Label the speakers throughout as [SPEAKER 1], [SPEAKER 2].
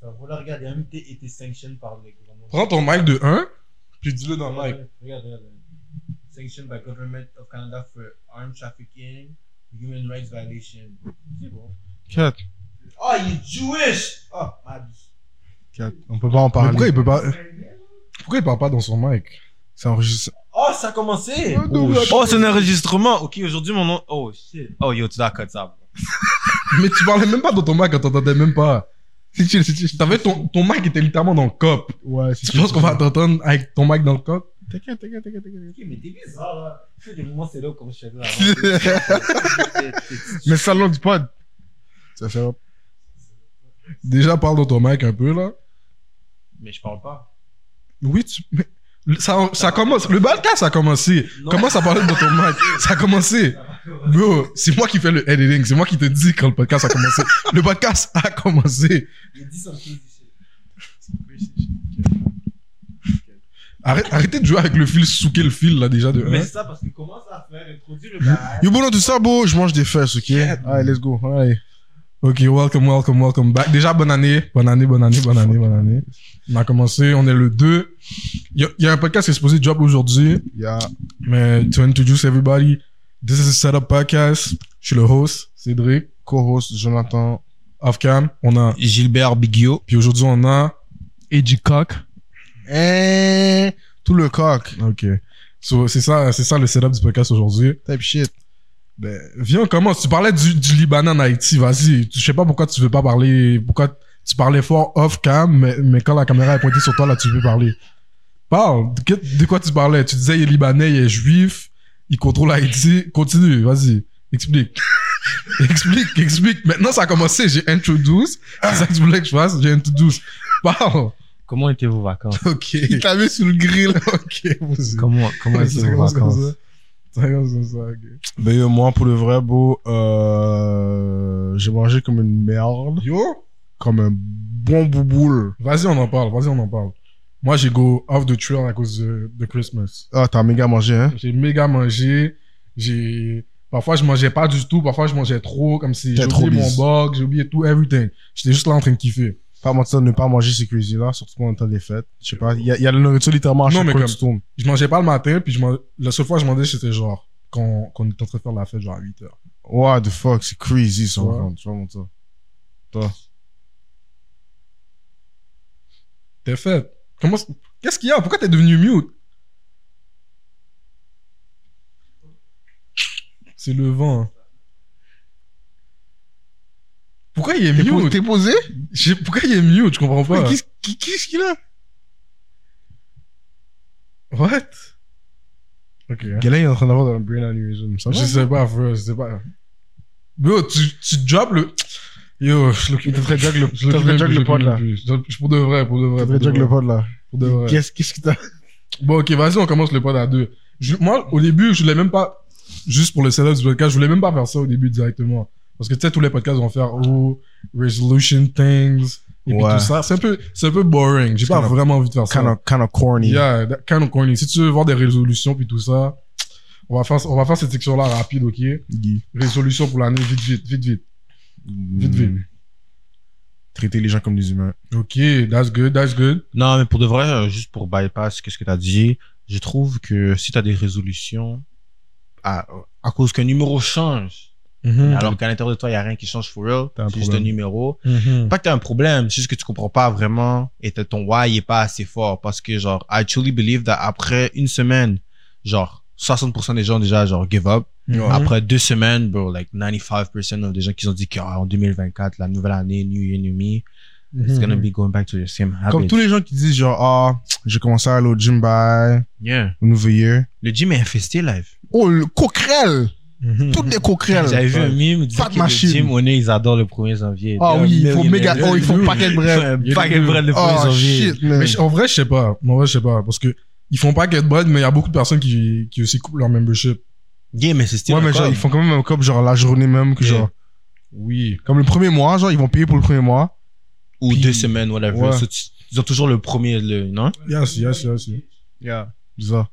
[SPEAKER 1] Ça, Voilà, regarde, il a même été, été sanctioned par le gouvernement.
[SPEAKER 2] Prends ton mic de 1, puis dis-le dans le mic.
[SPEAKER 1] Regarde, regarde, regarde. Sanctioned by Government of Canada for armed trafficking, human rights violation. C'est bon.
[SPEAKER 3] 4.
[SPEAKER 1] Oh, il est Jewish! Oh, ma vie.
[SPEAKER 3] 4. On peut pas en
[SPEAKER 2] Mais
[SPEAKER 3] parler.
[SPEAKER 2] pourquoi il peut pas. Pourquoi il parle pas dans son mic
[SPEAKER 3] C'est enregistré.
[SPEAKER 1] Oh, ça a commencé!
[SPEAKER 2] Oh, shit.
[SPEAKER 1] Oh, c'est un enregistrement! Ok, aujourd'hui, mon nom. Oh, shit. Oh, yo, tu dois cut ça. bro.
[SPEAKER 2] Mais tu parlais même pas dans ton mic, on t'entendait même pas. C'est chill, c'est chill. T'avais ton, ton mic était littéralement dans le cop.
[SPEAKER 3] Ouais, c'est
[SPEAKER 2] Tu penses qu'on va t'entendre avec ton mic dans le cop
[SPEAKER 3] T'inquiète, t'inquiète, t'inquiète, t'inquiète.
[SPEAKER 1] Ok, mais t'es bizarre, là. Tu fais des moments, c'est là comme je suis là.
[SPEAKER 3] Mais ça, le nom du pod. Ça fait hop.
[SPEAKER 2] Déjà, parle dans ton mic un peu, là.
[SPEAKER 1] Mais je parle pas.
[SPEAKER 2] Oui, tu. mais le- Ça, ça commence. Le balcast a commencé.
[SPEAKER 1] Non.
[SPEAKER 2] Commence à parler dans ton mic. Ça a commencé. Bro, c'est moi qui fais le editing. C'est moi qui te dis quand le podcast a commencé. le podcast a commencé.
[SPEAKER 1] Il dit something ici.
[SPEAKER 2] Arrête- arrêtez de jouer avec le fil, souquez le fil, là, déjà de.
[SPEAKER 1] Mais
[SPEAKER 2] un.
[SPEAKER 1] c'est ça, parce qu'il commence à faire introduire le bail.
[SPEAKER 3] Yo, bon, non, tout ça, beau, je mange des fesses, ok? Allez, let's go. Allez.
[SPEAKER 2] Ok, welcome, welcome, welcome back. Déjà, bonne année, bonne année, bonne année, bonne année, bonne année. On a commencé, on est le 2. Il y, a- il y a un podcast qui est supposé job aujourd'hui,
[SPEAKER 3] Yeah.
[SPEAKER 2] mais to introduce everybody, this is a setup podcast. Je suis le host, Cédric,
[SPEAKER 3] Co-host, Jonathan.
[SPEAKER 2] Afcam. On a
[SPEAKER 1] Gilbert Bigio.
[SPEAKER 2] puis aujourd'hui on a Edgy Cock.
[SPEAKER 3] Eh, tout le coq.
[SPEAKER 2] Ok. So, c'est ça, c'est ça le setup du podcast aujourd'hui.
[SPEAKER 3] Type shit.
[SPEAKER 2] Ben, viens, on commence. Tu parlais du, du Liban en Haïti. Vas-y. Tu- Je sais pas pourquoi tu veux pas parler. Pourquoi tu parlais fort off cam, mais, mais quand la caméra est pointée sur toi, là, tu veux parler. Parle. De, que- de quoi tu parlais Tu disais il est libanais, il est juif, il contrôle Haïti. Continue. Vas-y. Explique. explique, explique. Maintenant, ça a commencé. J'ai introduce. C'est ça que tu voulais que je fasse. J'ai introduce. Parle.
[SPEAKER 1] Comment étaient vos vacances
[SPEAKER 2] Ok.
[SPEAKER 3] Il t'a mis sous le grill.
[SPEAKER 2] ok. vas-y.
[SPEAKER 1] Comment, comment
[SPEAKER 2] Ça commence comme ça. Ça commence comme ça, ok.
[SPEAKER 3] Ben, yo, moi, pour le vrai, beau, euh, j'ai mangé comme une merde.
[SPEAKER 2] Yo,
[SPEAKER 3] Comme un bon bouboule.
[SPEAKER 2] vas-y, on en parle, vas-y, on en parle. Moi, j'ai go off the trail à cause de, de Christmas.
[SPEAKER 3] Ah, t'as méga mangé, hein?
[SPEAKER 2] J'ai méga mangé. J'ai. Parfois, je mangeais pas du tout. Parfois, je mangeais trop, comme si
[SPEAKER 3] T'es
[SPEAKER 2] j'ai
[SPEAKER 3] trop
[SPEAKER 2] oublié mon
[SPEAKER 3] busy.
[SPEAKER 2] bug, j'ai oublié tout, everything. J'étais juste là en train de kiffer.
[SPEAKER 3] Pas mentir, ne pas manger ces cuisines-là, surtout en temps des fêtes. Je sais pas, il y, a- il y a la nourriture littéralement à
[SPEAKER 2] Non,
[SPEAKER 3] chaque
[SPEAKER 2] mais
[SPEAKER 3] fois que
[SPEAKER 2] comme-
[SPEAKER 3] tu tournes.
[SPEAKER 2] Je mangeais pas le matin, puis je man- la seule fois que je mangeais, c'était genre quand, quand on était en train de faire la fête, genre à 8 h
[SPEAKER 3] What the fuck, c'est crazy, ça,
[SPEAKER 2] Ouais.
[SPEAKER 3] ouais. tu vois, mentir.
[SPEAKER 2] T'es fait. Comment. c- Qu'est-ce qu'il y a Pourquoi t'es devenu mute C'est le vent. hein. Pourquoi il est mute
[SPEAKER 3] T'es posé?
[SPEAKER 2] J'ai- Pourquoi il est mute Je comprends
[SPEAKER 3] Mais
[SPEAKER 2] pas.
[SPEAKER 3] qu'est-ce qui- qu'est-ce qu'il a?
[SPEAKER 2] What Ok.
[SPEAKER 3] Gars, là, il est en train d'avoir un brain aneurysm. Ça va?
[SPEAKER 2] Je sais pas, frère, je sais pas. Bro, tu, tu drops le. Yo, je l'occupe.
[SPEAKER 3] Il te ferait jog le-
[SPEAKER 2] Je
[SPEAKER 3] il te ferait
[SPEAKER 2] l'occupe
[SPEAKER 3] jog
[SPEAKER 2] plus,
[SPEAKER 3] le
[SPEAKER 2] je
[SPEAKER 3] pod,
[SPEAKER 2] l'occupe
[SPEAKER 3] là.
[SPEAKER 2] plus. Je- Pour de vrai, pour de vrai. pour
[SPEAKER 3] Faudrait
[SPEAKER 2] de
[SPEAKER 3] jog
[SPEAKER 2] vrai,
[SPEAKER 3] le pod, là.
[SPEAKER 2] Pour de vrai.
[SPEAKER 3] Qu'est-ce qu'est-ce que t'as?
[SPEAKER 2] Bon, ok, vas-y, on commence le pod à deux. Je- moi, au début, je voulais même pas, juste pour le setup du podcast, je voulais même pas faire ça au début directement. Parce que tu sais, tous les podcasts vont faire, oh, resolution things, et puis
[SPEAKER 3] Ouais.
[SPEAKER 2] tout ça. C'est un peu, c'est un peu boring. J'ai
[SPEAKER 3] C'est
[SPEAKER 2] pas
[SPEAKER 3] kind of-
[SPEAKER 2] vraiment envie de faire ça.
[SPEAKER 3] Kind of, kind of corny.
[SPEAKER 2] Yeah, that kind of corny. Si tu veux voir des résolutions, puis tout ça, on va faire, on va faire cette section-là rapide, ok?
[SPEAKER 3] Guy.
[SPEAKER 2] Résolution pour l'année, vite, vite, vite, vite. Vite, vite.
[SPEAKER 3] Mm. Traiter les gens comme des humains.
[SPEAKER 2] Ok, that's good, that's good.
[SPEAKER 1] Non, mais pour de vrai, euh, juste pour bypass, qu'est-ce que t'as dit Je trouve que si t'as des résolutions, à, à cause qu'un numéro change,
[SPEAKER 2] Mhm,
[SPEAKER 1] alors qu'à l'intérieur de toi, il n'y a rien qui change for real,
[SPEAKER 3] Hmm. T'as un
[SPEAKER 1] c'est juste un
[SPEAKER 3] problème.
[SPEAKER 1] numéro.
[SPEAKER 2] mhm.
[SPEAKER 1] Pas que t'as un problème, c'est juste que tu comprends pas vraiment et t'as- ton why est pas assez fort. Parce que, genre, I truly believe that après une semaine, genre, 60% des gens déjà, genre, give up.
[SPEAKER 3] Hmm.
[SPEAKER 2] Mhm.
[SPEAKER 1] Après deux semaines, bro, like 95% of des gens qui ont dit ah, qu'en 2024, la nouvelle année, new year, new me,
[SPEAKER 2] Mhm,
[SPEAKER 1] it's gonna be going back to the same habits.
[SPEAKER 3] Mhm. Comme tous les gens qui disent genre, ah, j'ai commencé à aller au gym by
[SPEAKER 1] Yeah.
[SPEAKER 3] au nouveau year.
[SPEAKER 1] Le gym est infesté live.
[SPEAKER 3] Oh, le coquerel!
[SPEAKER 2] Mhm.
[SPEAKER 3] Toutes les coquerelles!
[SPEAKER 1] J'avais vu un mime disant
[SPEAKER 3] Fat
[SPEAKER 1] que le
[SPEAKER 3] machine.
[SPEAKER 1] gym, on est, ils adorent le 1er janvier.
[SPEAKER 3] Ah
[SPEAKER 1] They are
[SPEAKER 3] oui, il faut méga.
[SPEAKER 1] millionaires.
[SPEAKER 3] Oh, il faut
[SPEAKER 2] Il est
[SPEAKER 3] un paquet de brèves.
[SPEAKER 1] Ils
[SPEAKER 2] Il est
[SPEAKER 1] font un paquet de
[SPEAKER 2] nul.
[SPEAKER 1] bread le 1er
[SPEAKER 3] Oh
[SPEAKER 1] janvier.
[SPEAKER 3] shit, man.
[SPEAKER 2] Mais je- en vrai, je sais pas. En vrai, je sais pas. Parce que ils font pas get bread, mais il y a beaucoup de personnes qui, qui aussi coupent leur membership.
[SPEAKER 1] Yeah, mais c'est style.
[SPEAKER 3] Ouais, mais
[SPEAKER 1] encore.
[SPEAKER 3] genre, ils font quand même un cop, genre la journée même, que
[SPEAKER 1] Yeah.
[SPEAKER 3] genre.
[SPEAKER 2] Oui.
[SPEAKER 3] Comme le premier mois, genre, ils vont payer pour le premier mois.
[SPEAKER 1] Ou
[SPEAKER 2] Puis-
[SPEAKER 1] deux semaines, whatever.
[SPEAKER 3] Ouais.
[SPEAKER 1] So, tu- ils ont toujours le premier, le, non?
[SPEAKER 2] Yes, yes, yes. yes.
[SPEAKER 3] Yeah. Bizarre.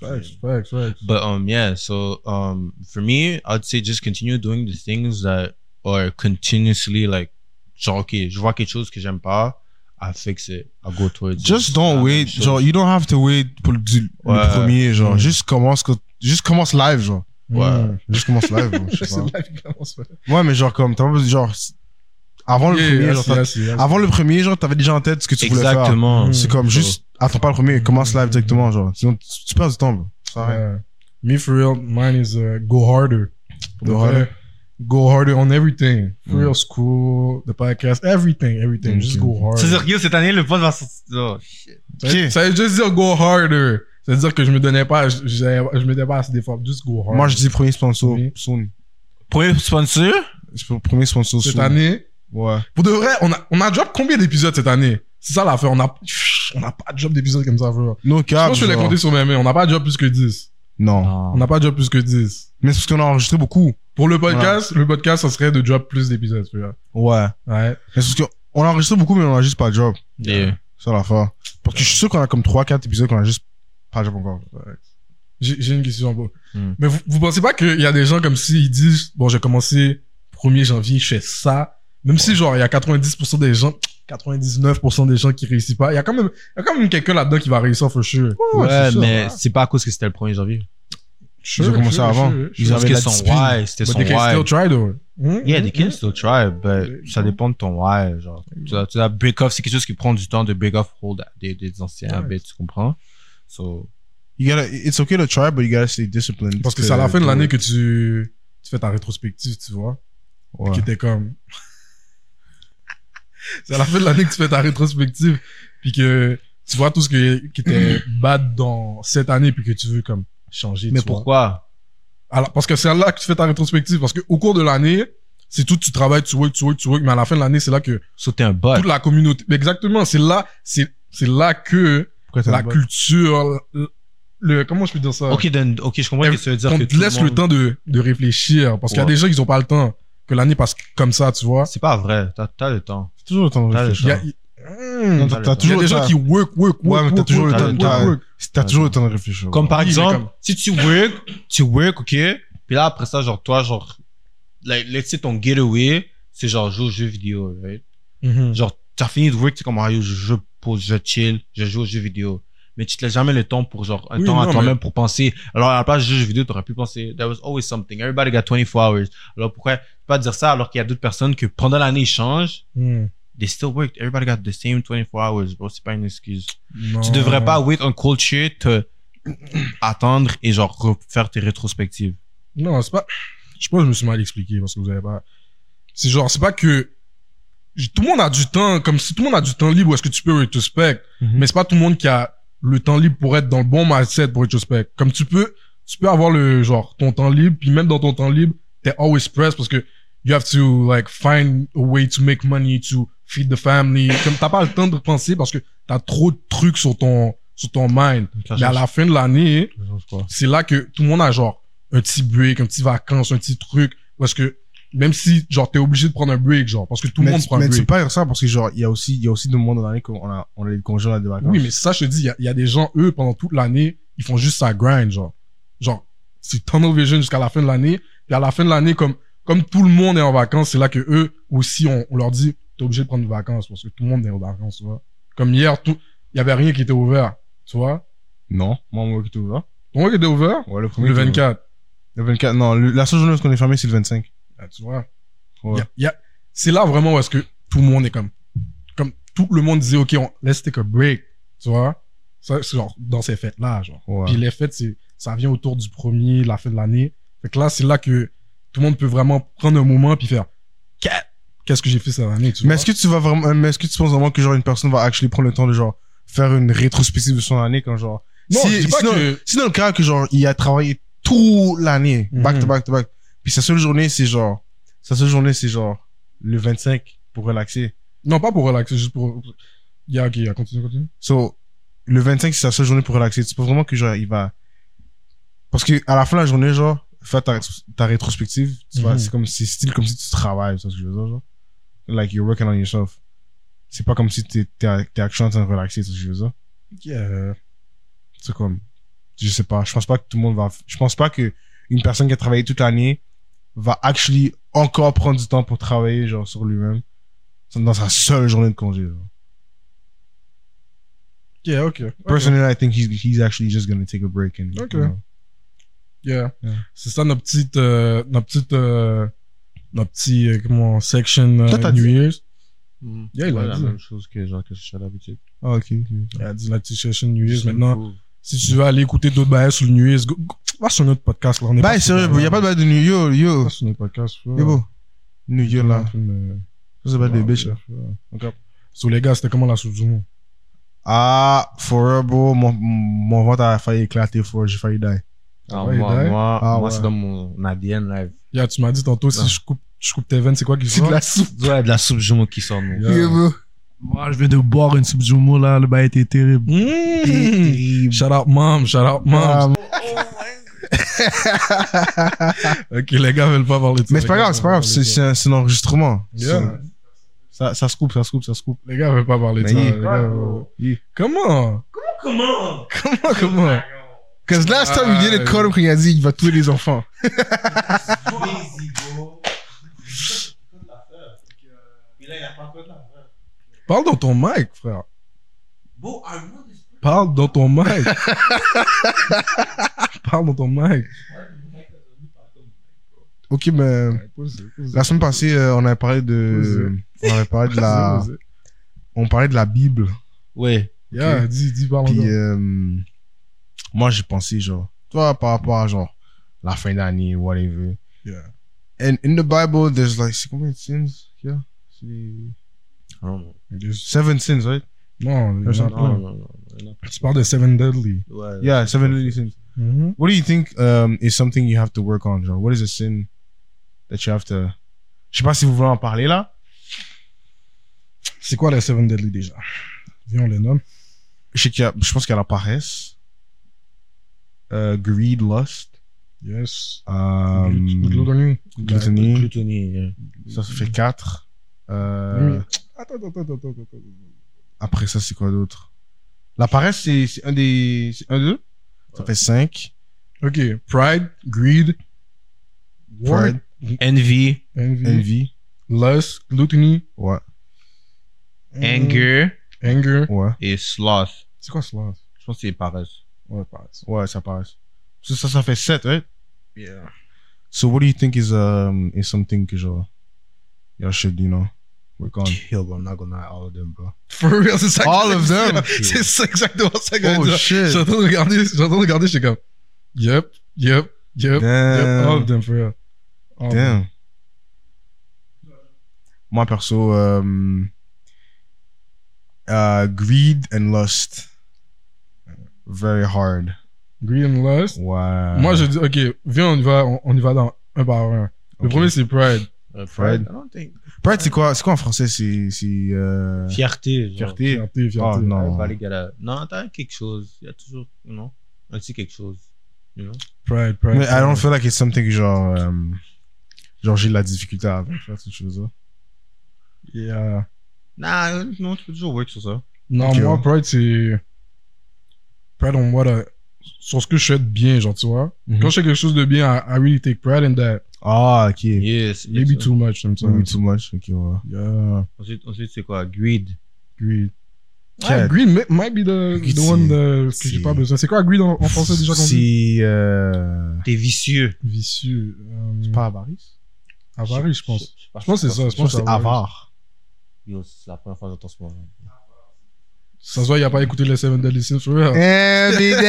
[SPEAKER 2] Facts, facts, facts.
[SPEAKER 1] But um, yeah. So um, for me, I'd say just continue doing the things that are continuously like, genre, ok, je vois quelque chose que j'aime pas, I fix it, I go towards. it.
[SPEAKER 3] Just
[SPEAKER 1] La
[SPEAKER 3] don't
[SPEAKER 1] même
[SPEAKER 3] wait.
[SPEAKER 1] chose.
[SPEAKER 3] Genre, you don't have to wait pour le, du- le
[SPEAKER 1] Ah, Ouais.
[SPEAKER 3] premier. Genre,
[SPEAKER 2] Mm.
[SPEAKER 3] juste commence, que- juste commence live, genre.
[SPEAKER 1] Ouais.
[SPEAKER 3] Juste commence live, genre, Bah, je sais
[SPEAKER 2] Hmm. C'est
[SPEAKER 3] pas.
[SPEAKER 2] là qu'il commence. ouais.
[SPEAKER 3] Ouais, mais genre, comme, t'as pas besoin- genre, c'est- avant le
[SPEAKER 2] Yeah,
[SPEAKER 3] premier,
[SPEAKER 2] yeah,
[SPEAKER 3] genre,
[SPEAKER 2] yeah,
[SPEAKER 3] t'as- Ah,
[SPEAKER 2] yeah, yeah.
[SPEAKER 3] avant le premier, genre, t'avais déjà en tête ce que tu voulais faire.
[SPEAKER 1] Exactement.
[SPEAKER 2] Mm.
[SPEAKER 3] C'est comme juste, attends pas le premier, commence live directement, genre. Sinon, tu, tu perds du temps, bro. Ça sert à rien.
[SPEAKER 2] Yeah. Ah, Me for real, mine is uh, go harder.
[SPEAKER 3] Go harder.
[SPEAKER 2] Go harder on everything. For
[SPEAKER 3] Mm.
[SPEAKER 2] real school, the podcast, everything, everything. Just
[SPEAKER 3] Hmm, Okay.
[SPEAKER 2] go hard.
[SPEAKER 1] C'est-à-dire que cette année, le poste va sortir. Oh, shit.
[SPEAKER 2] Ça veut-
[SPEAKER 3] Ok.
[SPEAKER 2] Ça veut juste dire go harder. Ça veut dire que je me donnais pas, je, je, je mettais pas assez d'efforts. Just go harder.
[SPEAKER 3] Moi, je dis premier sponsor,
[SPEAKER 2] Oui.
[SPEAKER 3] Sony.
[SPEAKER 1] Premier sponsor?
[SPEAKER 3] C'est Premier sponsor,
[SPEAKER 2] cette
[SPEAKER 3] Sony.
[SPEAKER 2] année,
[SPEAKER 3] Ouais.
[SPEAKER 2] pour de vrai, on a, on a drop combien d'épisodes cette année? C'est ça l'affaire. On a, on a pas drop d'épisodes comme ça, frère.
[SPEAKER 3] No
[SPEAKER 2] Je
[SPEAKER 3] cap.
[SPEAKER 2] pense que je Ah. l'ai
[SPEAKER 3] Ah, genre.
[SPEAKER 2] compté sur mes mains. On n'a pas drop plus que 10.
[SPEAKER 3] Non.
[SPEAKER 1] Ah.
[SPEAKER 2] On n'a pas drop plus que 10.
[SPEAKER 3] Mais c'est parce qu'on a enregistré beaucoup.
[SPEAKER 2] Pour le podcast, le podcast, ça serait de drop plus d'épisodes, frère.
[SPEAKER 3] Ouais.
[SPEAKER 2] Ouais.
[SPEAKER 3] Mais c'est parce qu'on a enregistré beaucoup, mais on a juste pas de job.
[SPEAKER 1] Yeah.
[SPEAKER 3] Ça, la fin. Parce que je suis sûr qu'on a comme 3-4 épisodes qu'on a juste pas de job encore.
[SPEAKER 2] J'ai j'ai une question. Bon.
[SPEAKER 1] Hmm.
[SPEAKER 2] Mais vous, vous pensez pas qu'il y a des gens comme s'ils disent Bon, j'ai commencé 1er janvier, je fais ça. Même si, genre, il y a 90% des gens, 99% des gens qui réussissent pas, il y a quand même, il y a quand même quelqu'un là-dedans qui va réussir, for sure. Ah,
[SPEAKER 1] Ouais,
[SPEAKER 3] c'est sûr,
[SPEAKER 1] mais
[SPEAKER 3] ouais.
[SPEAKER 1] c'est pas à cause que c'était le 1er janvier.
[SPEAKER 2] Sure,
[SPEAKER 3] Ils ont commencé
[SPEAKER 2] sure,
[SPEAKER 3] avant.
[SPEAKER 2] sure,
[SPEAKER 1] Ils
[SPEAKER 2] sure.
[SPEAKER 1] avaient
[SPEAKER 3] avaient la
[SPEAKER 1] son
[SPEAKER 3] discipline.
[SPEAKER 1] why, c'était
[SPEAKER 2] But
[SPEAKER 1] son
[SPEAKER 2] they can
[SPEAKER 1] why.
[SPEAKER 2] still try, though. Hmm,
[SPEAKER 1] Yeah,
[SPEAKER 2] hmm,
[SPEAKER 1] they can
[SPEAKER 2] hmm.
[SPEAKER 1] still try, but ça dépend de ton why. Genre, tu dois, tu dois break off, c'est quelque chose qui prend du temps de break off hold des, des anciens
[SPEAKER 2] Ouais.
[SPEAKER 1] habits, tu comprends? So,
[SPEAKER 3] You gotta, it's okay to try, but you gotta stay disciplined.
[SPEAKER 2] Parce que c'est à la fin de l'année que tu, tu fais ta rétrospective, tu vois.
[SPEAKER 3] Ouais.
[SPEAKER 2] qui était comme. c'est à la fin de l'année que tu fais ta rétrospective, puis que tu vois tout ce que- qui était bad dans cette année, puis que tu veux comme changer.
[SPEAKER 1] mais
[SPEAKER 2] tu vois.
[SPEAKER 1] pourquoi?
[SPEAKER 2] Alors, Parce que c'est là que tu fais ta rétrospective, parce que au cours de l'année, c'est tout, tu travailles, tu work, tu work, tu work, mais à la fin de l'année, c'est là que
[SPEAKER 1] Sauter un bot.
[SPEAKER 2] toute la communauté. Mais exactement, c'est là, c'est c'est là que
[SPEAKER 3] Pourquoi t'as
[SPEAKER 2] la
[SPEAKER 3] le-
[SPEAKER 2] culture, le, le- comment je peux dire ça
[SPEAKER 1] Ok, then- ok, je comprends ce
[SPEAKER 2] Mais
[SPEAKER 1] que ça veut dire.
[SPEAKER 2] Qu'on
[SPEAKER 1] que
[SPEAKER 2] te laisse le,
[SPEAKER 1] monde-
[SPEAKER 2] temps de, de réfléchir, parce qu'il y a
[SPEAKER 1] Ouais.
[SPEAKER 2] des gens qui n'ont pas le temps que l'année passe comme ça, tu vois.
[SPEAKER 1] C'est pas vrai, t'as t'as le temps.
[SPEAKER 3] C'est toujours le temps de
[SPEAKER 1] T'as le
[SPEAKER 3] réfléchir.
[SPEAKER 2] Il y a-
[SPEAKER 1] temps.
[SPEAKER 2] Hmm.
[SPEAKER 3] Non,
[SPEAKER 1] T'as
[SPEAKER 3] T'as
[SPEAKER 1] le temps.
[SPEAKER 2] Il
[SPEAKER 3] t'as
[SPEAKER 2] y a
[SPEAKER 3] toujours
[SPEAKER 2] des
[SPEAKER 3] le
[SPEAKER 2] gens
[SPEAKER 3] temps.
[SPEAKER 2] qui work, work,
[SPEAKER 3] Ouais,
[SPEAKER 2] work.
[SPEAKER 3] mais t'as
[SPEAKER 2] work,
[SPEAKER 3] toujours
[SPEAKER 2] work,
[SPEAKER 1] le
[SPEAKER 2] work,
[SPEAKER 1] temps,
[SPEAKER 2] work, work.
[SPEAKER 3] T'as toujours le temps de réfléchir.
[SPEAKER 1] Comme par
[SPEAKER 2] Oui, mais
[SPEAKER 1] exemple,
[SPEAKER 2] comme-
[SPEAKER 1] si tu work, tu work, ok, puis là après ça, genre toi, genre, like, let's say ton getaway, c'est genre jouer aux jeux vidéo, right?
[SPEAKER 2] Mhm.
[SPEAKER 1] Genre, t'as fini de work, tu es comme, ah, yo, je, je pose, je chill, je joue aux jeux vidéo. Mais tu te laisses jamais le temps pour, genre, un
[SPEAKER 2] Oui,
[SPEAKER 1] temps à
[SPEAKER 2] non,
[SPEAKER 1] toi-même pour penser. Alors, à la place de jeux vidéo, t'aurais pu penser, there was always something. Everybody got 24 hours. Alors, pourquoi pas dire ça alors qu'il y a d'autres personnes que pendant l'année, ils changent,
[SPEAKER 2] Hmm.
[SPEAKER 1] they still worked. Everybody got the same 24 hours, bro. C'est pas une excuse.
[SPEAKER 2] Hmm. Non.
[SPEAKER 1] Tu devrais pas wait un culture, te attendre et, genre, refaire tes rétrospectives.
[SPEAKER 2] Non, c'est pas. Je pense que je me suis mal expliqué parce que vous avez pas. C'est genre, c'est pas que. J- Tout le monde a du temps, comme si tout le monde a du temps libre, où est-ce que tu peux retrospect? Mais c'est pas tout le monde qui a le temps libre pour être dans le bon mindset pour retrospect. Comme tu peux, tu peux avoir le, genre, ton temps libre, puis même dans ton temps libre, t'es always pressed parce que you have to, like, find a way to make money, to feed the family. Comme t'as pas le temps de penser parce que t'as trop de trucs sur ton, sur ton mind.
[SPEAKER 1] Ça
[SPEAKER 2] Mais à
[SPEAKER 1] change-
[SPEAKER 2] la fin de l'année,
[SPEAKER 1] ça change pas.
[SPEAKER 2] c'est là que tout le monde a genre un petit break, un petit vacances, un petit truc. Parce que même si genre t'es obligé de prendre un break, genre, parce que tout le
[SPEAKER 3] mais
[SPEAKER 2] monde
[SPEAKER 3] tu-
[SPEAKER 2] prend un
[SPEAKER 3] Mais tu
[SPEAKER 2] break.
[SPEAKER 3] peux pas dire ça parce que, genre, il y a aussi, il y a aussi des moments dans l'année qu'on a, on a des congés, on a des vacances.
[SPEAKER 2] Oui, mais ça, je te dis, il y a- il y, a des gens, eux, pendant toute l'année, ils font juste ça grind, genre. Genre, c'est tunnel vision jusqu'à la fin de l'année. Puis à la fin de l'année, comme, comme tout le monde est en vacances, c'est là que eux aussi, on, on leur dit, t'es obligé de prendre des vacances parce que tout le monde est en vacances, tu vois. Comme hier, tout, il y avait rien qui était ouvert, tu vois.
[SPEAKER 3] Non. Moi, moi, qui tout va.
[SPEAKER 2] Ton mois qui était ouvert?
[SPEAKER 3] Ouais, le premier.
[SPEAKER 2] Le
[SPEAKER 3] qui était
[SPEAKER 2] 24.
[SPEAKER 3] ouvert. Le 24. Non, le- la seule journée où on est fermé, c'est le 25.
[SPEAKER 2] Ah, tu vois.
[SPEAKER 3] Ouais.
[SPEAKER 2] Y a- y a- c'est là vraiment où est-ce que tout le monde est comme, comme tout le monde disait, OK, on, let's take a break, tu vois. Ça, c'est genre dans ces fêtes-là, genre.
[SPEAKER 3] Ouais.
[SPEAKER 2] Puis les fêtes, c'est, ça vient autour du premier, la fin de l'année. Fait que là, c'est là que tout le monde peut vraiment prendre un moment puis faire, Qu'est- qu'est-ce que j'ai fait cette année, tu
[SPEAKER 3] Mais
[SPEAKER 2] vois.
[SPEAKER 3] est-ce que tu vas vraiment, mais est-ce que tu penses vraiment que, genre, une personne va actually prendre le temps de, genre, faire une rétrospective de son année quand, genre,
[SPEAKER 2] non,
[SPEAKER 3] si-
[SPEAKER 2] je dis pas
[SPEAKER 3] sinon-
[SPEAKER 2] que,
[SPEAKER 3] C'est dans le cas que genre il a travaillé toute l'année, back to
[SPEAKER 2] Mhm.
[SPEAKER 3] back to back. Puis sa seule journée c'est genre sa seule journée c'est genre le 25 pour relaxer.
[SPEAKER 2] non, pas pour relaxer, juste pour, y a, ok, y a, continue, continue.
[SPEAKER 3] So le 25 c'est sa seule journée pour relaxer. C'est pas vraiment que genre il va parce que à la fin de la journée genre faire ta, ta rétrospective, tu vois,
[SPEAKER 2] Mhm.
[SPEAKER 3] c'est comme c'est style comme si tu travailles, tu vois ce que je veux dire genre. Like you're working on yourself. C'est pas comme si t'es t'es t'es actuellement en train de relaxer, tu vois ce que je veux dire.
[SPEAKER 2] Yeah.
[SPEAKER 3] C'est comme Je sais pas. Je pense pas que tout le monde va. Je pense pas que une personne qui a travaillé toute l'année va actually encore prendre du temps pour travailler genre sur lui-même dans sa seule journée de congé. genre.
[SPEAKER 2] Yeah, ok. Ok.
[SPEAKER 3] Personally, I think he's, he's actually just gonna take a break and.
[SPEAKER 2] Ok.
[SPEAKER 3] you know.
[SPEAKER 2] Yeah.
[SPEAKER 3] Yeah.
[SPEAKER 2] C'est ça notre petite, euh, notre petite, euh, notre petit, euh, comment, section euh,
[SPEAKER 3] Toi, t'as
[SPEAKER 2] New
[SPEAKER 3] dit-
[SPEAKER 2] Year's.
[SPEAKER 1] Yeah,
[SPEAKER 2] Yeah, il
[SPEAKER 1] Mm. ouais,
[SPEAKER 2] a
[SPEAKER 1] la
[SPEAKER 2] dit.
[SPEAKER 1] même chose que genre que je suis à l'habitude.
[SPEAKER 3] Ah, ok. ok.
[SPEAKER 2] Elle a dit la petite section New Year's.
[SPEAKER 1] Juste
[SPEAKER 2] Maintenant,
[SPEAKER 1] pour-
[SPEAKER 2] si tu veux aller écouter d'autres bails sur le New Year's, go- go- va sur notre podcast. Là, on est
[SPEAKER 3] Bah,
[SPEAKER 2] pas sur-
[SPEAKER 3] sérieux, bro, y a pas de bail de New Yo, yo.
[SPEAKER 2] Va sur notre podcast. là.
[SPEAKER 3] Yo, bro. New Yo, là.
[SPEAKER 2] En train de-
[SPEAKER 3] Ça, c'est pas des
[SPEAKER 2] Ah, Ouais,
[SPEAKER 3] bitches, là.
[SPEAKER 2] ouais. Sur les gars, c'était comment la soupe du monde?
[SPEAKER 3] Ah, for real, bro. Mon, mon ventre a failli éclater, for real. J'ai failli die.
[SPEAKER 1] Ah,
[SPEAKER 2] ouais,
[SPEAKER 1] moi,
[SPEAKER 2] d'ailleurs.
[SPEAKER 1] moi,
[SPEAKER 3] Ah,
[SPEAKER 1] moi
[SPEAKER 3] ouais.
[SPEAKER 1] c'est dans mon ADN live.
[SPEAKER 2] Yeah, tu m'as dit tantôt, si
[SPEAKER 1] Non.
[SPEAKER 2] je coupe, je coupe tes veines, c'est quoi qui
[SPEAKER 3] Bah. C'est
[SPEAKER 2] sort?
[SPEAKER 3] de la soupe.
[SPEAKER 1] Ouais, de la soupe jumeau qui sort. mon.
[SPEAKER 2] Yeah.
[SPEAKER 3] Yeah, bro.
[SPEAKER 4] Moi, je viens de boire une soupe jumeau, là. Le bail était terrible.
[SPEAKER 3] Hmm.
[SPEAKER 2] Mmh. Shout out, mom. Shout out, mom.
[SPEAKER 3] Ah,
[SPEAKER 2] Ok, les gars veulent pas parler de ça.
[SPEAKER 3] Mais c'est pas
[SPEAKER 2] Les gars
[SPEAKER 3] grave, c'est pas
[SPEAKER 2] veulent parler
[SPEAKER 3] grave. C'est
[SPEAKER 2] de ça.
[SPEAKER 3] c'est un, c'est un enregistrement.
[SPEAKER 2] Yeah.
[SPEAKER 3] Ça, ça se coupe, ça se coupe, ça se coupe.
[SPEAKER 2] Les gars veulent pas parler de
[SPEAKER 3] Mais
[SPEAKER 2] ça.
[SPEAKER 3] yeah.
[SPEAKER 2] les gars veulent- Comment?
[SPEAKER 4] Comment?
[SPEAKER 2] Comment, comment?
[SPEAKER 3] Cause last time
[SPEAKER 2] Ah,
[SPEAKER 3] you did it,
[SPEAKER 2] oui.
[SPEAKER 3] call him quand il a dit il va tuer les enfants.
[SPEAKER 2] Parle dans ton mic, frère. Parle dans ton mic. Parle dans ton mic.
[SPEAKER 3] Ok, mais la semaine passée, euh, on avait parlé de, on avait parlé de la, on parlait de la Bible.
[SPEAKER 1] Ouais.
[SPEAKER 2] Yeah, dis, dis, parle
[SPEAKER 3] Puis
[SPEAKER 2] encore.
[SPEAKER 3] euh, moi, j'ai pensé genre, toi par rapport à genre la fin d'année, whatever.
[SPEAKER 2] Yeah.
[SPEAKER 3] And in the Bible, there's like c'est combien de sins? Yeah, c'est
[SPEAKER 1] Ah, Non,
[SPEAKER 3] seven sins, right?
[SPEAKER 2] Non, il y en a
[SPEAKER 3] Non,
[SPEAKER 2] plein.
[SPEAKER 1] non, non, non, non.
[SPEAKER 2] Tu parles de Seven Deadly.
[SPEAKER 1] Ouais.
[SPEAKER 3] Yeah, seven deadly sins.
[SPEAKER 2] Mm-hmm.
[SPEAKER 3] What do you think um, is something you have to work on, genre? What is a sin that you have to? Je sais pas si vous voulez en parler là.
[SPEAKER 2] C'est quoi les Seven Deadly déjà Viens, on les nomme.
[SPEAKER 3] je sais qu'il y a, je pense qu'il y a la paresse, euh, greed, lust,
[SPEAKER 2] Yes.
[SPEAKER 3] euh,
[SPEAKER 2] Glut- Gluttony.
[SPEAKER 3] gluttony.
[SPEAKER 1] Gluttony, yeah.
[SPEAKER 3] ça, ça fait quatre. Euh,
[SPEAKER 2] Oui. Attends, attends, attends, attends, attends.
[SPEAKER 3] Après ça, c'est quoi d'autre La paresse, c'est, c'est un des, c'est un d'eux. Ça fait cinq.
[SPEAKER 2] Ok, pride, greed,
[SPEAKER 3] Pride,
[SPEAKER 2] pride,
[SPEAKER 1] Envy,
[SPEAKER 2] envy,
[SPEAKER 3] envy,
[SPEAKER 2] lust, gluttony,
[SPEAKER 3] Mm. ouais,
[SPEAKER 1] anger
[SPEAKER 2] mm, anger.
[SPEAKER 3] ouais,
[SPEAKER 1] et sloth.
[SPEAKER 2] C'est quoi cela
[SPEAKER 1] Je pense que c'est paresse.
[SPEAKER 2] Ouais, paresse.
[SPEAKER 3] ouais, ça paresse. Ça, ça, ça fait sept, right
[SPEAKER 1] Yeah.
[SPEAKER 3] So what do you think is um is something que genre y'all should you know work on?
[SPEAKER 1] Yo, bro, I'm not gonna lie, all of them, bro.
[SPEAKER 2] For real, c'est ça. que-
[SPEAKER 3] All of them.
[SPEAKER 2] C'est ça exactement ça que
[SPEAKER 3] Oh
[SPEAKER 2] je Je
[SPEAKER 3] shit.
[SPEAKER 2] suis en train de regarder, je suis en train de regarder, j'étais comme, yep, yep, yep, yep, all of
[SPEAKER 3] Damn.
[SPEAKER 2] them for real. All of them.
[SPEAKER 3] Euh, Damn. Moi perso, euh, euh, greed and lust, very hard.
[SPEAKER 2] Greed and lust.
[SPEAKER 3] Ouais.
[SPEAKER 2] Moi, je dis, ok, viens, on y va, on, on y va dans un par un. Le
[SPEAKER 3] Ok.
[SPEAKER 2] premier, c'est pride.
[SPEAKER 1] Euh,
[SPEAKER 3] Pride.
[SPEAKER 1] I don't think.
[SPEAKER 3] Pride, c'est quoi, c'est quoi en français, c'est, c'est euh,
[SPEAKER 1] Fierté, genre.
[SPEAKER 3] fierté.
[SPEAKER 2] Fierté, fierté.
[SPEAKER 3] Ah, non.
[SPEAKER 1] Ouais, pas les gars là. Non, t'as quelque chose. Il y a toujours, you know, un petit quelque chose. You know?
[SPEAKER 2] Pride, pride.
[SPEAKER 3] Ah. Mais I don't feel like it's something genre, euh, genre j'ai de la difficulté à faire cette chose-là.
[SPEAKER 2] Yeah.
[SPEAKER 1] Nah, euh, non, tu peux toujours work sur ça.
[SPEAKER 2] Non,
[SPEAKER 3] Ok,
[SPEAKER 2] moi,
[SPEAKER 3] ouais.
[SPEAKER 2] pride, c'est. Pride, on voit là, sur ce que je fais de bien, genre, tu vois.
[SPEAKER 3] Mhm.
[SPEAKER 2] Quand je fais quelque chose de bien, I, I really take pride in that.
[SPEAKER 3] Ah, ok.
[SPEAKER 1] Yes.
[SPEAKER 2] Maybe
[SPEAKER 1] yes.
[SPEAKER 2] too much
[SPEAKER 3] Maybe
[SPEAKER 2] sometimes.
[SPEAKER 3] too much. Ok, ouais.
[SPEAKER 2] Yeah.
[SPEAKER 1] Ensuite, ensuite c'est quoi? Greed.
[SPEAKER 2] Greed.
[SPEAKER 3] Cat.
[SPEAKER 2] Ah, greed mi- might be the,
[SPEAKER 3] Greed,
[SPEAKER 2] the one
[SPEAKER 3] c'est-
[SPEAKER 2] euh, que j'ai
[SPEAKER 3] c'est-
[SPEAKER 2] pas besoin. C'est quoi greed en, en français déjà qu'on dit
[SPEAKER 3] C'est, euh,
[SPEAKER 1] T'es vicieux.
[SPEAKER 2] Vicieux. euh,
[SPEAKER 3] c'est pas avarice.
[SPEAKER 2] avarice, je pense.
[SPEAKER 1] sais pas,
[SPEAKER 2] Je pense que c'est ça. Je
[SPEAKER 3] Je pense que c'est
[SPEAKER 2] avarice.
[SPEAKER 3] avare.
[SPEAKER 1] Yo, c'est la première fois que j'entends ce mot.
[SPEAKER 2] Ça se voit, il a pas écouté les Seven Deadly Sins. for real.
[SPEAKER 3] Eh, mais
[SPEAKER 1] Ah,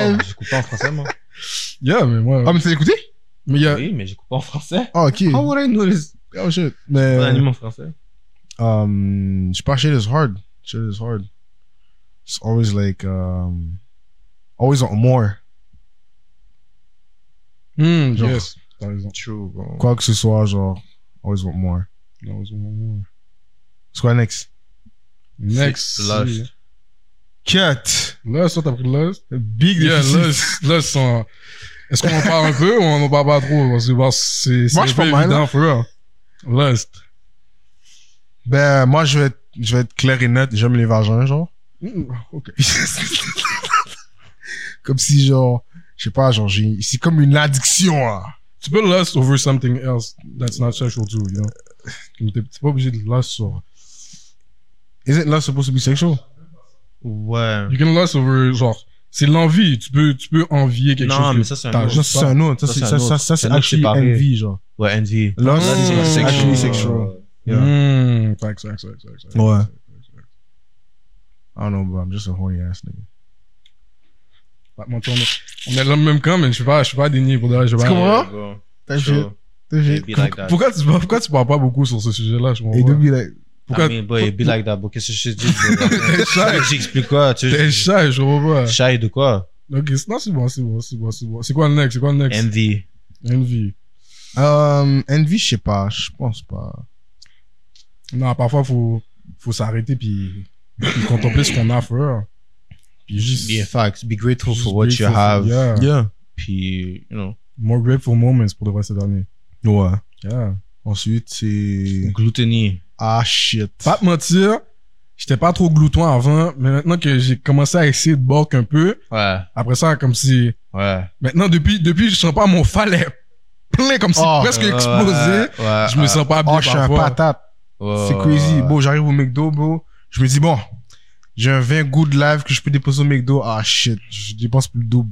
[SPEAKER 3] damn.
[SPEAKER 1] non, j'écoute pas en français, moi.
[SPEAKER 2] Yeah, mais moi.
[SPEAKER 3] Ah, mais t'as écouté?
[SPEAKER 2] mais il y a.
[SPEAKER 1] Oui, mais j'écoute pas en français.
[SPEAKER 3] Ah, ok.
[SPEAKER 1] How would I know this?
[SPEAKER 3] Oh shit.
[SPEAKER 2] Euh.
[SPEAKER 3] Mais
[SPEAKER 1] Un anime en français.
[SPEAKER 3] um, je sais pas, shit is hard. Shit is hard. It's always like um, always want more.
[SPEAKER 2] Hmm,
[SPEAKER 3] Genre.
[SPEAKER 2] yes. T'as raison.
[SPEAKER 1] True, bro.
[SPEAKER 3] Quoi que ce soit, genre always want more.
[SPEAKER 2] Non, c'est bon.
[SPEAKER 3] C'est quoi next?
[SPEAKER 2] Next.
[SPEAKER 1] Lust.
[SPEAKER 2] c'est-
[SPEAKER 3] Cat.
[SPEAKER 2] Lust, toi, t'as pris Lust.
[SPEAKER 3] Big
[SPEAKER 2] Yeah,
[SPEAKER 3] deficit.
[SPEAKER 2] Lust, Lust, sont- Est-ce qu'on en parle un peu ou on en parle pas trop Parce que bon, c'est c'est
[SPEAKER 3] Moi,
[SPEAKER 2] un
[SPEAKER 3] je
[SPEAKER 2] peu
[SPEAKER 3] parle mal, hein.
[SPEAKER 2] évident, for real. Lust.
[SPEAKER 3] Ben moi je vais être, Hmm, je vais être clair et net. J'aime les vagins genre.
[SPEAKER 2] Mm, ok.
[SPEAKER 3] Comme si, genre, je sais pas, genre, j'ai- c'est comme une addiction, hein. là.
[SPEAKER 2] Tu peux lust over something else that's not sexual too, you know. Comme T'es t'es pas obligé de lust sur.
[SPEAKER 3] Is it lust supposed to be sexual?
[SPEAKER 1] Ouais.
[SPEAKER 2] You can lust over genre. C'est l'envie. Tu peux, tu peux envier quelque
[SPEAKER 1] Non,
[SPEAKER 2] chose. que
[SPEAKER 1] mais ça, c'est un
[SPEAKER 2] t'as
[SPEAKER 1] autre.
[SPEAKER 3] Ça,
[SPEAKER 2] juste
[SPEAKER 3] c'est
[SPEAKER 2] pas.
[SPEAKER 3] un autre. Ça,
[SPEAKER 1] Ça,
[SPEAKER 3] c'est,
[SPEAKER 1] c'est un
[SPEAKER 3] ça,
[SPEAKER 1] autre.
[SPEAKER 3] ça, ça, c'est
[SPEAKER 1] C'est un autre
[SPEAKER 3] actually
[SPEAKER 1] séparé.
[SPEAKER 3] envy, genre.
[SPEAKER 1] Ouais, envy.
[SPEAKER 3] Lust,
[SPEAKER 1] Lust is
[SPEAKER 3] c'est
[SPEAKER 1] sexual.
[SPEAKER 3] actually sexual. Yeah.
[SPEAKER 2] Mm, tac, tac, tac, tac, tac.
[SPEAKER 3] Ouais. I don't know, bro. I'm just a horny ass nigga.
[SPEAKER 2] Pas te mentir, on est on est dans le même camp, mais je suis pas, je suis pas dénié pour de vrai, je sais
[SPEAKER 3] Tu
[SPEAKER 2] pas.
[SPEAKER 3] comprends?
[SPEAKER 1] Bro,
[SPEAKER 3] That shit.
[SPEAKER 1] sure.
[SPEAKER 3] That
[SPEAKER 1] It
[SPEAKER 3] shit.
[SPEAKER 1] be like that.
[SPEAKER 2] Pourquoi tu, parles- pourquoi tu parles pas beaucoup sur ce sujet-là? Je comprends
[SPEAKER 3] It do
[SPEAKER 2] pas.
[SPEAKER 3] be like,
[SPEAKER 2] Pourquoi
[SPEAKER 1] I mean, boy, it be like that, bro. Qu'est-ce que je te dis, bro?
[SPEAKER 2] t'es shy?
[SPEAKER 1] J'explique quoi, tu
[SPEAKER 2] T'es
[SPEAKER 1] sais.
[SPEAKER 2] shy, je comprends pas.
[SPEAKER 1] Shy de quoi?
[SPEAKER 2] Ok, c'est- non, c'est bon, c'est bon, c'est bon, c'est bon. C'est quoi le next? C'est quoi le next?
[SPEAKER 1] Envy.
[SPEAKER 2] Envy.
[SPEAKER 3] um, envy, je sais pas. Je pense pas.
[SPEAKER 2] Non, parfois, faut, faut s'arrêter puis, puis contempler ce qu'on a à faire. Puis juste.
[SPEAKER 1] Be a fact. Be grateful
[SPEAKER 2] just
[SPEAKER 1] for what you
[SPEAKER 2] grateful for-
[SPEAKER 1] have.
[SPEAKER 2] yeah.
[SPEAKER 3] Yeah.
[SPEAKER 1] Puis, you know,
[SPEAKER 2] More grateful moments pour de vrai cette année.
[SPEAKER 3] Ouais.
[SPEAKER 2] Yeah.
[SPEAKER 3] Ensuite, c'est.
[SPEAKER 1] gluttony.
[SPEAKER 3] Ah, shit.
[SPEAKER 2] Pas te mentir, j'étais pas trop glouton avant, mais maintenant que j'ai commencé à essayer de bork un peu,
[SPEAKER 1] Ouais,
[SPEAKER 2] après ça, comme si.
[SPEAKER 1] ouais.
[SPEAKER 2] Maintenant, depuis, depuis je sens pas mon falais plein comme si
[SPEAKER 3] Oh,
[SPEAKER 2] presque
[SPEAKER 1] Ouais,
[SPEAKER 2] explosé.
[SPEAKER 1] ouais, ouais,
[SPEAKER 2] je me sens pas bien
[SPEAKER 3] Oh, je suis un
[SPEAKER 2] parfois.
[SPEAKER 3] patate.
[SPEAKER 1] ouais,
[SPEAKER 3] C'est
[SPEAKER 1] ouais,
[SPEAKER 3] crazy.
[SPEAKER 1] ouais.
[SPEAKER 3] Bon, j'arrive au McDo, bro. Je me dis, bon, j'ai un 20 good live que je peux déposer au McDo. Ah, shit. Je dépense plus le double.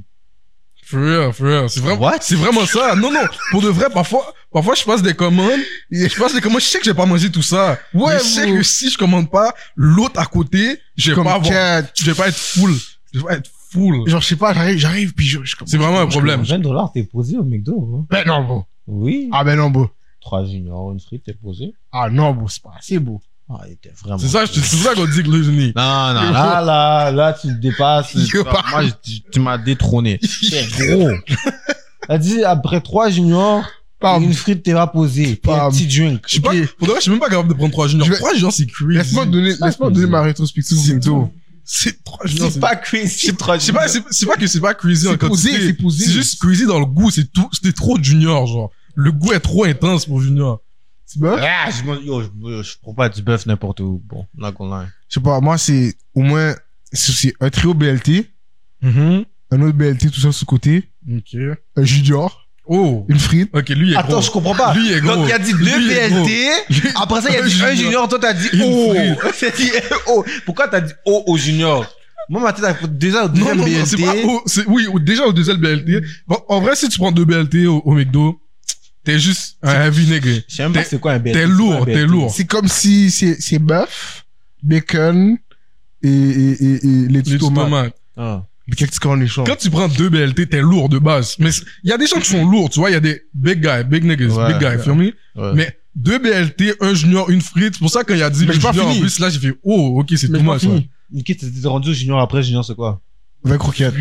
[SPEAKER 2] For real, for real. C'est vraiment,
[SPEAKER 1] What?
[SPEAKER 2] c'est vraiment ça. Non, non. Pour de vrai, parfois, parfois, je passe des commandes. et Je passe des commandes. Je sais que j'ai pas mangé tout ça.
[SPEAKER 3] Ouais,
[SPEAKER 2] mais je sais
[SPEAKER 3] bro.
[SPEAKER 2] que si je commande pas, l'autre à côté, je vais
[SPEAKER 3] Comme
[SPEAKER 2] pas avoir,
[SPEAKER 3] quatre.
[SPEAKER 2] je vais pas être full. Je vais pas être full.
[SPEAKER 3] Genre, je sais pas, j'arrive, j'arrive, puis je, je comme-
[SPEAKER 2] C'est vraiment un problème.
[SPEAKER 1] 20 dollars, t'es posé au McDo, bro.
[SPEAKER 3] Ben non, bro.
[SPEAKER 1] Oui.
[SPEAKER 3] Ah, ben non, bro.
[SPEAKER 1] Trois juniors, une frite, t'es posé.
[SPEAKER 3] Ah, non, bro, c'est pas assez, bro.
[SPEAKER 1] Ah, il était vraiment.
[SPEAKER 2] C'est ça, je- c'est ça qu'on dit que le génie.
[SPEAKER 1] Non, non, là, là, là, tu te dépasses. Tu- Moi, je- tu, tu m'as détrôné. C'est gros. Elle dit, après trois juniors,
[SPEAKER 3] Pam.
[SPEAKER 1] une frite, t'es pas posé. Puis
[SPEAKER 3] Pam.
[SPEAKER 1] un petit drink.
[SPEAKER 2] Je suis pas, pour de vrai, je suis même pas capable de prendre trois juniors.
[SPEAKER 3] Je vais-
[SPEAKER 2] Trois juniors, c'est crazy.
[SPEAKER 3] Laisse-moi donner,
[SPEAKER 1] Ça,
[SPEAKER 3] laisse-moi
[SPEAKER 1] c'est
[SPEAKER 3] donner
[SPEAKER 1] bizarre.
[SPEAKER 3] ma rétrospective au
[SPEAKER 2] C'est
[SPEAKER 3] McDo.
[SPEAKER 2] tout. C'est trois juniors. c'est-
[SPEAKER 1] crazy,
[SPEAKER 2] Je sais pas, c'est c'est pas que c'est pas crazy en
[SPEAKER 3] C'est posé,
[SPEAKER 2] quantité.
[SPEAKER 3] c'est posé.
[SPEAKER 2] C'est juste crazy dans le goût. C'est tout, c'était trop junior, genre. Le goût est trop intense pour junior.
[SPEAKER 3] Tu vois?
[SPEAKER 1] Ah, je, mange- yo, je, je prends pas du bœuf n'importe où. Bon, là, qu'on l'a.
[SPEAKER 3] Je sais pas, moi, c'est au moins, c'est c'est un trio BLT, un autre BLT tout ça sous côté,
[SPEAKER 2] Mm-hmm. Ok.
[SPEAKER 3] un junior,
[SPEAKER 2] Oh.
[SPEAKER 3] une frite.
[SPEAKER 2] Ok, lui il est
[SPEAKER 1] Attends,
[SPEAKER 2] gros.
[SPEAKER 1] je comprends pas.
[SPEAKER 2] Lui il est gros.
[SPEAKER 1] Donc, il a dit deux
[SPEAKER 2] Lui, il est gros.
[SPEAKER 1] BLT. Après ça, il a
[SPEAKER 2] Un
[SPEAKER 1] dit un
[SPEAKER 2] junior.
[SPEAKER 1] junior. Toi, t'as dit
[SPEAKER 2] Une
[SPEAKER 1] oh. T'as dit oh. Pourquoi t'as dit oh au junior Moi, ma tête, elle- déjà au
[SPEAKER 2] Non,
[SPEAKER 1] deuxième
[SPEAKER 2] non, non, c'est pas.
[SPEAKER 1] BLT.
[SPEAKER 2] oh, c'est- oui, au- déjà au deuxième BLT. Bon, en vrai, si tu prends deux BLT au, au McDo, t'es juste un heavy nigga.
[SPEAKER 1] Je sais même pas
[SPEAKER 2] T'es-
[SPEAKER 1] c'est quoi un BLT.
[SPEAKER 2] T'es
[SPEAKER 1] c'est quoi un
[SPEAKER 2] lourd,
[SPEAKER 1] BLT?
[SPEAKER 2] t'es lourd.
[SPEAKER 3] C'est comme si c'est c'est bœuf, bacon et, et, et, et les
[SPEAKER 2] Les
[SPEAKER 3] petits tomates.
[SPEAKER 2] tomates.
[SPEAKER 1] Ah.
[SPEAKER 3] Mais Qu'est-ce qu'on les change?
[SPEAKER 2] Quand tu prends deux BLT, t'es lourd de base. Mais c'est- il y a des gens qui sont lourds, tu vois. Il y a des big guys, big niggas,
[SPEAKER 1] Ouais,
[SPEAKER 2] big
[SPEAKER 1] ouais.
[SPEAKER 2] guys, feel me?
[SPEAKER 1] Ouais.
[SPEAKER 2] Mais deux BLT, un junior, une frite. C'est pour ça quand il a dit le
[SPEAKER 3] Mais j'ai pas
[SPEAKER 2] junior en
[SPEAKER 3] fini.
[SPEAKER 2] plus, là, j'ai fait oh, ok, c'est
[SPEAKER 3] Mais
[SPEAKER 2] tout
[SPEAKER 3] j'ai pas
[SPEAKER 2] moche.
[SPEAKER 3] fini.
[SPEAKER 1] Niki, t'es t'es rendu au junior après junior, c'est quoi
[SPEAKER 3] 20 croquettes.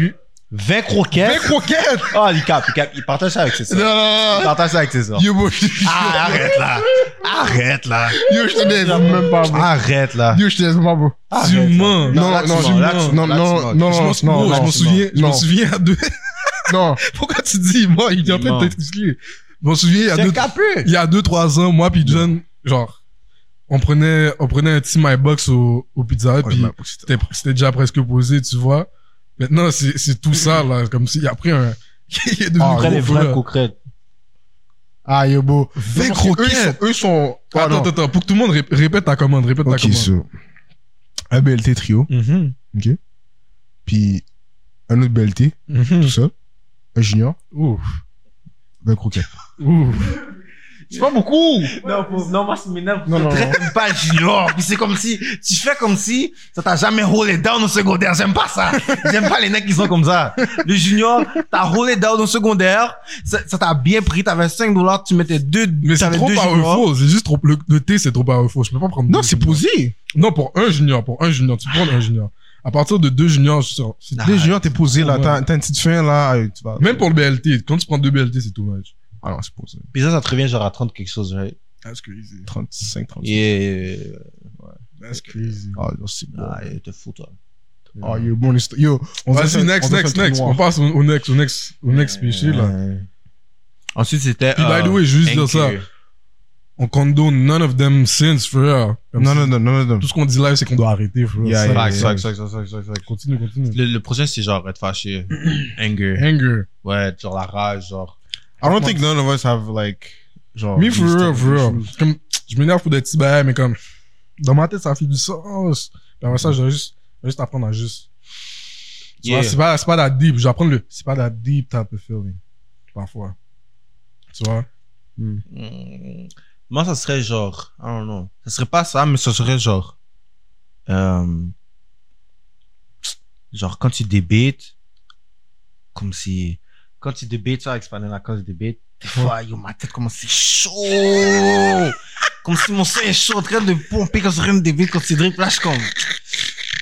[SPEAKER 1] 20 croquettes.
[SPEAKER 2] croquettes!
[SPEAKER 1] Oh, il cap, il cap. Il partage ça avec ses
[SPEAKER 2] Non,
[SPEAKER 1] soeurs.
[SPEAKER 2] non,
[SPEAKER 1] Il
[SPEAKER 2] non.
[SPEAKER 1] partage ça avec ses soeurs.
[SPEAKER 2] Yo, bro,
[SPEAKER 1] Ah, arrête là. Arrête là.
[SPEAKER 3] Yo, je te laisse même pas, bro.
[SPEAKER 1] Arrête là.
[SPEAKER 3] Yo, je te laisse pas, bro.
[SPEAKER 1] Arrête,
[SPEAKER 2] tu
[SPEAKER 1] là.
[SPEAKER 2] mens.
[SPEAKER 1] Non, là,
[SPEAKER 3] Non,
[SPEAKER 1] tu
[SPEAKER 3] non,
[SPEAKER 1] mens, là,
[SPEAKER 2] tu
[SPEAKER 1] tu
[SPEAKER 3] non,
[SPEAKER 1] mens, là, tu mens.
[SPEAKER 3] non, non,
[SPEAKER 2] Je
[SPEAKER 3] non,
[SPEAKER 2] m'en
[SPEAKER 3] non,
[SPEAKER 2] sou-
[SPEAKER 3] non,
[SPEAKER 2] bro, je m'en souviens, je m'en
[SPEAKER 3] non.
[SPEAKER 2] souviens à deux.
[SPEAKER 3] non.
[SPEAKER 2] Pourquoi tu dis, moi, il est en train de
[SPEAKER 1] Non.
[SPEAKER 2] t'expliquer. Je m'en souviens, il y a deux,
[SPEAKER 1] C'est capé.
[SPEAKER 2] il y a deux, trois ans, moi, puis John, genre, on prenait, on prenait un petit My Box au, au Pizza Hut,
[SPEAKER 5] Oh,
[SPEAKER 3] Ouais,
[SPEAKER 2] puis
[SPEAKER 3] bah, putain.
[SPEAKER 2] c'était c'était déjà presque posé, tu vois. Maintenant, c'est c'est tout ça, là, comme s'il a pris un, il est devenu
[SPEAKER 3] Ah,
[SPEAKER 1] Après
[SPEAKER 2] gros
[SPEAKER 1] les vraies
[SPEAKER 2] voleur.
[SPEAKER 1] coquettes.
[SPEAKER 3] Ah, yo, bro.
[SPEAKER 2] Vingt
[SPEAKER 3] Parce que eux, ils sont-
[SPEAKER 2] croquettes.
[SPEAKER 3] Eux sont. Ah,
[SPEAKER 2] Attends,
[SPEAKER 3] non.
[SPEAKER 2] attends, attends, pour que tout le monde ré- répète ta commande, répète ta
[SPEAKER 3] Ok,
[SPEAKER 2] commande.
[SPEAKER 3] so. Un BLT trio,
[SPEAKER 2] Mhm,
[SPEAKER 3] puis un autre BLT,
[SPEAKER 2] mhm.
[SPEAKER 3] tout seul, un junior,
[SPEAKER 2] Ouf,
[SPEAKER 3] 20 croquettes.
[SPEAKER 2] ouf.
[SPEAKER 1] C'est pas beaucoup. Non, pour- non moi, c'est m'énerve.
[SPEAKER 3] Non, non, non.
[SPEAKER 1] Traite pas junior. Puis c'est comme si, tu fais comme si ça t'a jamais rollé down au secondaire. J'aime pas ça. J'aime pas les mecs qui sont comme ça. Le junior, t'as rollé down au secondaire. Ça ça t'a bien pris. T'avais 5 dollars. Tu mettais deux,
[SPEAKER 2] Mais c'est
[SPEAKER 1] t'avais
[SPEAKER 2] trop
[SPEAKER 1] deux juniors.
[SPEAKER 2] powerful, c'est juste trop, le, le thé c'est trop powerful, je peux pas prendre
[SPEAKER 3] Non,
[SPEAKER 2] deux
[SPEAKER 3] c'est
[SPEAKER 2] juniors.
[SPEAKER 3] posé.
[SPEAKER 2] Non, pour un junior, pour un junior, tu prends un junior. À partir de deux juniors, je sors. C'est-
[SPEAKER 1] Ah,
[SPEAKER 3] Les juniors, t'es posé, là.
[SPEAKER 2] ouais.
[SPEAKER 3] T'as t'as une petite fin, là. euh, Tu vas.
[SPEAKER 2] Même pour le BLT, quand tu prends deux BLT, c'est tout match.
[SPEAKER 3] Ah non, c'est posé.
[SPEAKER 1] Puis ça, ça te revient genre à 30 quelque chose, right?
[SPEAKER 2] That's crazy.
[SPEAKER 3] 35, 36.
[SPEAKER 1] Et,
[SPEAKER 2] That's crazy.
[SPEAKER 3] Ah, non, c'est bon.
[SPEAKER 1] ah, et te fous, toi.
[SPEAKER 3] Ah, yo, bon, les- yo. on doit
[SPEAKER 2] Vas-y,
[SPEAKER 3] faire-
[SPEAKER 2] next,
[SPEAKER 3] on doit
[SPEAKER 2] next,
[SPEAKER 3] faire le
[SPEAKER 2] next.
[SPEAKER 3] trou
[SPEAKER 2] On
[SPEAKER 3] noir.
[SPEAKER 2] passe au, au next, au next, au next péché, là.
[SPEAKER 1] Ensuite, c'était,
[SPEAKER 2] Puis, by
[SPEAKER 1] euh,
[SPEAKER 2] the way, je veux juste dire
[SPEAKER 1] NQ.
[SPEAKER 2] ça. on condone none of them sins, frère. Comme
[SPEAKER 3] Non,
[SPEAKER 2] si-
[SPEAKER 3] non, non, non, non.
[SPEAKER 2] Tout ce qu'on dit live, c'est qu'on doit arrêter, frère.
[SPEAKER 3] Yeah,
[SPEAKER 2] Ça,
[SPEAKER 3] yeah,
[SPEAKER 1] Facts,
[SPEAKER 2] c'est-
[SPEAKER 1] facts, facts, facts, facts, facts.
[SPEAKER 2] Continue, continue.
[SPEAKER 1] Le, le prochain, c'est genre être fâché. Anger.
[SPEAKER 2] Anger.
[SPEAKER 1] Ouais, genre la rage, genre.
[SPEAKER 3] I don't think none of us have, like, genre.
[SPEAKER 2] Me for
[SPEAKER 3] these
[SPEAKER 2] real,
[SPEAKER 3] type
[SPEAKER 2] for real.
[SPEAKER 3] issues.
[SPEAKER 2] C'est Comme, je m'énerve pour des petits bails, mais comme, dans ma tête, ça fait du sens. Puis après ça, je dois juste, je dois juste apprendre à juste. Tu vois,
[SPEAKER 1] Yeah.
[SPEAKER 2] c'est pas, c'est pas that deep. Je vais apprendre le, c'est pas that deep type of feeling. Parfois. Tu vois?
[SPEAKER 1] Hmm. Moi, ça serait genre. I don't know. Ça serait pas ça, mais ça serait genre. euh, genre, quand tu débites, comme si. Quand tu débites, ça, expander la cause tu débites, des fois, yo, ma tête, comment c'est chaud! comme si mon sang est chaud, en train de pomper quand c'est rien de débite, quand c'est drip, là, je suis comme.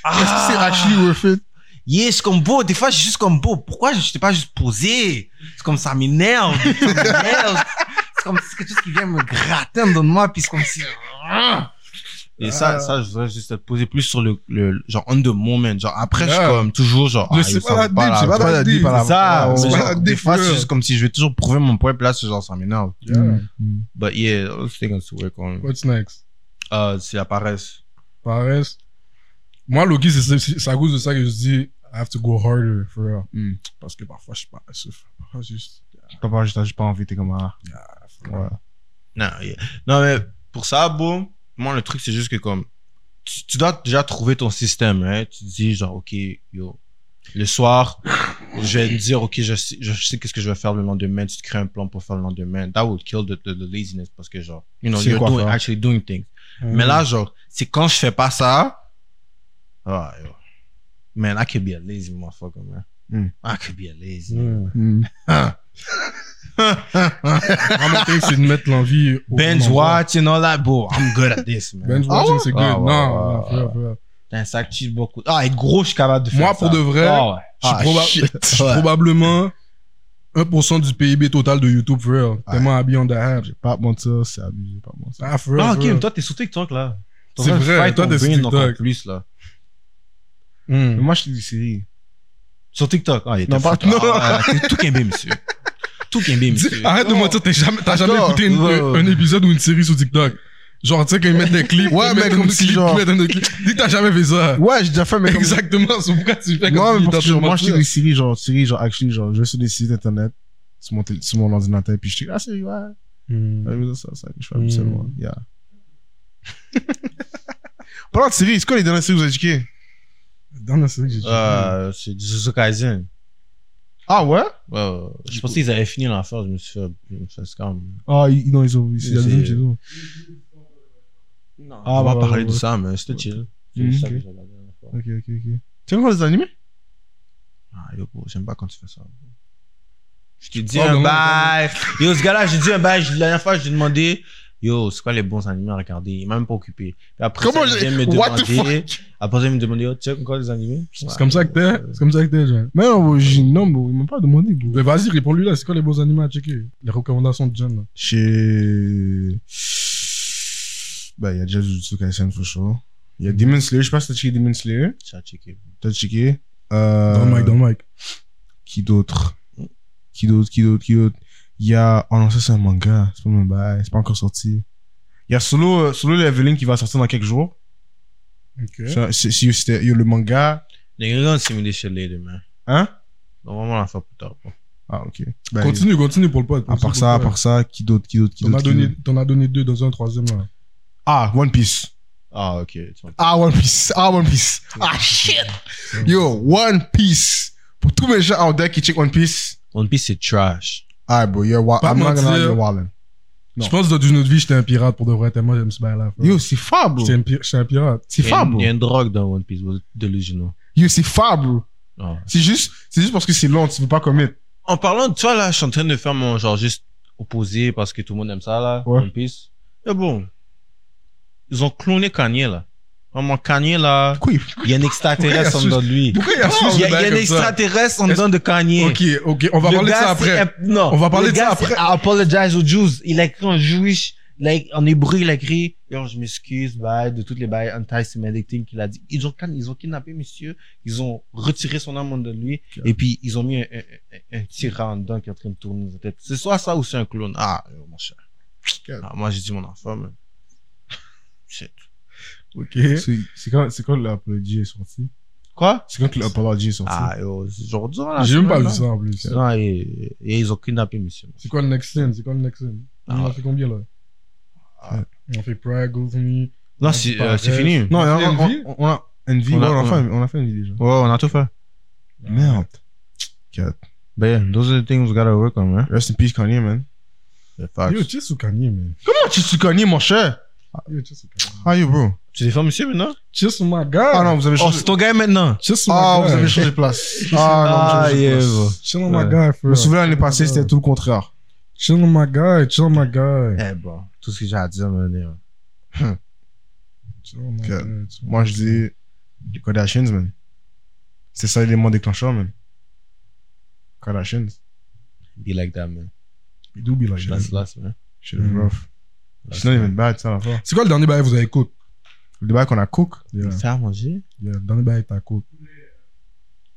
[SPEAKER 1] Ah,
[SPEAKER 2] Est-ce que c'est actually worth it?
[SPEAKER 1] Yeah, je suis comme beau. Des fois, je suis juste comme beau. Pourquoi je t'ai pas juste posé C'est comme ça m'énerve. ça m'énerve. c'est comme c'est quelque chose qui vient me gratter dans moi, puis c'est comme si. Ah. Et ça, ça, je voudrais juste te poser plus sur le, le genre on the moment. Genre après, je suis
[SPEAKER 2] Yeah.
[SPEAKER 1] comme toujours genre.
[SPEAKER 2] Le
[SPEAKER 1] ah,
[SPEAKER 2] c'est
[SPEAKER 1] ça
[SPEAKER 2] pas
[SPEAKER 1] va
[SPEAKER 2] la deep, c'est
[SPEAKER 1] là.
[SPEAKER 2] pas la deep.
[SPEAKER 1] C'est ça,
[SPEAKER 2] C'est
[SPEAKER 1] mais
[SPEAKER 2] pas
[SPEAKER 1] genre,
[SPEAKER 2] la
[SPEAKER 1] des
[SPEAKER 2] deep,
[SPEAKER 1] fois, c'est
[SPEAKER 2] frère.
[SPEAKER 1] juste comme si je vais toujours prouver mon point, puis là, c'est genre, ça m'énerve.
[SPEAKER 2] Yeah.
[SPEAKER 1] But yeah, those things to work on.
[SPEAKER 2] What's next?
[SPEAKER 1] Euh, c'est la paresse.
[SPEAKER 2] Paresse. Moi, Loki, c'est- c'est c'est à cause de ça que je dis, I have to go harder, for real.
[SPEAKER 3] Mm.
[SPEAKER 2] Parce que parfois, je suis paresseux. Parfois, juste.
[SPEAKER 3] Papa, j'ai juste pas envie, t'es comme, ah.
[SPEAKER 2] Ouais.
[SPEAKER 1] Non, yeah. non, mais pour ça, bon, moi, le truc, c'est juste que comme, tu, tu dois déjà trouver ton système, hein. Tu te dis, genre, OK, yo, le soir, je vais me dire, OK, je sais, je sais qu'est-ce que je vais faire le lendemain. Tu te crées un plan pour faire le lendemain. That will kill the, the- the laziness parce que, genre, you know,
[SPEAKER 3] C'est
[SPEAKER 1] you're
[SPEAKER 3] quoi
[SPEAKER 1] doing,
[SPEAKER 3] faire. Mm.
[SPEAKER 1] actually doing things. Mais là, genre, c'est quand je fais pas ça, ah, yo. Man, I could be a lazy motherfucker, man.
[SPEAKER 3] Mm.
[SPEAKER 1] I could be a lazy.
[SPEAKER 3] Mm.
[SPEAKER 2] Moi, mon truc, c'est de mettre l'envie. au
[SPEAKER 1] Binge
[SPEAKER 3] Mm.
[SPEAKER 2] bon endroit.
[SPEAKER 1] watch and all that, bro. I'm good at this, man.
[SPEAKER 2] Binge watching, c'est good.
[SPEAKER 1] Ah, ouais,
[SPEAKER 2] non,
[SPEAKER 1] ouais,
[SPEAKER 2] non,
[SPEAKER 1] ouais,
[SPEAKER 2] frère, frère.
[SPEAKER 1] Putain, ça active beaucoup. Ah, être gros, je suis capable de faire
[SPEAKER 2] Moi,
[SPEAKER 1] ça.
[SPEAKER 2] pour de vrai,
[SPEAKER 1] Ah ouais.
[SPEAKER 2] je suis
[SPEAKER 1] Ah,
[SPEAKER 2] proba-
[SPEAKER 1] shit.
[SPEAKER 2] je suis
[SPEAKER 1] Ouais.
[SPEAKER 2] probablement 1% du PIB total de YouTube, frère. Tellement habillé en derrière.
[SPEAKER 3] J'ai pas à te mentir, c'est abusé, j'ai pas à te mentir.
[SPEAKER 2] Ah, frère.
[SPEAKER 1] Ah, ok,
[SPEAKER 2] frère.
[SPEAKER 1] mais toi, t'es sur TikTok, là. T'es en
[SPEAKER 2] C'est
[SPEAKER 1] train de
[SPEAKER 2] vrai,
[SPEAKER 1] fight
[SPEAKER 2] toi,
[SPEAKER 1] ton
[SPEAKER 2] t'es sur
[SPEAKER 1] brain encore
[SPEAKER 2] TikTok.
[SPEAKER 1] plus, là.
[SPEAKER 2] Hmm.
[SPEAKER 3] Mais moi, je te dis, c'est.
[SPEAKER 1] Sur TikTok. Ah, il était
[SPEAKER 3] Non, pas-
[SPEAKER 1] fou, toi. Ah, ouais, t'es tout qu'un monsieur. Tout qu'un monsieur.
[SPEAKER 2] Arrête de mentir, t'es jamais- t'as jamais,
[SPEAKER 3] Attends.
[SPEAKER 2] écouté une-
[SPEAKER 1] Ouais,
[SPEAKER 2] un,
[SPEAKER 1] ouais.
[SPEAKER 2] épisode ou une série sur TikTok. Genre, tu sais, quand ils mettent des clips,
[SPEAKER 3] Ouais,
[SPEAKER 2] ils
[SPEAKER 3] mais
[SPEAKER 2] mettent
[SPEAKER 3] comme
[SPEAKER 2] un
[SPEAKER 3] si
[SPEAKER 2] clip,
[SPEAKER 3] genre-
[SPEAKER 2] ils mettent un autre clip. Dis que t'as jamais fait ça.
[SPEAKER 3] Ouais, j'ai déjà fait, mais comme-
[SPEAKER 2] Exactement, c'est pourquoi tu fais comme
[SPEAKER 3] Non,
[SPEAKER 2] si
[SPEAKER 3] mais parce que
[SPEAKER 2] t'as
[SPEAKER 3] genre, moi,
[SPEAKER 2] pas
[SPEAKER 3] j'étais
[SPEAKER 2] fait.
[SPEAKER 3] des séries, genre, séries, genre, actually, genre, je vais sur des sites internet, sur mon, tél- sur mon ordinateur, puis je dis, ah, c'est, ouais, ouais, ça, ça, ça, je fais habituellement, yeah. Parlant de séries, c'est quoi les dernières séries que vous avez checkées?
[SPEAKER 2] Dans la série, j'ai dit.
[SPEAKER 1] Euh, c'est Jujutsu Kaisen.
[SPEAKER 3] Ah, ouais?
[SPEAKER 1] Ouais, ouais. Je pensais qu'ils avaient fini l'enfer, je me suis fait, je me suis fait scam.
[SPEAKER 3] Ah, ils- non, ils ont, ils-
[SPEAKER 1] C'est-
[SPEAKER 3] il y a des films chez nous.
[SPEAKER 1] Non.
[SPEAKER 3] Ah,
[SPEAKER 1] on va
[SPEAKER 3] ouais,
[SPEAKER 1] parler
[SPEAKER 3] ouais,
[SPEAKER 1] de
[SPEAKER 3] ouais.
[SPEAKER 1] ça, mais c'était chill. C'est
[SPEAKER 3] Mhm.
[SPEAKER 1] juste ça
[SPEAKER 3] Ok.
[SPEAKER 1] que j'ai regardé la dernière fois.
[SPEAKER 3] Ok, ok, ok. Tu aimes encore les animés?
[SPEAKER 1] Ah, yo, bro, j'aime pas quand tu fais ça. Je te dis
[SPEAKER 2] Oh,
[SPEAKER 1] un
[SPEAKER 2] non,
[SPEAKER 1] bail. Yo, ce gars-là, j'ai dit un bail. La dernière fois, je lui ai demandé, yo, c'est quoi les bons animés à regarder? Il m'a même pas occupé. Et après,
[SPEAKER 3] Comment
[SPEAKER 1] ça, il
[SPEAKER 3] j'ai-
[SPEAKER 1] vient me
[SPEAKER 3] What the
[SPEAKER 1] demander. Après, il me demandait, yo, check encore les animés?
[SPEAKER 2] C'est comme ça que t'es. C'est comme ça que t'es, genre.
[SPEAKER 3] Mais non, mais j'ai- non, mais ils m'ont pas demandé, bro.
[SPEAKER 2] Mais vas-y, réponds-lui là, c'est quoi les bons animaux à checker Les recommandations de John. Là.
[SPEAKER 3] Chez. Bah, il y a déjà Jujutsu Kaisen, for sure. Il y a Demon Slayer, je sais pas si t'as checké Demon Slayer.
[SPEAKER 1] J'ai à checker.
[SPEAKER 3] T'as checké? Euh...
[SPEAKER 2] Dans le mic, dans le mic.
[SPEAKER 3] Qui d'autre Qui d'autre Qui d'autre Qui d'autre Il y a. Oh non, ça c'est un manga. C'est pas un bail. C'est pas encore sorti. Il y a Solo, euh, Solo Leveling qui va sortir dans quelques jours.
[SPEAKER 2] Ok.
[SPEAKER 3] Ça, c'est- c'est- c'était- yo, le manga.
[SPEAKER 1] Les gars, on s'est mis des chalets demain.
[SPEAKER 3] Hein
[SPEAKER 1] Donc, vraiment, on va faire plus tard. bro.
[SPEAKER 3] Ah, ok. Ben,
[SPEAKER 2] Continue, continue pour le pote.
[SPEAKER 3] À part ça, à part ça, qui d'autre Qui d'autre Qui
[SPEAKER 2] T'en
[SPEAKER 3] d'autre
[SPEAKER 2] as,
[SPEAKER 3] qui
[SPEAKER 2] donné,
[SPEAKER 3] d'autre
[SPEAKER 2] t'en as donné deux dans un troisième là.
[SPEAKER 3] Ah, One Piece.
[SPEAKER 1] Ah, ok. tu vois.
[SPEAKER 3] Ah, One Piece. Ah, One Piece. Ah, shit. Yo, One Piece. Pour tous mes gens out there qui check One Piece.
[SPEAKER 1] One Piece, c'est trash.
[SPEAKER 3] Ah, bro, you're wild.
[SPEAKER 2] Pas
[SPEAKER 3] I'm not gonna lie,
[SPEAKER 2] mentir.
[SPEAKER 3] you're wildin'. Non.
[SPEAKER 2] Je pense que dans une autre vie, j'étais un pirate pour de vrai, tellement j'aime ce bail là. frère.
[SPEAKER 3] Yo, c'est fab, bro.
[SPEAKER 2] J'étais un, pi- j'étais un pirate.
[SPEAKER 3] C'est
[SPEAKER 1] Il y a
[SPEAKER 3] fab,
[SPEAKER 1] une-
[SPEAKER 3] bro.
[SPEAKER 1] il y a une drogue dans One Piece, vous êtes delusional.
[SPEAKER 3] Yo, c'est fab, bro.
[SPEAKER 1] Ah.
[SPEAKER 3] C'est juste, c'est juste parce que c'est long, tu veux pas commettre.
[SPEAKER 1] En parlant de toi, là, je suis en train de faire mon genre juste opposé parce que tout le monde aime ça, là.
[SPEAKER 3] Ouais.
[SPEAKER 1] One Piece. Mais bon, ils ont cloné Kanye, là. Vraiment, Kanye, là,
[SPEAKER 3] Pourquoi il
[SPEAKER 1] il y a un extraterrestre en
[SPEAKER 3] Pourquoi
[SPEAKER 1] dedans
[SPEAKER 3] il y a
[SPEAKER 1] de lui.
[SPEAKER 2] Pourquoi il y a
[SPEAKER 1] Il y a, il y a un extraterrestre en dedans de Kanye.
[SPEAKER 2] Ok, ok, on va
[SPEAKER 1] Le
[SPEAKER 2] parler de
[SPEAKER 1] gars,
[SPEAKER 2] ça après.
[SPEAKER 1] c'est- Non.
[SPEAKER 2] On va parler
[SPEAKER 1] Le
[SPEAKER 2] de ça
[SPEAKER 1] gars,
[SPEAKER 2] après.
[SPEAKER 1] c'est I apologize aux Jews. Il a écrit en juif, like, en hébreu, il a écrit, yo, je m'excuse, bye, de toutes les bails anti-semitic things qu'il a dit. Ils ont, can- ils ont kidnappé monsieur, ils ont retiré son âme de lui, et puis ils ont mis un, un, un, un tyran dedans qui est en train de tourner sa tête. C'est soit ça ou c'est un clone. Ah, yo, mon cher. Ah, moi, j'ai dit mon enfant, mais. Shit.
[SPEAKER 2] Ok.
[SPEAKER 3] C'est c'est quand, c'est quand l'Apology est sorti
[SPEAKER 1] Quoi?
[SPEAKER 3] C'est quand que l'Apology est sorti
[SPEAKER 1] Ah, yo, c'est aujourd'hui, là.
[SPEAKER 2] J'ai même Ah, pas vu
[SPEAKER 1] là.
[SPEAKER 2] ça en plus.
[SPEAKER 1] Non, et, et ils ont kidnappé, monsieur.
[SPEAKER 2] C'est quoi le next scene C'est quoi le next scene
[SPEAKER 1] Ah
[SPEAKER 2] On en
[SPEAKER 1] ouais.
[SPEAKER 2] fait combien là
[SPEAKER 1] Ah.
[SPEAKER 2] On fait Prague, Go To Me.
[SPEAKER 1] Non, c'est euh, c'est
[SPEAKER 2] Pareil.
[SPEAKER 1] fini.
[SPEAKER 3] Non,
[SPEAKER 2] On a fait
[SPEAKER 3] on,
[SPEAKER 2] Envy
[SPEAKER 3] on, on a Envy.
[SPEAKER 1] On
[SPEAKER 3] Ouais,
[SPEAKER 1] a-
[SPEAKER 3] On a,
[SPEAKER 1] on
[SPEAKER 3] fait,
[SPEAKER 1] a-
[SPEAKER 3] on a fait Envy déjà.
[SPEAKER 1] Ouais, on a tout fait.
[SPEAKER 3] Merde.
[SPEAKER 1] But yeah, Ben, those are the things we gotta work on, man.
[SPEAKER 3] Rest in peace, Kanye, man.
[SPEAKER 1] The facts.
[SPEAKER 2] Yo, tu es sous Kanye, man.
[SPEAKER 3] Comment tu te connais, mon cher
[SPEAKER 2] Yo, tu es sous Kanye.
[SPEAKER 3] How you, bro
[SPEAKER 1] Tu défends monsieur maintenant?
[SPEAKER 2] Tu es sous ma gueule.
[SPEAKER 3] Ah non, vous avez
[SPEAKER 1] Oh,
[SPEAKER 3] changé.
[SPEAKER 1] c'est ton gars maintenant.
[SPEAKER 2] Tu es sous
[SPEAKER 3] Ah,
[SPEAKER 2] ma
[SPEAKER 3] vous
[SPEAKER 2] gueule.
[SPEAKER 3] avez changé de place. Ah non, vous avez changé de place.
[SPEAKER 1] bro.
[SPEAKER 2] Chill on my
[SPEAKER 1] Ouais.
[SPEAKER 2] guy,
[SPEAKER 3] Je
[SPEAKER 2] frère.
[SPEAKER 3] me souviens l'année passée, c'était tout le contraire.
[SPEAKER 2] Chill on my guy, chill on my guy.
[SPEAKER 1] Eh, bro. Tout ce que j'ai à dire, man. yeah.
[SPEAKER 2] Chill on my
[SPEAKER 3] Ok.
[SPEAKER 2] guy, chill on
[SPEAKER 3] Moi, je dis les Kardashians, man. C'est ça l'élément déclencheur, man. Kardashians.
[SPEAKER 1] Be like that, man.
[SPEAKER 3] It do be like
[SPEAKER 1] That's last, man.
[SPEAKER 3] Shit is
[SPEAKER 2] Mm.
[SPEAKER 3] rough.
[SPEAKER 1] That's
[SPEAKER 3] It's not even bad, ça, la fois.
[SPEAKER 2] C'est quoi le dernier bail que vous avez cook?
[SPEAKER 3] Le débat qu'on a cook,
[SPEAKER 2] Yeah,
[SPEAKER 1] Faire à manger?
[SPEAKER 2] yeah, le dernier bail que t'as cook.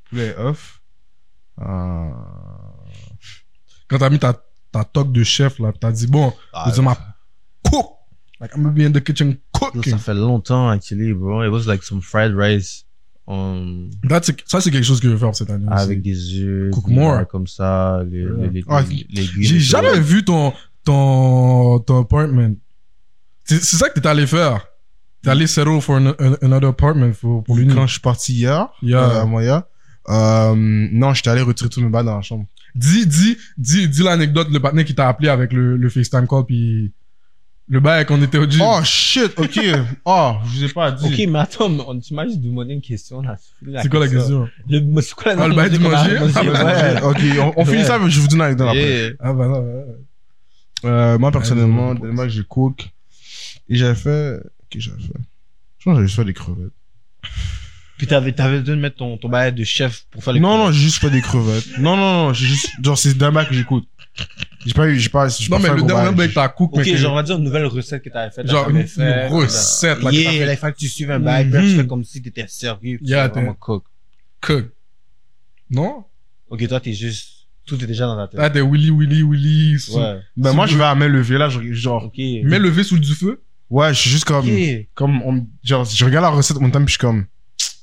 [SPEAKER 3] poulet off. Euh...
[SPEAKER 2] Quand t'as mis ta, ta toque de chef, là, pis t'as dit, bon, je veux dire, ma cook. Like, I'm gonna be in the kitchen
[SPEAKER 1] Ah, Yo,
[SPEAKER 2] cooking.
[SPEAKER 1] ça fait longtemps, actually, bro. It was like some fried rice um,
[SPEAKER 2] That, c'est- ça, c'est quelque chose que je vais faire cette année aussi.
[SPEAKER 1] avec des œufs.
[SPEAKER 2] Cook
[SPEAKER 1] des
[SPEAKER 2] more.
[SPEAKER 1] affaires Comme ça, les,
[SPEAKER 2] Ouais.
[SPEAKER 1] les, les,
[SPEAKER 3] Ah,
[SPEAKER 1] les- les légumes.
[SPEAKER 2] J'ai
[SPEAKER 1] et
[SPEAKER 2] jamais
[SPEAKER 1] tout.
[SPEAKER 2] vu ton, ton, ton apartment. C'est c'est ça que t'es allé faire. T'es allé settle for an, an- another apartment pour, pour l'Uni.
[SPEAKER 3] Quand je suis parti hier,
[SPEAKER 2] Yeah.
[SPEAKER 3] euh, à Moya, euh, non, j'étais allé retirer tous mes balles dans la chambre.
[SPEAKER 2] Dis, dis, dis, dis l'anecdote, le partenaire qui t'a appelé avec le, le FaceTime call, puis le bail qu'on était au gym.
[SPEAKER 3] Oh shit, ok. oh, je vous ai pas dit.
[SPEAKER 1] Ok, mais attends, mais on t'imagine de demander une question. on a fini
[SPEAKER 2] c'est quoi la question?
[SPEAKER 1] Le, c'est quoi la
[SPEAKER 2] Ah, le bail du
[SPEAKER 1] qu'on a
[SPEAKER 2] manger?
[SPEAKER 1] mangé, ouais.
[SPEAKER 3] Ok, on, on finit
[SPEAKER 1] Ouais.
[SPEAKER 3] ça, mais je vous donne la dans après.
[SPEAKER 1] Yeah.
[SPEAKER 2] Ah, bah non, bah, non.
[SPEAKER 3] Euh, moi, personnellement,
[SPEAKER 2] Ouais,
[SPEAKER 3] le que j'ai cook, et j'avais fait. Qu'est-ce que j'avais fait Je pense que j'avais juste fait des crevettes.
[SPEAKER 1] Puis t'avais, t'avais besoin de mettre ton, ton bail de chef pour faire les
[SPEAKER 3] Non, non, j'ai juste fait des crevettes. Non, non, non, j'ai juste. Genre, c'est Dama que j'écoute. J'ai pas eu. J'ai pas. j'ai
[SPEAKER 2] Non,
[SPEAKER 3] pas fait
[SPEAKER 2] mais
[SPEAKER 3] un
[SPEAKER 2] le
[SPEAKER 3] gros
[SPEAKER 2] dernier
[SPEAKER 3] bail.
[SPEAKER 2] bail que t'as cook,
[SPEAKER 1] Ok,
[SPEAKER 2] mais que-
[SPEAKER 1] genre, on va dire une nouvelle recette que t'avais faite. là,
[SPEAKER 2] Genre,
[SPEAKER 1] t'avais
[SPEAKER 2] une-
[SPEAKER 1] fait,
[SPEAKER 2] une recette, là,
[SPEAKER 1] Là,
[SPEAKER 2] que
[SPEAKER 1] yeah,
[SPEAKER 2] t'as fait.
[SPEAKER 1] là, il fallait que tu suives un bail, puis là, tu
[SPEAKER 2] Mhm.
[SPEAKER 1] fais comme si t'étais sérieux. puis
[SPEAKER 2] Yeah,
[SPEAKER 1] tu vraiment cook.
[SPEAKER 2] cook. Non?
[SPEAKER 1] Ok, toi, t'es juste, tout est déjà dans la tête.
[SPEAKER 2] T'as des willy, willy, willy. sous-
[SPEAKER 1] Ouais.
[SPEAKER 3] Ben, moi, je vais à main levée, là, je- genre.
[SPEAKER 1] Ok.
[SPEAKER 2] Mais levé sous du feu?
[SPEAKER 3] Ouais, je suis juste comme.
[SPEAKER 1] Ok.
[SPEAKER 3] comme on, genre je regarde la recette mon time puis je suis comme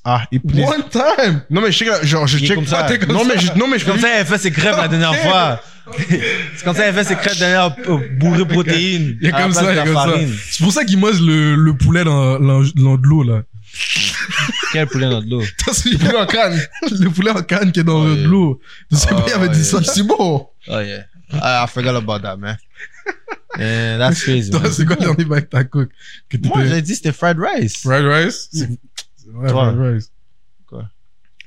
[SPEAKER 3] ah et puis
[SPEAKER 2] One time!
[SPEAKER 3] non mais je sais que genre je
[SPEAKER 1] Il est
[SPEAKER 3] check
[SPEAKER 1] comme ça.
[SPEAKER 3] Ah, t'es comme non mais je, non mais je
[SPEAKER 1] C'est comme ça, elle fait ses crêpes
[SPEAKER 2] Ah,
[SPEAKER 1] la dernière fois. C'est comme ça, elle fait ses crêpes dernière bourrée de protéines.
[SPEAKER 2] Il est
[SPEAKER 1] à la
[SPEAKER 2] comme
[SPEAKER 1] place
[SPEAKER 2] ça,
[SPEAKER 1] de
[SPEAKER 2] il est
[SPEAKER 1] la
[SPEAKER 2] comme ça.
[SPEAKER 1] farine.
[SPEAKER 2] C'est pour ça qu'il mange le, le poulet dans, dans, dans de l'eau, là.
[SPEAKER 1] Quel poulet dans de l'eau?
[SPEAKER 2] T'as celui poulet en canne. Ah, le poulet en canne qui est dans
[SPEAKER 1] Ouais.
[SPEAKER 2] de l'eau. Je sais pas, il avait dit
[SPEAKER 1] ouais.
[SPEAKER 2] ça. C'est bon.
[SPEAKER 1] Oh yeah. I I forgot about that, man. Eh, that's crazy.
[SPEAKER 2] Toi,
[SPEAKER 1] man.
[SPEAKER 2] c'est quoi le dernier bail que t'as cook? Que
[SPEAKER 1] Moi,
[SPEAKER 2] t'étais...
[SPEAKER 1] j'ai dit c'était fried rice.
[SPEAKER 2] Fried rice? C'est... Ouais,
[SPEAKER 1] Toi.
[SPEAKER 2] fried rice.
[SPEAKER 1] Quoi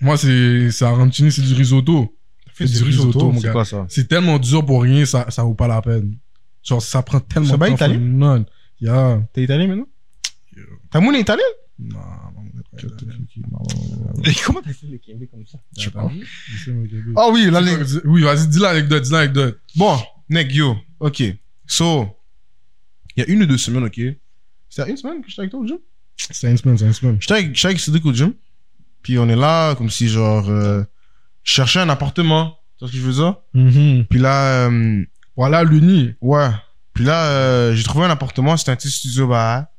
[SPEAKER 2] Moi, c'est, c'est Arantini, c'est du risotto. C'est du risotto, mon
[SPEAKER 1] C'est
[SPEAKER 2] gars.
[SPEAKER 1] quoi ça?
[SPEAKER 2] C'est tellement dur pour rien, ça, ça vaut pas la peine. Genre, ça prend tellement
[SPEAKER 3] Ça
[SPEAKER 2] de
[SPEAKER 3] va
[SPEAKER 2] temps.
[SPEAKER 3] italien
[SPEAKER 2] for none. Yeah.
[SPEAKER 3] t'es italien maintenant t'as mon italien
[SPEAKER 2] Non, non, non, non, non, non.
[SPEAKER 1] Comment t'as fait le Kimbe comme ça?
[SPEAKER 2] Je sais pas. Je sais, mais-
[SPEAKER 3] ah oui là les...
[SPEAKER 2] L'anecdote- Oui, vas-y, dis l'anecdote, dis l'anecdote.
[SPEAKER 3] bon nec yo ok so il y a une ou deux semaines ok c'était une semaine que j'étais avec toi au gym
[SPEAKER 2] C'est une semaine, c'est une semaine.
[SPEAKER 3] j'étais avec j'étais avec Cédric au gym puis on est là comme si genre euh, je cherchais un appartement tu vois ce que je veux dire
[SPEAKER 1] Mhm.
[SPEAKER 3] puis là euh,
[SPEAKER 2] Voilà l'uni.
[SPEAKER 3] Ouais. Puis là, euh, j'ai trouvé un appartement, c'était un petit studio bah.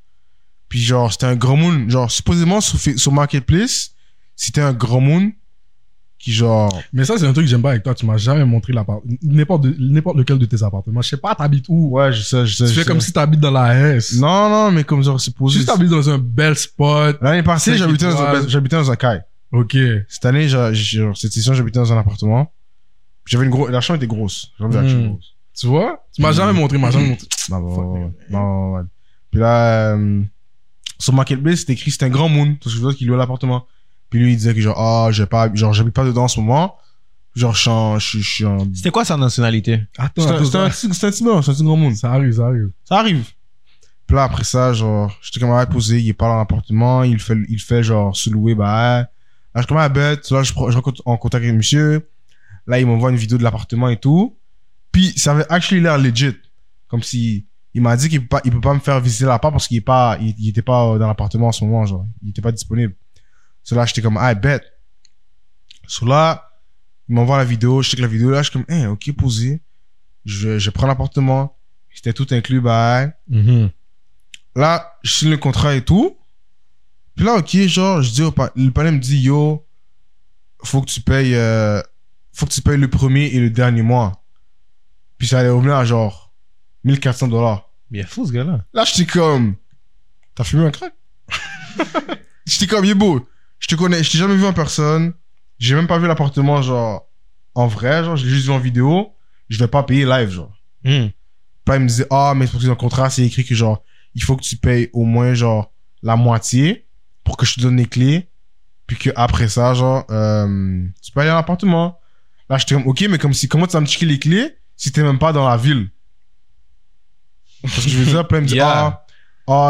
[SPEAKER 3] Puis genre, c'était un grand monde. Genre, supposément, sur, Fa- sur Marketplace, c'était un grand monde qui genre...
[SPEAKER 2] Mais ça, c'est un truc que j'aime pas avec toi. Tu m'as jamais montré l'appartement. N'importe de- n'importe lequel de tes appartements. Je sais pas, t'habites où.
[SPEAKER 3] Ouais, je sais, je sais.
[SPEAKER 2] tu
[SPEAKER 3] je
[SPEAKER 2] fais
[SPEAKER 3] sais.
[SPEAKER 2] comme si t'habites dans la S.
[SPEAKER 3] Non, non, mais comme genre, supposé...
[SPEAKER 2] Juste t'habites dans un bel spot.
[SPEAKER 3] L'année passée,
[SPEAKER 2] Cinq
[SPEAKER 3] j'habitais dans,
[SPEAKER 2] étoiles.
[SPEAKER 3] un- j'habitais dans un caille.
[SPEAKER 2] Ok.
[SPEAKER 3] Cette année, j'a- j'ai- genre, cette session, j'habitais dans un appartement. Puis J'avais une grosse... La chambre était grosse. La chambre était
[SPEAKER 2] Mm.
[SPEAKER 3] actually grosse. Bah,
[SPEAKER 2] Tu vois? Tu m'as
[SPEAKER 3] Mm.
[SPEAKER 2] jamais montré, m'as jamais montré.
[SPEAKER 3] Non, bon,
[SPEAKER 2] Fuck,
[SPEAKER 3] ouais,
[SPEAKER 2] man.
[SPEAKER 3] ouais. Non, ouais. bah, Puis là, euh, sur Marketplace, c'était écrit, c'était un grand moon. Parce que je vois qu'il louait l'appartement. Puis lui, il disait que genre, ah, j'ai pas, genre, j'habite pas dedans en ce moment. Genre, je suis en, je suis- je suis en-
[SPEAKER 1] C'était quoi sa nationalité?
[SPEAKER 2] Attends,
[SPEAKER 3] C'est un,
[SPEAKER 2] attends,
[SPEAKER 3] c'est un
[SPEAKER 2] attends.
[SPEAKER 3] petit, c'est un petit non, c'est un petit grand moon.
[SPEAKER 2] Ça arrive, ça arrive.
[SPEAKER 3] Ça arrive. Puis là, après ça, genre, j'étais comme à poser, il est pas dans l'appartement, il fait, il fait genre, se louer, bah, ouais. là, je suis comme à bête, là, je, prends- je rentre en contact avec le monsieur. Là, il m'envoie une vidéo de l'appartement et tout. Puis, ça avait actually l'air legit. Comme si, il m'a dit qu'il peut pas, il peut pas me faire visiter l'appart parce qu'il est pas, il, il était pas euh, dans l'appartement en ce moment, genre. Il était pas disponible. So là, j'étais comme, ah, bête. So là, il m'envoie la vidéo, je check la vidéo, là, je suis comme, eh, ok, posé. Je, je prends l'appartement. C'était tout inclus, bah.
[SPEAKER 1] Mhm.
[SPEAKER 3] Là, je signe le contrat et tout. Puis là, ok, genre, je dis au pa- le palais me dit, yo, faut que tu payes, euh, faut que tu payes le premier et le dernier mois. Puis ça allait revenir à genre 1400 dollars.
[SPEAKER 1] Mais il est fou, ce gars-là.
[SPEAKER 3] Là, j'étais comme, t'as fumé un crack? j'étais comme, il est beau. Je te connais, je t'ai jamais vu en personne. J'ai même pas vu l'appartement, genre, en vrai, genre, je l'ai juste vu en vidéo. Je vais pas payer live, genre.
[SPEAKER 1] Hmm.
[SPEAKER 3] Puis là, il me disait, ah, mais c'est parce que dans le contrat, c'est écrit que genre, il faut que tu payes au moins genre la moitié pour que je te donne les clés. Puis que après ça, genre, euh, tu peux aller à l'appartement. Là, j'étais comme, ok, mais comme si, comment tu vas me checker les clés si t'es même pas dans la ville? Parce que je veux dire, puis là, il me dit,
[SPEAKER 1] Yeah.
[SPEAKER 3] ah,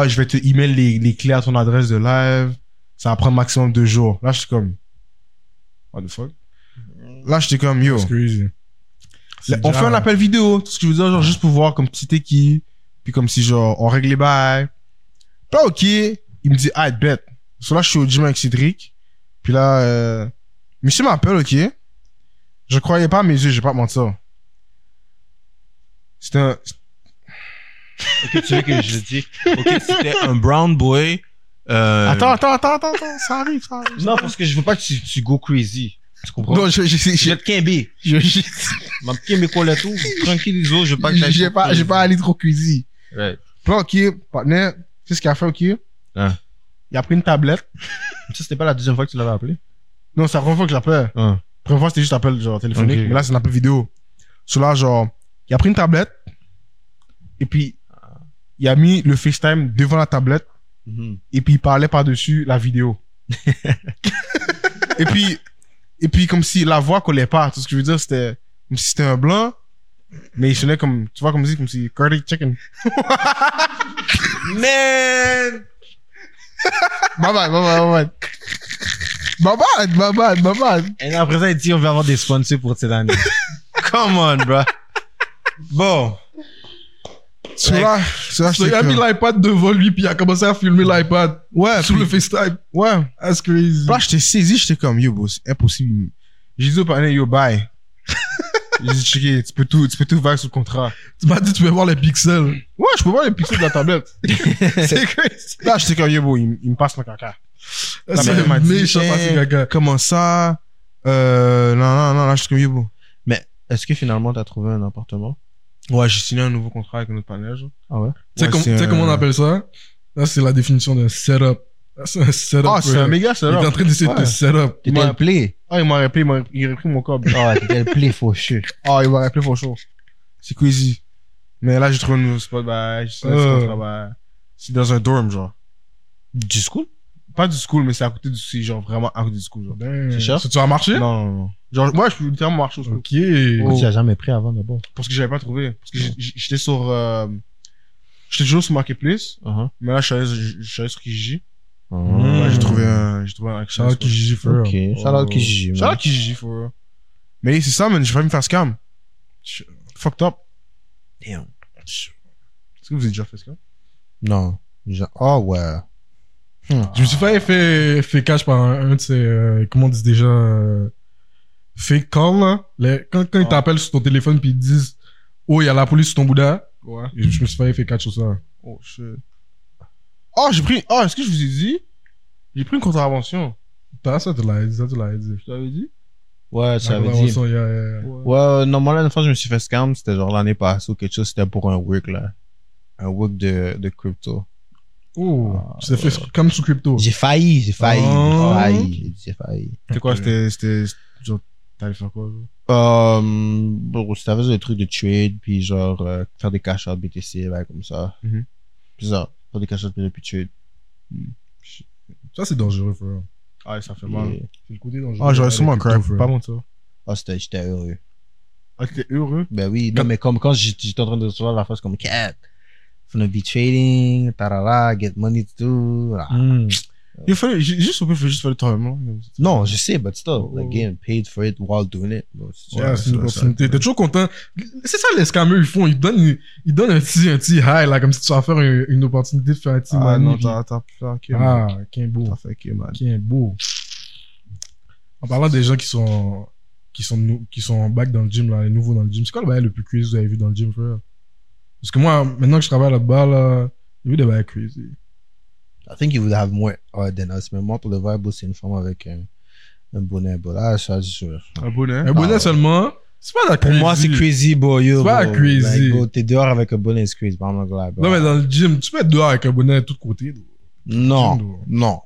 [SPEAKER 3] ah, je vais te email les, les clés à ton adresse de live. Ça va prendre maximum deux jours. Là, j'étais comme, what the fuck? Là, j'étais comme, yo.
[SPEAKER 2] C'est crazy.
[SPEAKER 3] Là, on fait un appel vidéo, tout ce que je veux dire, genre juste pour voir comme c'était qui, puis comme si genre on règle les bails. Puis Là, ok, il me dit, ah, bête. So là, je suis au gym avec Cédric, puis là, euh, monsieur m'appelle, ok. Je croyais pas à mes yeux, je vais pas te mentir. C'était un.
[SPEAKER 1] Ok, tu veux que je le dise? Ok, c'était un brown boy. euh,
[SPEAKER 3] Attends, attends, attends, attends, attends, ça arrive, ça arrive.
[SPEAKER 1] Non, parce que je veux pas que tu, tu go crazy. Tu comprends?
[SPEAKER 3] Non, je, je, je,
[SPEAKER 1] je
[SPEAKER 3] je,
[SPEAKER 1] vais te quimber.
[SPEAKER 3] je, je-
[SPEAKER 1] Ma quimber quoi là tout. Tranquille, les autres, je veux pas que
[SPEAKER 3] je-
[SPEAKER 1] t'ailles
[SPEAKER 3] j'ai
[SPEAKER 1] trop
[SPEAKER 3] pas, j'ai
[SPEAKER 1] crazy.
[SPEAKER 3] pas allé trop cuisine.
[SPEAKER 1] Right.
[SPEAKER 3] Puis là, ok, partenaire, c'est ce qu'il a fait, ok.
[SPEAKER 1] Hein.
[SPEAKER 3] Il a pris une tablette.
[SPEAKER 1] Ça, c'était pas la deuxième fois que tu l'avais appelé?
[SPEAKER 3] Non, c'est la première fois que j'appelle.
[SPEAKER 1] Hein.
[SPEAKER 3] Première fois, c'était juste appel genre téléphonique,
[SPEAKER 1] Ok.
[SPEAKER 3] mais là, c'est un appel vidéo. So là, genre, il a pris une tablette, et puis, il a mis le FaceTime devant la tablette,
[SPEAKER 1] Mm-hmm.
[SPEAKER 3] et puis il parlait par-dessus la vidéo. et puis, et puis, comme si la voix collait pas. Tout ce que je veux dire, c'était, comme si c'était un blanc, mais il sonnait comme, tu vois, comme si, comme si, curry chicken.
[SPEAKER 1] Man!
[SPEAKER 3] Bye bye, bye bye, bye bye. Bye bye, bye bye, bye bye.
[SPEAKER 1] Et après ça, il dit, on veut avoir des sponsors pour cette année. Come on, bro. Bon.
[SPEAKER 3] So là, so là,
[SPEAKER 2] So,
[SPEAKER 3] j'étais
[SPEAKER 2] il a mis
[SPEAKER 3] comme-
[SPEAKER 2] l'iPad devant lui, puis il a commencé à filmer l'iPad
[SPEAKER 3] Ouais,
[SPEAKER 2] sur
[SPEAKER 3] puis-
[SPEAKER 2] le FaceTime.
[SPEAKER 3] ouais.
[SPEAKER 2] That's crazy.
[SPEAKER 3] Puis là, j'étais saisi, j'étais comme, yo, bro, c'est impossible. J'ai dit au panel, yo, bye. J'ai dit, checké, tu peux tout, tu peux tout faire sous le contrat.
[SPEAKER 2] Tu m'as dit, tu peux voir les pixels.
[SPEAKER 3] Ouais, je peux voir les pixels de la tablette.
[SPEAKER 2] C'est crazy.
[SPEAKER 3] Là, j'étais comme, yo, bro, il, m- il me passe mon caca. Ta mère
[SPEAKER 2] C'est
[SPEAKER 3] m'a dit,
[SPEAKER 2] méchant,
[SPEAKER 3] eh,
[SPEAKER 2] passé caca.
[SPEAKER 3] Comment ça? Euh, non, non, non, là, j'étais comme, yo, bro.
[SPEAKER 1] Est-ce que finalement, t'as trouvé un appartement?
[SPEAKER 3] Ouais, j'ai signé un nouveau contrat avec un autre panel, genre.
[SPEAKER 1] Ah ouais?
[SPEAKER 2] Tu sais
[SPEAKER 3] Ouais,
[SPEAKER 2] comment-
[SPEAKER 3] c'est
[SPEAKER 2] tu sais
[SPEAKER 3] un-
[SPEAKER 2] comment on appelle ça? Là, c'est la définition d'un setup. Là, C'est un setup.
[SPEAKER 3] Ah, c'est
[SPEAKER 2] ouais.
[SPEAKER 3] un méga, c'est
[SPEAKER 2] Il est en
[SPEAKER 3] là.
[SPEAKER 2] train d'essayer de te
[SPEAKER 3] Ouais.
[SPEAKER 2] setup.
[SPEAKER 1] T'étais
[SPEAKER 3] Ouais.
[SPEAKER 1] un play.
[SPEAKER 3] Ah, il m'a rappelé, il m'a il a repris mon câble.
[SPEAKER 1] Ah, t'étais un play faucheux.
[SPEAKER 3] Ah, il m'a rappelé, for sure. C'est crazy. Mais là, j'ai trouvé un nouveau spot, bah, j'ai signé un
[SPEAKER 2] Euh.
[SPEAKER 3] nouveau contrat, bah, c'est dans un dorm, genre.
[SPEAKER 1] Du school?
[SPEAKER 3] Pas du school, mais c'est à côté du, c'est genre vraiment à côté du school, genre.
[SPEAKER 2] C'est
[SPEAKER 1] cher?
[SPEAKER 2] Tu vas marcher?
[SPEAKER 3] Non, non, non. Genre, moi, je peux littéralement marcher au school.
[SPEAKER 2] Ok.
[SPEAKER 1] Oh. Tu l'as jamais pris avant d'abord.
[SPEAKER 3] Parce que j'avais pas trouvé. Parce que j- j- j'étais sur. euh, j'étais toujours sur Marketplace.
[SPEAKER 1] Uh-huh.
[SPEAKER 3] Mais là, je suis allé, je- je suis allé sur Kijiji.
[SPEAKER 2] Hmm. Ah,
[SPEAKER 3] Là, Mm. j'ai trouvé un. J'ai trouvé un action.
[SPEAKER 2] Shout out Kijiji for real.
[SPEAKER 1] Ah. Ok. Oh. Shout out Kijiji.
[SPEAKER 3] Shout out Kijiji, for real. Mais c'est ça, man. Je vais me faire scam. Je- Fucked up.
[SPEAKER 1] Damn.
[SPEAKER 3] Est-ce que vous avez déjà fait scam?
[SPEAKER 1] Non. Je- Ah ouais.
[SPEAKER 2] Je me suis fait, fait, fait cash par un, un de ces, euh, comment on dit déjà, euh, fake call, là. Les- quand, quand ils
[SPEAKER 3] Ah.
[SPEAKER 2] t'appellent sur ton téléphone puis ils te disent, oh, il y a la police sur ton Bouddha,
[SPEAKER 3] Ouais.
[SPEAKER 2] Et je me suis fait, fait catch sur ça. Ah,
[SPEAKER 3] Oh, shit. Oh, j'ai pris. Oh, est-ce que je vous ai dit? J'ai pris une contravention.
[SPEAKER 2] T'as ça, tu l'as dit, ça, tu l'as dit.
[SPEAKER 3] Je t'avais dit?
[SPEAKER 1] Ouais, ça
[SPEAKER 2] La
[SPEAKER 1] veut dire.
[SPEAKER 2] contravention, yeah, yeah, yeah.
[SPEAKER 1] Ouais, euh, normalement, la dernière fois, je me suis fait scam, c'était genre l'année passée ou quelque chose, c'était pour un work, là. Un work de, de crypto. Ah,
[SPEAKER 2] Oh, tu t'es fait comme sous crypto.
[SPEAKER 1] J'ai failli, j'ai failli,
[SPEAKER 2] Oh.
[SPEAKER 1] j'ai failli, j'ai failli.
[SPEAKER 3] C'était quoi? C'était. C'était. Genre, t'allais faire quoi? genre?
[SPEAKER 1] Euh, bon, ça faisait des trucs de trade, puis genre, euh, faire des cash out BTC, ben, comme ça.
[SPEAKER 3] Mhm.
[SPEAKER 1] Puis ça, faire des cash out BTC, puis trade.
[SPEAKER 2] Ça, c'est dangereux, frère.
[SPEAKER 3] Ah, ça fait
[SPEAKER 1] Puis,
[SPEAKER 3] mal.
[SPEAKER 2] C'est le côté dangereux.
[SPEAKER 3] Ah, j'aurais sûrement un
[SPEAKER 2] Avec les
[SPEAKER 3] crack.
[SPEAKER 2] cryptos,
[SPEAKER 3] Pas
[SPEAKER 2] frère.
[SPEAKER 3] bon, ça.
[SPEAKER 1] Ah, c'était, j'étais heureux.
[SPEAKER 3] Ah, t'es heureux?
[SPEAKER 1] Ben oui, non, mais comme quand j'étais j'étais en train de recevoir la phrase comme, cat, gonna be trading, tarara, get money to do. Ah,
[SPEAKER 2] Hmm.
[SPEAKER 3] Il fallait, ju- juste au pire, il faut juste faire le toi-même.
[SPEAKER 1] Non, je sais, but still,
[SPEAKER 2] Oh.
[SPEAKER 1] like getting paid for it while doing it. bro, c'est-
[SPEAKER 2] Ouais, c'est une
[SPEAKER 3] ça,
[SPEAKER 2] opportunité. T'es toujours content. C'est ça, les scammers, ils font. Ils donnent, ils donnent un petit, un petit high, là, comme si tu vas faire une, une opportunité de faire un petit
[SPEAKER 3] Ah
[SPEAKER 2] money,
[SPEAKER 3] non,
[SPEAKER 2] puis-
[SPEAKER 3] t'as t'as fait que, man.
[SPEAKER 2] Ah, qu'un beau.
[SPEAKER 3] T'as fait que, man.
[SPEAKER 2] Qu'un beau. En parlant des gens qui sont, qui sont, nou- qui sont back dans le gym, là, les nouveaux dans le gym, c'est quoi le bail le plus crazy que vous avez vu dans le gym, frère? Parce que moi, maintenant que je travaille là-bas, là, j'ai vu des bails crazy.
[SPEAKER 1] I think you would have more art than us. Mais moi, pour le vrai beau, c'est une femme avec un, un bonnet, bro. Là, ça, je...
[SPEAKER 5] Un bonnet.
[SPEAKER 2] Un bonnet
[SPEAKER 1] ouais.
[SPEAKER 2] seulement, c'est pas de la
[SPEAKER 1] Pour moi, c'est crazy, bro. Yo,
[SPEAKER 2] C'est pas
[SPEAKER 1] bro.
[SPEAKER 2] crazy.
[SPEAKER 1] Like, bro, t'es dehors avec un bonnet, c'est crazy. bro. I'm not gonna lie, bro.
[SPEAKER 2] Non, mais dans le gym, tu peux être dehors avec un bonnet de tous côtés. donc.
[SPEAKER 1] Non,
[SPEAKER 2] Gym, bro.
[SPEAKER 1] non.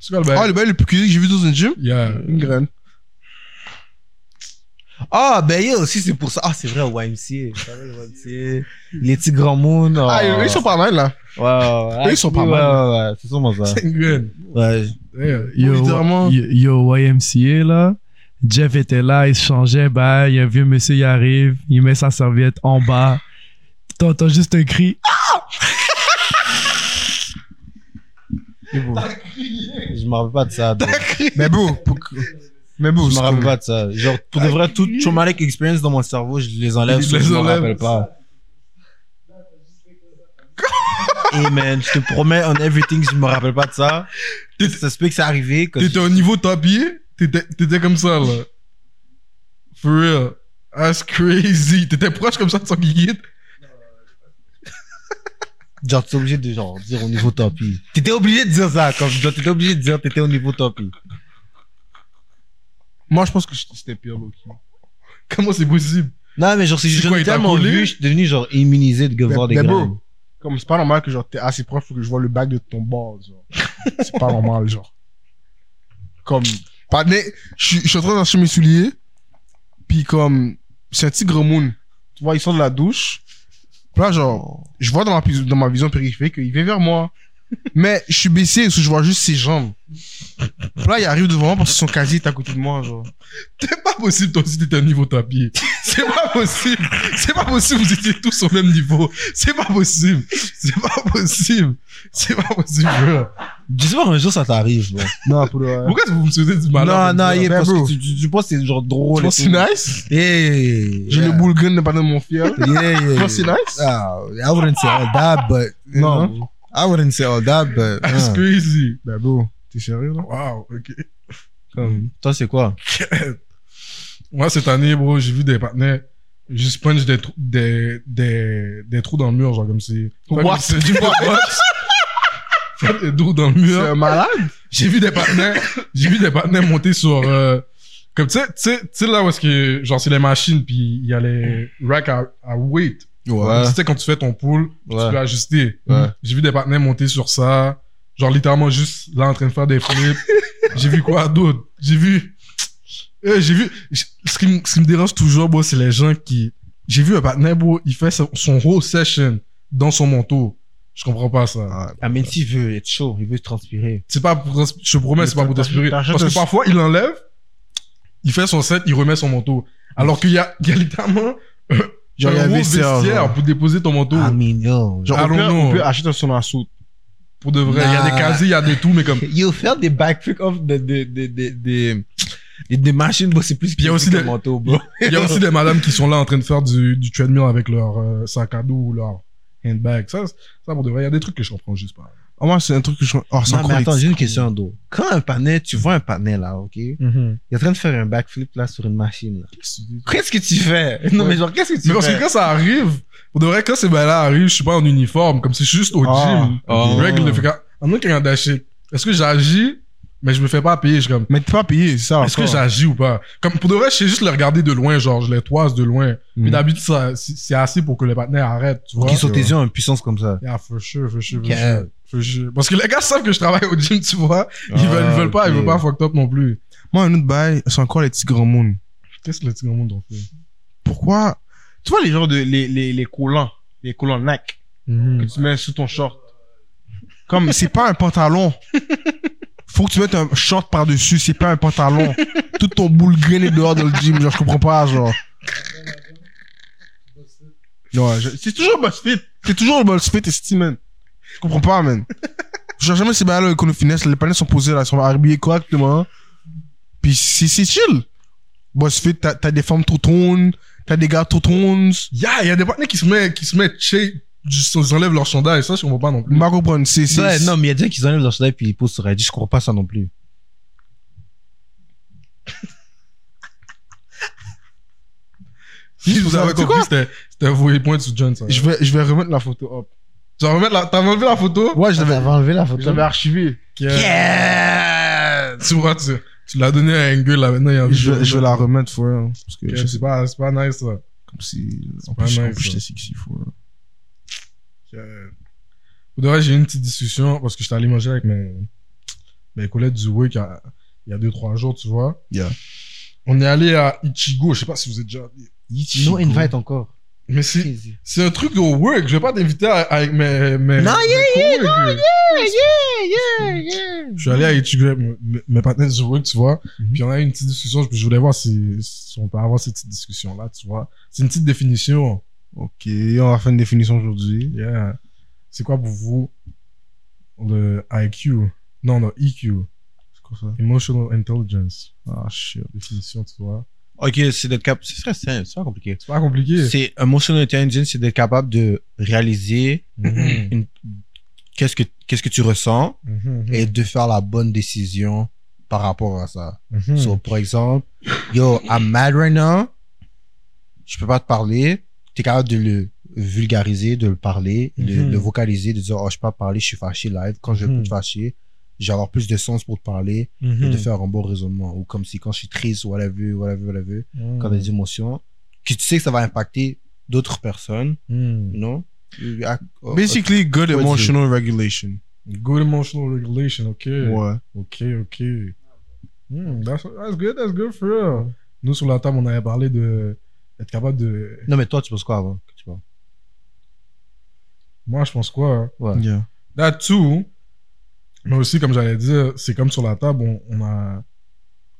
[SPEAKER 2] C'est quoi le
[SPEAKER 5] Ah,
[SPEAKER 2] bail?
[SPEAKER 5] le bail le plus curieux que j'ai vu dans une gym
[SPEAKER 2] Yeah.
[SPEAKER 5] Une graine.
[SPEAKER 1] Ah, ben yo, aussi, c'est pour ça. Ah, c'est vrai, au YMCA. C'est vrai, au YMCA. Les petits grands moons.
[SPEAKER 5] Ah, ils ils sont pas mal là.
[SPEAKER 1] oh. Ouais, ouais, ouais.
[SPEAKER 5] Ils sont pas
[SPEAKER 1] Ouais,
[SPEAKER 5] mal.
[SPEAKER 1] Ouais, ouais, c'est sûrement ça.
[SPEAKER 2] C'est une graine.
[SPEAKER 1] Ouais,
[SPEAKER 2] Yeah.
[SPEAKER 5] Littéralement.
[SPEAKER 6] Yo, yo, YMCA, là. Jeff était là, il se changeait, bah, il y a un vieux monsieur, il arrive, il met sa serviette en bas. T'entends juste un cri.
[SPEAKER 1] je m'en rappelle pas de ça. bro.
[SPEAKER 5] Mais bon, pour- mais bon,
[SPEAKER 1] Je
[SPEAKER 5] c'est
[SPEAKER 1] me rappelle
[SPEAKER 5] cool.
[SPEAKER 1] pas de ça. Genre, pour de vrai, toute traumatic experience dans mon cerveau, je les enlève,
[SPEAKER 2] Il
[SPEAKER 1] sauf que
[SPEAKER 2] les
[SPEAKER 1] je me
[SPEAKER 2] enlève.
[SPEAKER 1] rappelle pas. Hey Eh, man, je te promets, on everything, je me rappelle pas de ça. Ça se peut que c'est arrivé. que-
[SPEAKER 2] T'étais au niveau tapier, t'étais t'étais comme ça, là. For real. That's crazy. T'étais proche comme ça de son guide.
[SPEAKER 1] Genre, t'es obligé de genre, dire au niveau top. T'étais obligé de dire ça. Comme, genre, t'étais obligé de dire t'étais au niveau top.
[SPEAKER 5] Moi, je pense que c'était pire, Loki.
[SPEAKER 2] Comment c'est possible?
[SPEAKER 1] Non, mais genre, c'est
[SPEAKER 2] C'est
[SPEAKER 1] juste
[SPEAKER 2] quoi, il t'a
[SPEAKER 1] tellement
[SPEAKER 2] collé
[SPEAKER 1] vu, je suis devenu genre immunisé de voir des
[SPEAKER 5] mais
[SPEAKER 1] graines.
[SPEAKER 5] bon, comme c'est pas normal que genre t'es assez proche pour que je vois le bac de ton bord, genre. c'est pas normal, genre. Comme, pas mais je suis- je suis en train d'acheter mes souliers, puis comme, c'est un petit gros moon. Tu vois, il sort de la douche. Puis là,
[SPEAKER 3] Oh.
[SPEAKER 5] genre, je vois dans ma, pis- dans ma vision périphérique qu'il vient vers moi. Mais je suis baissé, parce que je vois juste ses jambes. Puis là, il arrive devant moi parce que son casier est à côté de moi, genre.
[SPEAKER 2] C'est pas possible, toi aussi, t'étais au niveau tapier. C'est pas possible. C'est pas possible, vous étiez tous au même niveau. C'est pas possible. C'est pas possible. C'est pas possible, bro.
[SPEAKER 1] J'espère un jour ça t'arrive, bro.
[SPEAKER 5] Non, pour le...
[SPEAKER 2] Pourquoi vous me souhaitez du mal?
[SPEAKER 1] Non, non, yeah,
[SPEAKER 5] ben,
[SPEAKER 1] parce
[SPEAKER 5] bro.
[SPEAKER 1] que tu, tu- tu penses que c'est genre
[SPEAKER 5] Tu
[SPEAKER 1] drôle.
[SPEAKER 5] vois,
[SPEAKER 1] et
[SPEAKER 5] c'est
[SPEAKER 1] tout.
[SPEAKER 5] nice.
[SPEAKER 1] Hey,
[SPEAKER 5] J'ai
[SPEAKER 1] yeah.
[SPEAKER 5] le bull gun de pas de mon fier.
[SPEAKER 1] Yeah, yeah,
[SPEAKER 5] Tu
[SPEAKER 1] yeah.
[SPEAKER 5] vois, c'est nice.
[SPEAKER 1] Ah, I wouldn't say all that, but you
[SPEAKER 5] Non.
[SPEAKER 1] know, I wouldn't say all that, but
[SPEAKER 2] That's
[SPEAKER 1] hein.
[SPEAKER 2] crazy.
[SPEAKER 5] Ben, bro, t'es sérieux, là?
[SPEAKER 2] Wow, ok.
[SPEAKER 1] toi c'est quoi
[SPEAKER 2] Moi, cette année, bro, j'ai vu des partenaires. Je sponge des, trous- des, des, des trous dans le mur, genre comme si.
[SPEAKER 5] What?
[SPEAKER 2] Comme si- du what? Faire des trous dans le
[SPEAKER 5] C'est
[SPEAKER 2] mur.
[SPEAKER 5] un malade.
[SPEAKER 2] J'ai vu des partenaires, j'ai vu des partenaires monter sur, euh, comme tu sais, tu sais- tu sais là où est-ce que, genre c'est les machines puis il y a les racks à, à weight.
[SPEAKER 1] Ouais,
[SPEAKER 2] Tu sais quand tu fais ton pull, tu peux
[SPEAKER 1] ouais.
[SPEAKER 2] ajuster.
[SPEAKER 1] Ouais.
[SPEAKER 2] J'ai vu des partenaires monter sur ça, genre littéralement juste là en train de faire des flips. j'ai vu quoi d'autre J'ai vu, Euh, j'ai vu. j- Ce qui, me- ce qui me dérange toujours, bro, c'est les gens qui. J'ai vu un partenaire, bro, il fait son, son whole session dans son manteau. Je comprends pas ça.
[SPEAKER 1] Ah, mais s'il veut être chaud, il veut transpirer.
[SPEAKER 2] C'est pas pour, trans- je te promets, c'est pas pour t'inspirer.
[SPEAKER 5] t'achètes
[SPEAKER 2] Parce
[SPEAKER 5] un-
[SPEAKER 2] que parfois, il enlève, il fait son set, il remet son manteau. Alors qu'il y a, il y a littéralement
[SPEAKER 5] Genre, il
[SPEAKER 2] un
[SPEAKER 5] y a un
[SPEAKER 2] gros
[SPEAKER 5] vestiaire,
[SPEAKER 2] vestiaire
[SPEAKER 5] genre.
[SPEAKER 2] pour déposer ton manteau.
[SPEAKER 1] I mean, yo.
[SPEAKER 5] Genre,
[SPEAKER 2] I
[SPEAKER 5] on
[SPEAKER 2] don't
[SPEAKER 5] peut,
[SPEAKER 2] know.
[SPEAKER 5] on peut acheter un son à soude.
[SPEAKER 2] Pour de vrai. Il y a
[SPEAKER 1] Nah.
[SPEAKER 2] des casiers, il y a des tout, mais comme.
[SPEAKER 1] Yo, faire des backflips off des des des des des des, des machines, bro, c'est plus
[SPEAKER 2] Puis il y a aussi
[SPEAKER 1] que
[SPEAKER 2] des-
[SPEAKER 1] manteau, bro.
[SPEAKER 2] Il y a aussi des madames qui sont là en train de faire du, du treadmill avec leur euh, sac à dos ou leur handbag. Ça, ça, pour de vrai, il y a des trucs que je comprends juste pas.
[SPEAKER 5] Oh, moi, c'est un truc que je. Oh, c'est
[SPEAKER 1] Non,
[SPEAKER 5] encore
[SPEAKER 1] mais attends,
[SPEAKER 5] les-
[SPEAKER 1] j'ai une question d'eau. Quand un panel, tu vois un panel là, ok, il
[SPEAKER 2] Mhm.
[SPEAKER 1] est en train de faire un backflip là sur une machine. là. Qu'est-ce que tu fais Non, mais genre qu'est-ce que tu
[SPEAKER 2] Mais parce
[SPEAKER 1] fais
[SPEAKER 2] que quand ça arrive, pour de vrai, quand ces balles-là arrivent, je suis pas en uniforme, comme si je suis juste au
[SPEAKER 5] Ah.
[SPEAKER 2] gym. Règle, le fait qu'à- en tant que gars d'achille, Est-ce que j'agis, mais je me fais pas payer, je suis comme,
[SPEAKER 5] Mais t'es pas payé, c'est ça.
[SPEAKER 2] est-ce que
[SPEAKER 5] encore.
[SPEAKER 2] j'agis ou pas? Comme, pour de vrai, je sais juste le regarder de loin, genre, je les toise de loin. Mais
[SPEAKER 5] Mm.
[SPEAKER 2] d'habitude, ça, c'est c'est assez pour que les partenaires arrêtent, tu vois.
[SPEAKER 1] Qui sont tes yeux en puissance comme ça
[SPEAKER 2] Yeah, for sure, for sure, for
[SPEAKER 1] Yeah.
[SPEAKER 2] sure, for sure. Parce que les gars savent que je travaille au gym, tu vois. Ils veulent, ils veulent pas, ils veulent pas fucked up non plus.
[SPEAKER 5] Moi, un autre bail, c'est encore les petits grands mondes.
[SPEAKER 2] Qu'est-ce que les petits grands mondes ont fait?
[SPEAKER 5] Pourquoi Tu vois les genres de. Les, les, les collants. Les collants NAC que tu mets sous ton short. Comme, c'est pas un pantalon. Faut que tu mettes un short par-dessus, c'est pas un pantalon. Tout ton boule grain est dehors dans le gym, genre, je comprends pas, genre. Ouais, je- c'est toujours boss fit. C'est toujours le boss fit, esti, man. Je comprends pas, man. Genre, jamais ces balles là qu'on finesse, les panneaux sont posés là, sont habillés correctement. Puis c'est c'est chill. Boss fit, t'as t'as des femmes toutounes, t'as des gars toutounes.
[SPEAKER 2] Yeah, il y a des partenaires qui se mettent, qui se mettent chez, ils enlèvent leur chandail, ça, je comprends pas non plus.
[SPEAKER 5] Marco Brown, c'est. c'est-
[SPEAKER 1] Ouais, non, mais il y a des gens qui enlèvent leur chandail puis ils posent sur Reddit. Je crois pas ça non plus.
[SPEAKER 2] Si vous avez
[SPEAKER 3] Tu sais
[SPEAKER 2] compris,
[SPEAKER 3] quoi?
[SPEAKER 2] c'était c'était un voyez point sur John, ça.
[SPEAKER 3] Je vais, je vais remettre la photo up.
[SPEAKER 2] Tu vas remettre la... T'as enlevé la photo
[SPEAKER 3] Ouais, je l'avais,
[SPEAKER 5] J'avais enlevé la
[SPEAKER 3] je
[SPEAKER 5] photo.
[SPEAKER 3] l'avais archivée.
[SPEAKER 2] Tu vois, tu, tu l'as donné à Engel, là, maintenant, il y a envie
[SPEAKER 3] Je
[SPEAKER 2] de-
[SPEAKER 3] vais, je vais la remettre, for real. Parce que
[SPEAKER 2] Ok,
[SPEAKER 3] je sais
[SPEAKER 2] C'est
[SPEAKER 3] pas,
[SPEAKER 2] pas, c'est pas nice, ça.
[SPEAKER 3] comme si. En
[SPEAKER 2] pas
[SPEAKER 3] plus, en
[SPEAKER 2] nice,
[SPEAKER 3] plus,
[SPEAKER 2] ça.
[SPEAKER 3] j'étais sexy, for real.
[SPEAKER 2] Euh, hein. Pour de vrai, j'ai eu une petite discussion parce que j'étais allé manger avec mes, mes collègues du WIC à- il y a 2-3 jours, tu vois.
[SPEAKER 3] Yeah.
[SPEAKER 2] On est allé à Ichigo, je sais pas si vous êtes déjà allé.
[SPEAKER 5] No invite encore.
[SPEAKER 2] Mais c'est,
[SPEAKER 5] Crazy.
[SPEAKER 2] c'est un truc de WIC, je vais pas t'inviter à- avec mes. mes
[SPEAKER 5] Non,
[SPEAKER 2] mes collègues. Je suis allé à Ichigo avec mes- mes, mes partenaires du WIC, tu vois.
[SPEAKER 3] Mhm.
[SPEAKER 2] Puis on a eu une petite discussion, je, je voulais voir si, si on peut avoir cette petite discussion-là, tu vois. C'est une petite définition.
[SPEAKER 3] Ok, on va faire une définition aujourd'hui.
[SPEAKER 2] Yeah. C'est quoi pour vous le IQ Non, non, EQ.
[SPEAKER 3] C'est quoi ça?
[SPEAKER 2] Emotional intelligence,
[SPEAKER 3] Ah, shit.
[SPEAKER 2] définition, tu vois.
[SPEAKER 1] Ok, c'est d'être capable. C'est très simple, c'est pas compliqué.
[SPEAKER 2] C'est pas compliqué.
[SPEAKER 1] C'est emotional intelligence, c'est d'être capable de réaliser
[SPEAKER 2] Mhm.
[SPEAKER 1] une- qu'est-ce que qu'est-ce que tu ressens
[SPEAKER 2] Mhm,
[SPEAKER 5] Mm.
[SPEAKER 2] mhm,
[SPEAKER 1] et de faire la bonne décision par rapport à ça.
[SPEAKER 3] Hmm.
[SPEAKER 2] mhm.
[SPEAKER 1] So, par exemple, yo, I'm mad right now, je peux pas te parler. T'es capable de le vulgariser, de le parler, de
[SPEAKER 2] Mhm.
[SPEAKER 1] le
[SPEAKER 3] Hmm.
[SPEAKER 1] vocaliser, de dire oh je peux pas parler, je suis fâché live. Quand je vais
[SPEAKER 2] Mhm.
[SPEAKER 1] plus te fâcher, j'ai avoir plus de sens pour te parler
[SPEAKER 2] Mhm.
[SPEAKER 3] Hmm.
[SPEAKER 1] et de faire un bon raisonnement. Ou comme si quand je suis triste, whatever, whatever, whatever,
[SPEAKER 2] Mhm.
[SPEAKER 3] Hmm.
[SPEAKER 1] quand des émotions, que tu sais que ça va impacter d'autres personnes,
[SPEAKER 2] Mhm.
[SPEAKER 1] non? oh,
[SPEAKER 3] Basically, good
[SPEAKER 1] What's
[SPEAKER 3] emotional regulation.
[SPEAKER 2] Good emotional regulation, ok.
[SPEAKER 3] Ouais.
[SPEAKER 2] Ok, ok. Mhm, that's, that's good, that's good for real. Nous, sur la table, on avait parlé de être capable de.
[SPEAKER 1] Non, mais toi, tu penses quoi avant que tu parles?
[SPEAKER 2] Moi, je pense quoi hein?
[SPEAKER 1] Ouais.
[SPEAKER 3] Yeah.
[SPEAKER 2] That too. Mais aussi, comme j'allais dire, c'est comme sur la table, on, on a,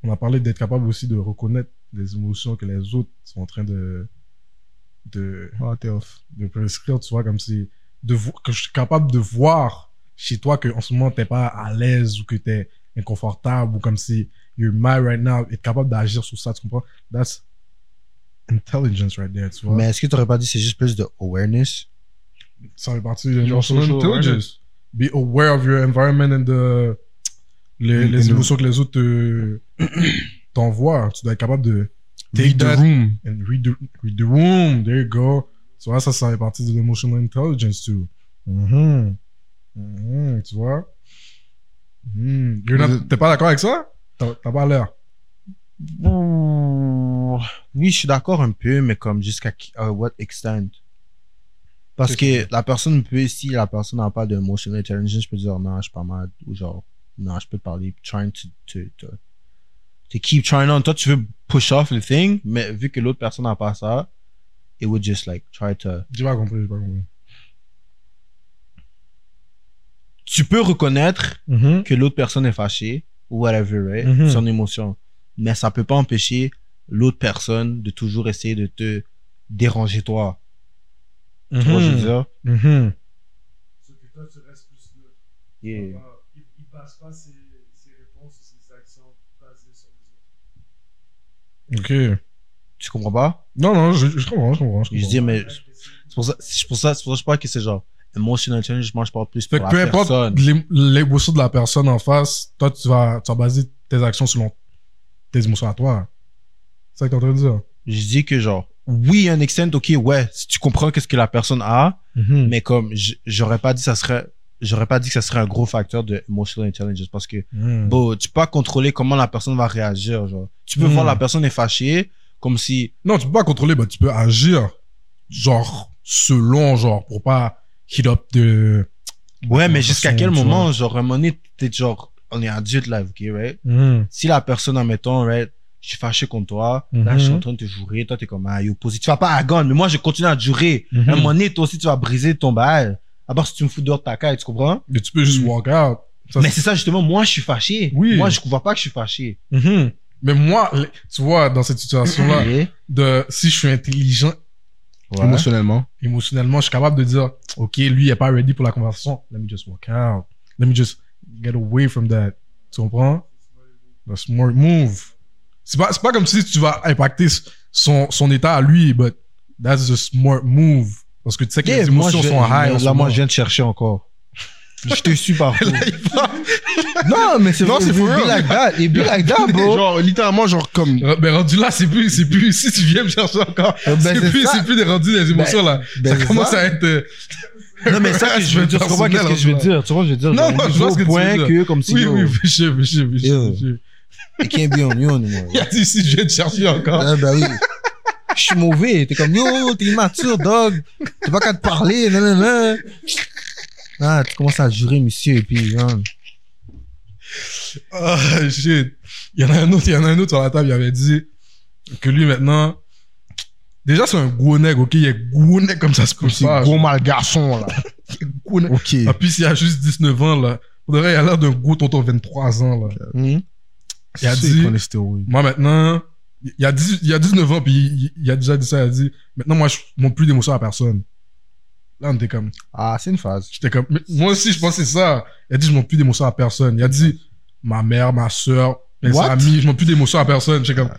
[SPEAKER 2] on a parlé d'être capable aussi de reconnaître les émotions que les autres sont en train de, de,
[SPEAKER 3] Ah, t'es off.
[SPEAKER 2] de prescrire, tu vois, comme si de vo- que je suis capable de voir chez toi que en ce moment t'es pas à l'aise ou que t'es inconfortable ou comme si you're mad right now, être capable d'agir sur ça, tu comprends? That's intelligence right there, tu vois.
[SPEAKER 1] Mais est-ce que tu aurais pas dit c'est juste plus de awareness?
[SPEAKER 2] ça fait partie de
[SPEAKER 3] Your
[SPEAKER 2] l'ensemble
[SPEAKER 3] social
[SPEAKER 2] intelligence. Be aware of your environment and the, les,
[SPEAKER 3] Mm, And-
[SPEAKER 2] les
[SPEAKER 3] and-
[SPEAKER 2] émotions que les autres te- t'envoient. Tu dois être capable de take
[SPEAKER 3] Read the
[SPEAKER 2] that
[SPEAKER 3] room.
[SPEAKER 2] and read the, read the room. There you go. Tu vois, ça, ça fait partie de l'emotional intelligence too.
[SPEAKER 3] Mm-hmm.
[SPEAKER 2] Mhm. Mhm, tu vois? Mhm. You're not-
[SPEAKER 3] Vous êtes-
[SPEAKER 2] T'es pas d'accord avec ça? T'as t'as pas l'air.
[SPEAKER 1] Oui, je suis d'accord un peu, mais comme jusqu'à qui- à what extent? Parce que la personne peut, si la personne n'a pas d'emotional intelligence, je peux dire non, je suis pas mal, ou genre, non, je peux te parler, trying to, to, to, to keep trying on. Toi, tu veux push off le thing, mais vu que l'autre personne n'a pas ça, it would just like try to.
[SPEAKER 2] J'ai pas compris, j'ai pas compris.
[SPEAKER 1] Tu peux reconnaître que l'autre personne est fâchée ou whatever, right?
[SPEAKER 2] Mhm.
[SPEAKER 1] son émotion. Mais ça peut pas empêcher l'autre personne de toujours essayer de te déranger toi. Tu vois, je veux dire.
[SPEAKER 2] Mhm.
[SPEAKER 1] Yeah.
[SPEAKER 7] Ah, il passe pas ses, ses réponses ou ses actions basées sur les autres.
[SPEAKER 2] Ok.
[SPEAKER 1] Tu comprends pas?
[SPEAKER 2] Non, non, je, je comprends, je comprends. Je
[SPEAKER 1] Je
[SPEAKER 2] comprends.
[SPEAKER 1] dis, mais c'est pour ça, c'est pour ça, c'est pour ça que je parle que c'est genre emotional challenge. Moi, je parle plus
[SPEAKER 2] Fait
[SPEAKER 1] pour
[SPEAKER 2] que
[SPEAKER 1] la
[SPEAKER 2] peu importe
[SPEAKER 1] personne.
[SPEAKER 2] l'é- l'émotion de la personne en face, toi, tu vas, tu vas baser tes actions selon tes émotions à toi. C'est ça que t'es en train de dire.
[SPEAKER 1] Je dis que genre, oui, un extent, ok, ouais, si tu comprends qu'est-ce que la personne a, mais comme j- j'aurais pas dit ça serait, j'aurais pas dit que ça serait un gros facteur de emotional intelligence parce que
[SPEAKER 2] Mhm.
[SPEAKER 1] Bon, tu peux pas contrôler comment la personne va réagir. Genre. Tu peux
[SPEAKER 2] Mm.
[SPEAKER 1] voir la personne est fâchée, comme si.
[SPEAKER 2] Non, tu peux pas contrôler, mais tu peux agir, genre, selon, genre, pour pas hit up de.
[SPEAKER 1] Ouais, mais
[SPEAKER 2] la
[SPEAKER 1] jusqu'à
[SPEAKER 2] personne,
[SPEAKER 1] quel
[SPEAKER 2] tu
[SPEAKER 1] moment, genre, à un moment donné, t'es genre, on est adulte là, ok, right?
[SPEAKER 2] Hmm.
[SPEAKER 1] Si la personne, admettons, right, je suis fâché contre toi, là, je suis
[SPEAKER 2] Hmm.
[SPEAKER 1] en train de te jurer, toi, t'es comme, ah, yo, posi- tu vas pas à gond, mais moi, je continue à te jurer.
[SPEAKER 2] Hmm.
[SPEAKER 1] À un moment donné, toi aussi, tu vas briser ton bail. À part si tu me fous dehors de ta caille, tu comprends?
[SPEAKER 2] Mais tu peux juste walk out. Ça,
[SPEAKER 1] mais c'est ça, justement, moi, je suis fâché.
[SPEAKER 2] Oui.
[SPEAKER 1] Moi, je vois pas que je suis fâché.
[SPEAKER 2] Mhm. Mais moi, les- tu vois, dans cette situation-là,
[SPEAKER 1] Ok?
[SPEAKER 2] de si je suis intelligent
[SPEAKER 1] Ouais.
[SPEAKER 3] Émotionnellement.
[SPEAKER 2] émotionnellement, je suis capable de dire, OK, lui, il est pas ready pour la conversation. Let me just walk out. Let me just get away from that. Tu comprends? The smart move. C'est pas, c'est pas comme si tu vas impacter son, son état à lui, but that's the smart move. Parce que tu sais que
[SPEAKER 1] Ok,
[SPEAKER 2] les
[SPEAKER 1] moi,
[SPEAKER 2] émotions
[SPEAKER 1] je-
[SPEAKER 2] sont high. en
[SPEAKER 1] là,
[SPEAKER 2] ce
[SPEAKER 1] moi,
[SPEAKER 2] moment.
[SPEAKER 1] je viens de chercher encore. Je te suis partout. non, mais c'est
[SPEAKER 5] Non,
[SPEAKER 1] vrai,
[SPEAKER 5] c'est
[SPEAKER 1] il
[SPEAKER 5] for
[SPEAKER 1] be
[SPEAKER 5] real.
[SPEAKER 1] like that. Il be like
[SPEAKER 5] Ah,
[SPEAKER 1] that, bro.
[SPEAKER 5] Genre, littéralement, genre comme.
[SPEAKER 2] Euh, Mais rendu là, c'est plus, c'est plus, si tu viens me chercher encore,
[SPEAKER 1] Ben,
[SPEAKER 2] c'est
[SPEAKER 1] c'est
[SPEAKER 2] plus,
[SPEAKER 1] ça.
[SPEAKER 2] c'est plus des rendus des émotions, là.
[SPEAKER 1] Ben,
[SPEAKER 2] ça
[SPEAKER 1] c'est
[SPEAKER 2] commence
[SPEAKER 1] ça.
[SPEAKER 2] à être, euh,
[SPEAKER 1] Non, mais ça, que je veux dire, tu comprends qu'est-ce que je veux dire? Tu vois, je veux dire,
[SPEAKER 2] Non,
[SPEAKER 1] genre,
[SPEAKER 2] moi, je
[SPEAKER 1] il
[SPEAKER 2] vois
[SPEAKER 1] joue
[SPEAKER 2] ce que
[SPEAKER 1] au
[SPEAKER 2] tu
[SPEAKER 1] point
[SPEAKER 2] veux
[SPEAKER 1] que, comme si,
[SPEAKER 2] oui,
[SPEAKER 1] yo,
[SPEAKER 2] oui, oui, je, je, je, je,
[SPEAKER 1] Yo.
[SPEAKER 2] je-
[SPEAKER 1] it can't be on you anymore.
[SPEAKER 2] Il a dit, si je viens te chercher encore.
[SPEAKER 1] Ah, bah oui. Je suis mauvais. T'es comme, yo, t'es immature, dog. T'es pas qu'à te parler, nan, nan, nan. Ah, tu commences à jurer, monsieur, et puis, hein.
[SPEAKER 2] Ah, shit. Il y en a un autre, il y en a un autre sur la table, il avait dit que lui, maintenant, déjà, c'est un gros nègre, ok? Il est gros nègre comme ça se peut
[SPEAKER 5] C'est
[SPEAKER 2] pas.
[SPEAKER 5] gros mal garçon, là.
[SPEAKER 2] Gros nègre.
[SPEAKER 5] Ok.
[SPEAKER 2] En plus, il a juste 19 ans, là. Pour de vrai, il a l'air d'un gros tonton de 23 ans, là.
[SPEAKER 1] Hmm.
[SPEAKER 2] Il a
[SPEAKER 5] C'est
[SPEAKER 2] dit-
[SPEAKER 5] pour les stéroïdes.
[SPEAKER 2] Moi, maintenant, il a, 18 il a 19 ans, puis il, il a déjà dit ça, il a dit, maintenant, moi, je montre plus d'émotion à personne. Là, on était comme,
[SPEAKER 1] Ah, c'est une phase.
[SPEAKER 2] j'étais comme, mais moi aussi, je pensais ça. Il a dit, je montre plus d'émotion à personne. Il a dit, ma mère, ma soeur, mes
[SPEAKER 1] What?
[SPEAKER 2] amis, je montre plus d'émotion à personne. J'étais comme,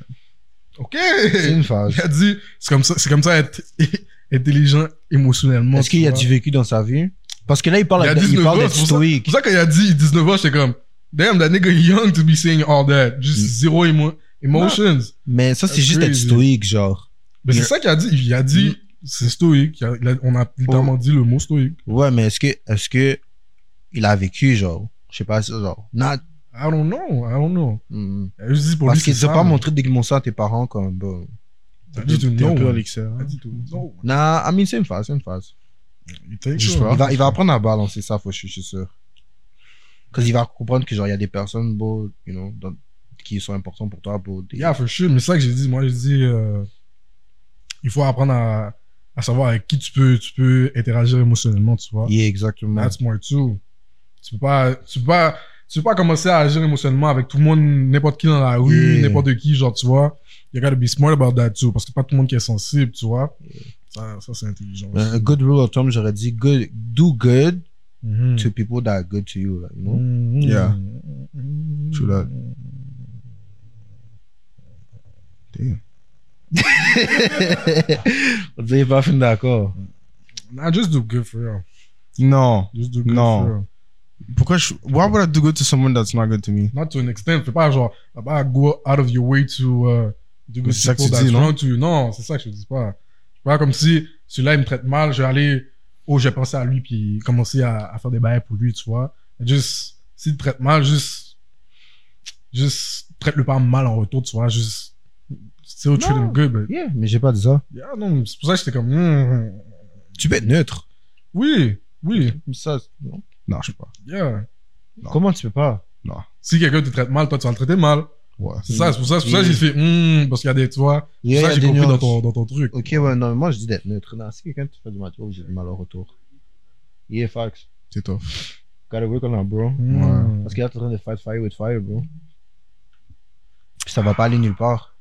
[SPEAKER 2] ok.
[SPEAKER 1] C'est une phase.
[SPEAKER 2] Il a dit, c'est comme ça, c'est comme ça être intelligent émotionnellement.
[SPEAKER 1] Est-ce
[SPEAKER 2] tu
[SPEAKER 1] qu'il y a
[SPEAKER 2] vois.
[SPEAKER 1] du vécu dans sa vie? Parce que là, il
[SPEAKER 2] Il
[SPEAKER 1] parle,
[SPEAKER 2] y a
[SPEAKER 1] il
[SPEAKER 2] 19
[SPEAKER 1] parle
[SPEAKER 2] ans,
[SPEAKER 1] d'être
[SPEAKER 2] c'est pour ça- C'est
[SPEAKER 1] stoïque.
[SPEAKER 2] pour ça qu'il a dit 19 ans, j'étais comme, damn, that nigga young to be saying all that.
[SPEAKER 1] Mm.
[SPEAKER 2] Just zero emo- emotions.
[SPEAKER 1] Mais ça, c'est
[SPEAKER 2] That's
[SPEAKER 1] juste être
[SPEAKER 2] crazy.
[SPEAKER 1] stoïque, genre.
[SPEAKER 2] Mais c'est
[SPEAKER 1] Yeah.
[SPEAKER 2] ça qu'il a dit. Il a dit,
[SPEAKER 1] Mm.
[SPEAKER 2] c'est stoïque. Il a- il a- on a
[SPEAKER 1] Oh.
[SPEAKER 2] littéralement dit le mot stoïque.
[SPEAKER 1] Ouais, mais est-ce que, est-ce que il a vécu, genre, je sais pas, genre, not,
[SPEAKER 2] I don't know, I don't know.
[SPEAKER 1] hmm.
[SPEAKER 2] Il a juste dit pour
[SPEAKER 1] parce
[SPEAKER 2] lui, c'est
[SPEAKER 1] qu'ils
[SPEAKER 2] ça.
[SPEAKER 1] ont pas
[SPEAKER 2] mais
[SPEAKER 1] montré d'émotion à tes parents, comme, bon.
[SPEAKER 2] Il a dit tout
[SPEAKER 5] T'es un
[SPEAKER 2] non.
[SPEAKER 5] peu à
[SPEAKER 2] Il
[SPEAKER 5] l'excès,
[SPEAKER 2] a
[SPEAKER 5] hein.
[SPEAKER 2] dit tout non.
[SPEAKER 1] Nah, I mean, ah, c'est une phase, c'est une phase.
[SPEAKER 5] Je sais
[SPEAKER 1] Il
[SPEAKER 5] pas.
[SPEAKER 2] hein.
[SPEAKER 1] va, il va apprendre à balancer ça, faut, je, suis- je suis sûr. Parce qu'il va comprendre que, genre, il y a des personnes, bon, you know, dans- qui sont importantes pour toi, bon, des-
[SPEAKER 2] Yeah, for sure. Mais c'est ça que j'ai dit. Moi, j'ai dit, euh, il faut apprendre à, à savoir avec qui tu peux, tu peux interagir émotionnellement, tu vois.
[SPEAKER 1] Yeah, exactement.
[SPEAKER 2] That's more too. Tu peux pas, tu peux pas, tu peux pas commencer à agir émotionnellement avec tout le monde, n'importe qui dans la rue,
[SPEAKER 1] Yeah.
[SPEAKER 2] n'importe qui, genre, tu vois. You gotta be smart about that too, parce que pas tout le monde qui est sensible, tu vois. Ça, ça c'est intelligent.
[SPEAKER 1] Un un Euh, good rule of thumb, j'aurais dit, good, do good
[SPEAKER 2] Mhm.
[SPEAKER 1] to people that are good to you, like, you
[SPEAKER 2] Mm.
[SPEAKER 1] know?
[SPEAKER 5] Yeah. True that. Damn.
[SPEAKER 1] On dirait pas fin d'accord.
[SPEAKER 2] Nah, just do good for real.
[SPEAKER 5] Non.
[SPEAKER 2] Just do good
[SPEAKER 5] Non.
[SPEAKER 2] for real.
[SPEAKER 5] Pourquoi je. Why would I do good to someone that's not good to me?
[SPEAKER 2] Not to an extent. Fais pas genre, fais pas go out of your way to euh, do
[SPEAKER 5] Mais
[SPEAKER 2] good
[SPEAKER 5] c'est ça que
[SPEAKER 2] people
[SPEAKER 5] tu
[SPEAKER 2] that's
[SPEAKER 5] dis, non?
[SPEAKER 2] wrong to you. Non, c'est ça que je dis pas. C'est pas comme si celui-là il me traite mal, je vais aller, oh, j'ai pensé à lui puis commencer à, à faire des bails pour lui, tu vois. Juste, s'il te traite mal, juste, juste traite-le pas mal en retour, tu vois. Juste, still treat him good, but
[SPEAKER 1] Yeah, mais j'ai pas dit ça.
[SPEAKER 2] yeah, non, c'est pour ça que j'étais comme, hmm,
[SPEAKER 1] Tu peux être neutre.
[SPEAKER 2] oui, oui,
[SPEAKER 1] Ça, non.
[SPEAKER 5] Non, je sais pas.
[SPEAKER 2] yeah.
[SPEAKER 1] Comment tu peux pas
[SPEAKER 2] Si quelqu'un te traite mal, toi tu vas le traiter mal.
[SPEAKER 5] Ouais.
[SPEAKER 2] C'est ça, c'est pour ça, c'est pour
[SPEAKER 5] Mm.
[SPEAKER 2] ça que j'ai fait, hmm, parce qu'il y a des, tu vois,
[SPEAKER 1] Il y
[SPEAKER 2] C'est
[SPEAKER 1] a-
[SPEAKER 2] ça
[SPEAKER 1] il y a
[SPEAKER 2] que j'ai
[SPEAKER 1] des
[SPEAKER 2] compris dans
[SPEAKER 1] nuances.
[SPEAKER 2] ton, dans ton truc.
[SPEAKER 1] Ok, ouais, non, mais moi je dis d'être neutre. Non, si quelqu'un te fait du mal, tu vois, j'ai du mal au retour. Yeah, facts.
[SPEAKER 5] C'est tough.
[SPEAKER 1] Gotta work on that, bro.
[SPEAKER 2] Hmm.
[SPEAKER 1] Parce qu'il est en train de fight fire with fire, bro. Puis ça va pas aller nulle part.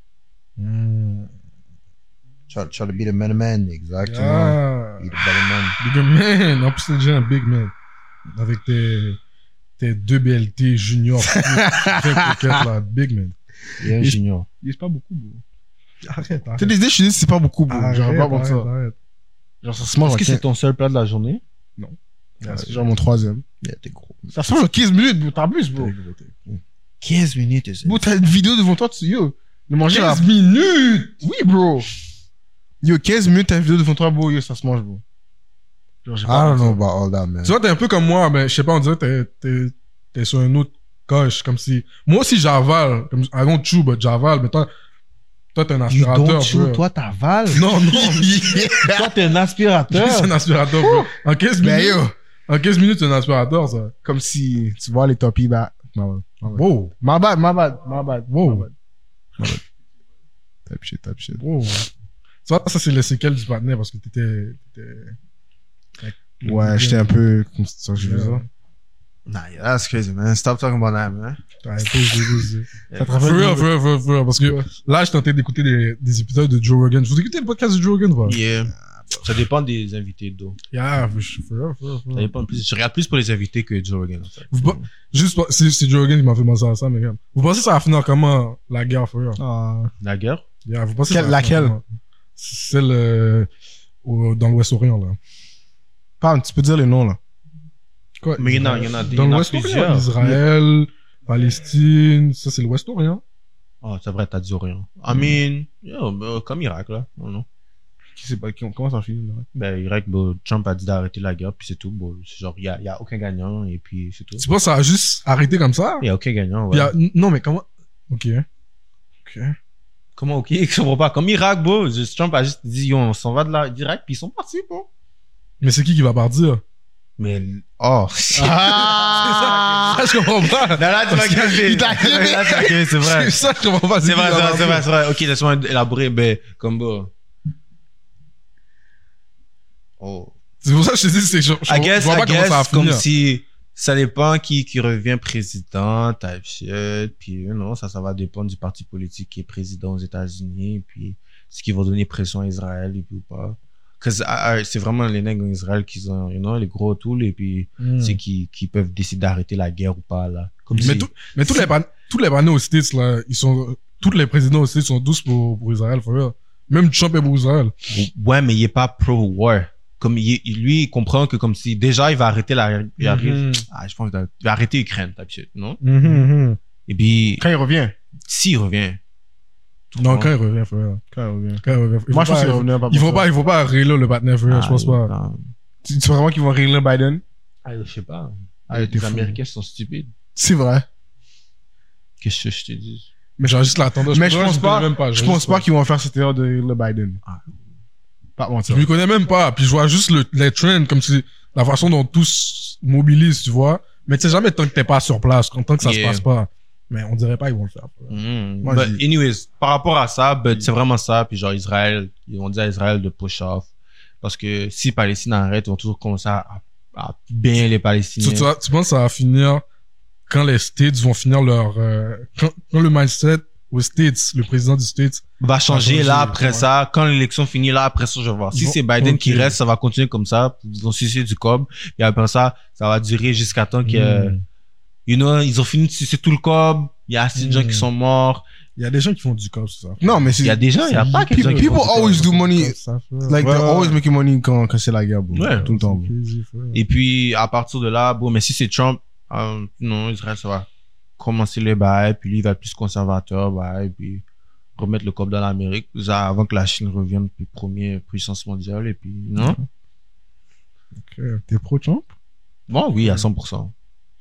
[SPEAKER 2] Hmm.
[SPEAKER 1] Try, try to be the man man, exactement.
[SPEAKER 2] Ah,
[SPEAKER 1] Be the better man.
[SPEAKER 2] big man. En plus, t'es déjà un big man. Avec tes, tes deux BLT juniors. Fait que t'es là, big man.
[SPEAKER 1] Il y a un
[SPEAKER 5] Et-
[SPEAKER 1] junior.
[SPEAKER 2] Il pas beaucoup, bro. Arrête,
[SPEAKER 5] T'as
[SPEAKER 2] arrête.
[SPEAKER 5] des idées, je te dis, c'est pas beaucoup, bro. J'aurais pas
[SPEAKER 2] arrête,
[SPEAKER 5] prendre ça.
[SPEAKER 2] arrête.
[SPEAKER 5] Genre, ça se mange
[SPEAKER 1] Est-ce
[SPEAKER 5] en
[SPEAKER 1] que
[SPEAKER 5] 15
[SPEAKER 1] c'est ton seul plat de la journée
[SPEAKER 5] Ouais, C'est genre mon troisième.
[SPEAKER 1] Yeah, t'es gros.
[SPEAKER 5] Ça se mange en 15 minutes, bro. T'abuses, bro.
[SPEAKER 1] 15 minutes, c'est
[SPEAKER 5] Bro, t'as une vidéo devant toi, tu. Yo. Le manger à
[SPEAKER 2] 15 minutes!
[SPEAKER 5] Oui, bro. Yo, 15 minutes, t'as une vidéo devant toi, bro. Yo, ça se mange, bro. Genre, j'ai
[SPEAKER 1] I
[SPEAKER 5] pas.
[SPEAKER 1] don't know about all that, man.
[SPEAKER 2] Tu vois, t'es un peu comme moi, mais je sais pas, on dirait que t'es, t'es, t'es sur un autre coche, comme si... Moi aussi, j'avale. Comme, I don't chew, but j'avale, mais toi, toi, t'es un
[SPEAKER 1] You
[SPEAKER 2] aspirateur,
[SPEAKER 1] don't chew,
[SPEAKER 2] bro.
[SPEAKER 1] toi t'avales.
[SPEAKER 2] Non, non,
[SPEAKER 1] toi t'es un
[SPEAKER 2] c'est
[SPEAKER 1] aspirateur.
[SPEAKER 2] un aspirateur, bro. En 15
[SPEAKER 5] Mais
[SPEAKER 2] minutes,
[SPEAKER 5] yo,
[SPEAKER 2] en 15 minutes, c'est un aspirateur, ça.
[SPEAKER 5] comme si tu vois les topis,
[SPEAKER 3] E,
[SPEAKER 5] bah. My bad,
[SPEAKER 2] Wow,
[SPEAKER 5] my bad, my bad, my bad.
[SPEAKER 2] wow.
[SPEAKER 5] Type shit, type shit.
[SPEAKER 2] Wow. Ça, ça c'est les séquelles du partenaire parce que t'étais.
[SPEAKER 5] Ouais, j'étais un peu. Comme si tu vois, j'ai vu ça.
[SPEAKER 1] Nah, yeah, that's crazy, man. Stop talking about that, man.
[SPEAKER 2] Ça te rappelle- For real, for real, for real, for real, Parce que là, je tentais d'écouter des, des épisodes de Joe Rogan. Vous écoutez le podcast de Joe Rogan, quoi?
[SPEAKER 8] Yeah. Ça dépend des invités, d'eau.
[SPEAKER 2] Yeah, for sure, for real, for real, for
[SPEAKER 8] Ça
[SPEAKER 2] real.
[SPEAKER 8] dépend plus. Je regarde plus pour les invités que Joe Rogan, en fait.
[SPEAKER 2] Vous pas- Juste, pas- c'est c'est Joe Rogan qui m'a fait penser à ça, mais regarde. Vous pensez que ça va finir comment la guerre, for real?
[SPEAKER 8] La guerre?
[SPEAKER 2] Yeah, vous pensez que
[SPEAKER 5] Ah. Quelle-
[SPEAKER 2] ça va finir
[SPEAKER 5] laquelle?
[SPEAKER 2] comment? Celle euh, au- dans l'Ouest-Orient, là.
[SPEAKER 5] Pam, tu peux dire les noms, là.
[SPEAKER 2] Quoi,
[SPEAKER 1] Mais il y en a-
[SPEAKER 2] Israël.
[SPEAKER 1] Ah, il y en a- il y
[SPEAKER 2] Dans
[SPEAKER 1] en a
[SPEAKER 2] l'Ouest
[SPEAKER 1] plusieurs.
[SPEAKER 2] orient. Israël, Palestine, ça c'est l'Ouest orient.
[SPEAKER 1] Oh, c'est vrai, t'as dit Orient. I mean, yo, bro, comme Irak, là. Oh, Non, non.
[SPEAKER 3] Qui sait pas, qui- comment ça finit, là?
[SPEAKER 1] Ben, Irak, bro, Trump a dit d'arrêter la guerre, puis c'est tout. bro. C'est genre, il n'y a, y a aucun gagnant, et puis c'est tout.
[SPEAKER 2] Tu penses que ça a juste arrêté comme ça
[SPEAKER 1] Il n'y a aucun gagnant, ouais.
[SPEAKER 2] Il y a- Non, mais comment. Ok. Ok.
[SPEAKER 1] Comment, ok, je comprends pas. Comme Irak, bro, juste- Trump a juste dit, yo, on s'en va de la- d'Irak, puis ils sont partis, bah. bro.
[SPEAKER 2] Mais c'est qui qui va partir
[SPEAKER 1] Mais, oh,
[SPEAKER 2] Ah Ça, je comprends pas.
[SPEAKER 1] Là, là, tu m'as gavé.
[SPEAKER 2] t'a gavé.
[SPEAKER 1] Là, tu m'as gavé, c'est vrai.
[SPEAKER 2] ça, je comprends pas.
[SPEAKER 1] C'est vrai, c'est
[SPEAKER 2] qui qui va
[SPEAKER 1] vrai, c'est vrai,
[SPEAKER 2] partir
[SPEAKER 1] c'est vrai. Ok, laisse-moi élaborer, ben, comme, bro. Oh.
[SPEAKER 2] C'est pour ça que je te dis, c'est. Je, je,
[SPEAKER 1] I
[SPEAKER 2] je
[SPEAKER 1] guess,
[SPEAKER 2] vois
[SPEAKER 1] I
[SPEAKER 2] pas comment
[SPEAKER 1] guess,
[SPEAKER 2] ça va
[SPEAKER 1] comme
[SPEAKER 2] finir.
[SPEAKER 1] si ça dépend qui, qui revient président, type shit, puis you know, ça, ça va dépendre du parti politique qui est président aux États-Unis, puis ce qui va donner pression à Israël, et puis ou pas. Cause ah, ah, c'est vraiment les nègres en Israël qui ont, you know, les gros tools, et puis
[SPEAKER 2] Hmm.
[SPEAKER 1] c'est qui, qui peuvent décider d'arrêter la guerre ou pas, là. Comme
[SPEAKER 2] Mais,
[SPEAKER 1] si-
[SPEAKER 2] tout- mais tous, les pan- tous les panneaux aux States, là, ils sont. Tous les présidents aux States sont douces pour, pour Israël, for real. Même Trump est pour Israël.
[SPEAKER 1] Ouais, mais il est pas pro-war. Comme il, il- lui, il comprend que comme si déjà il va arrêter la, il arrive- ah, je pense, qu'il va- il va arrêter l'Ukraine, type shit, non?
[SPEAKER 3] Mm. Mhm,
[SPEAKER 1] Et puis,
[SPEAKER 3] Quand il revient.
[SPEAKER 1] s'il revient, tout
[SPEAKER 2] Non,
[SPEAKER 1] le
[SPEAKER 2] quand il revient, for real.
[SPEAKER 3] Quand il revient.
[SPEAKER 2] Quand il revient. il
[SPEAKER 3] Moi,
[SPEAKER 2] faut
[SPEAKER 3] je pense
[SPEAKER 2] pas-
[SPEAKER 3] qu'il va revenir pas
[SPEAKER 2] Ils
[SPEAKER 3] pour
[SPEAKER 2] vont
[SPEAKER 3] ça.
[SPEAKER 2] pas, ils vont pas régler le Batman, frère, je pense pas.
[SPEAKER 3] Tu tu penses vraiment qu'ils vont régler Biden?
[SPEAKER 1] Ah, je sais pas.
[SPEAKER 3] Ah,
[SPEAKER 1] les
[SPEAKER 3] t'es fou.
[SPEAKER 1] Américains sont stupides.
[SPEAKER 3] C'est vrai.
[SPEAKER 1] Qu'est-ce que je te dis?
[SPEAKER 2] Mais genre juste l'attendre.
[SPEAKER 3] Mais je pense
[SPEAKER 2] le connais
[SPEAKER 3] pas-
[SPEAKER 2] même pas.
[SPEAKER 3] Je pense pas qu'ils vont faire cette erreur de régler Biden.
[SPEAKER 1] Ah.
[SPEAKER 3] Pas
[SPEAKER 2] Je
[SPEAKER 3] mentir.
[SPEAKER 2] lui connais même pas. Puis je vois juste le, les trends, comme si la façon dont tous mobilisent, tu vois. Mais tu sais jamais tant que t'es pas sur place, tant que ça
[SPEAKER 1] Yeah.
[SPEAKER 2] se passe pas. Mais on dirait pas qu'ils vont le faire.
[SPEAKER 1] Mmh.
[SPEAKER 3] Moi,
[SPEAKER 1] But
[SPEAKER 3] j'ai-
[SPEAKER 1] anyways, par rapport à ça, but c'est vraiment ça. Puis genre Israël, ils ont dit à Israël de push off. Parce que si Palestine arrête, ils vont toujours commencer à, à bien les
[SPEAKER 2] Tu,
[SPEAKER 1] Palestiniens.
[SPEAKER 2] tu, vas- tu penses que ça va finir quand les States vont finir leur, euh, quand, quand le mindset aux States, le président du States,
[SPEAKER 1] va changer
[SPEAKER 2] changer,
[SPEAKER 1] là après
[SPEAKER 2] ouais.
[SPEAKER 1] ça. Quand l'élection finit là après ça, je vais voir. Si
[SPEAKER 2] Ils vont-
[SPEAKER 1] c'est Biden qui
[SPEAKER 2] Ok.
[SPEAKER 1] reste, ça va continuer comme ça. Ils vont sucer du cob. Et après ça, ça va durer jusqu'à temps que,
[SPEAKER 2] Hmm.
[SPEAKER 1] you know, ils ont fini de sucer tout le cob. Il y a assez de gens
[SPEAKER 2] Mm.
[SPEAKER 1] qui sont morts.
[SPEAKER 2] il y a des gens qui font du cop, ça.
[SPEAKER 3] Non, mais
[SPEAKER 1] Il y a
[SPEAKER 3] c'est.
[SPEAKER 1] des gens, il y a pas que des gens
[SPEAKER 3] People,
[SPEAKER 1] qui font
[SPEAKER 3] people
[SPEAKER 1] du cob.
[SPEAKER 3] always do money.
[SPEAKER 2] Ça, frère.
[SPEAKER 3] Like,
[SPEAKER 2] Ouais,
[SPEAKER 3] they're
[SPEAKER 2] ouais,
[SPEAKER 3] always making money quand, quand c'est la guerre, bro.
[SPEAKER 1] Ouais.
[SPEAKER 3] Tout le temps, bro.
[SPEAKER 2] c'est crazy, frère.
[SPEAKER 1] Et puis, à partir de là, bon, mais si c'est Trump, euh, non, Israël, ça va commencer le bail, puis lui, il va être plus conservateur, bah, et puis remettre le cop dans l'Amérique, ça, avant que la Chine revienne, puis première puissance mondiale, et puis, non?
[SPEAKER 2] Ok.
[SPEAKER 3] T'es pro-Trump?
[SPEAKER 1] Bon, oui, à 100%.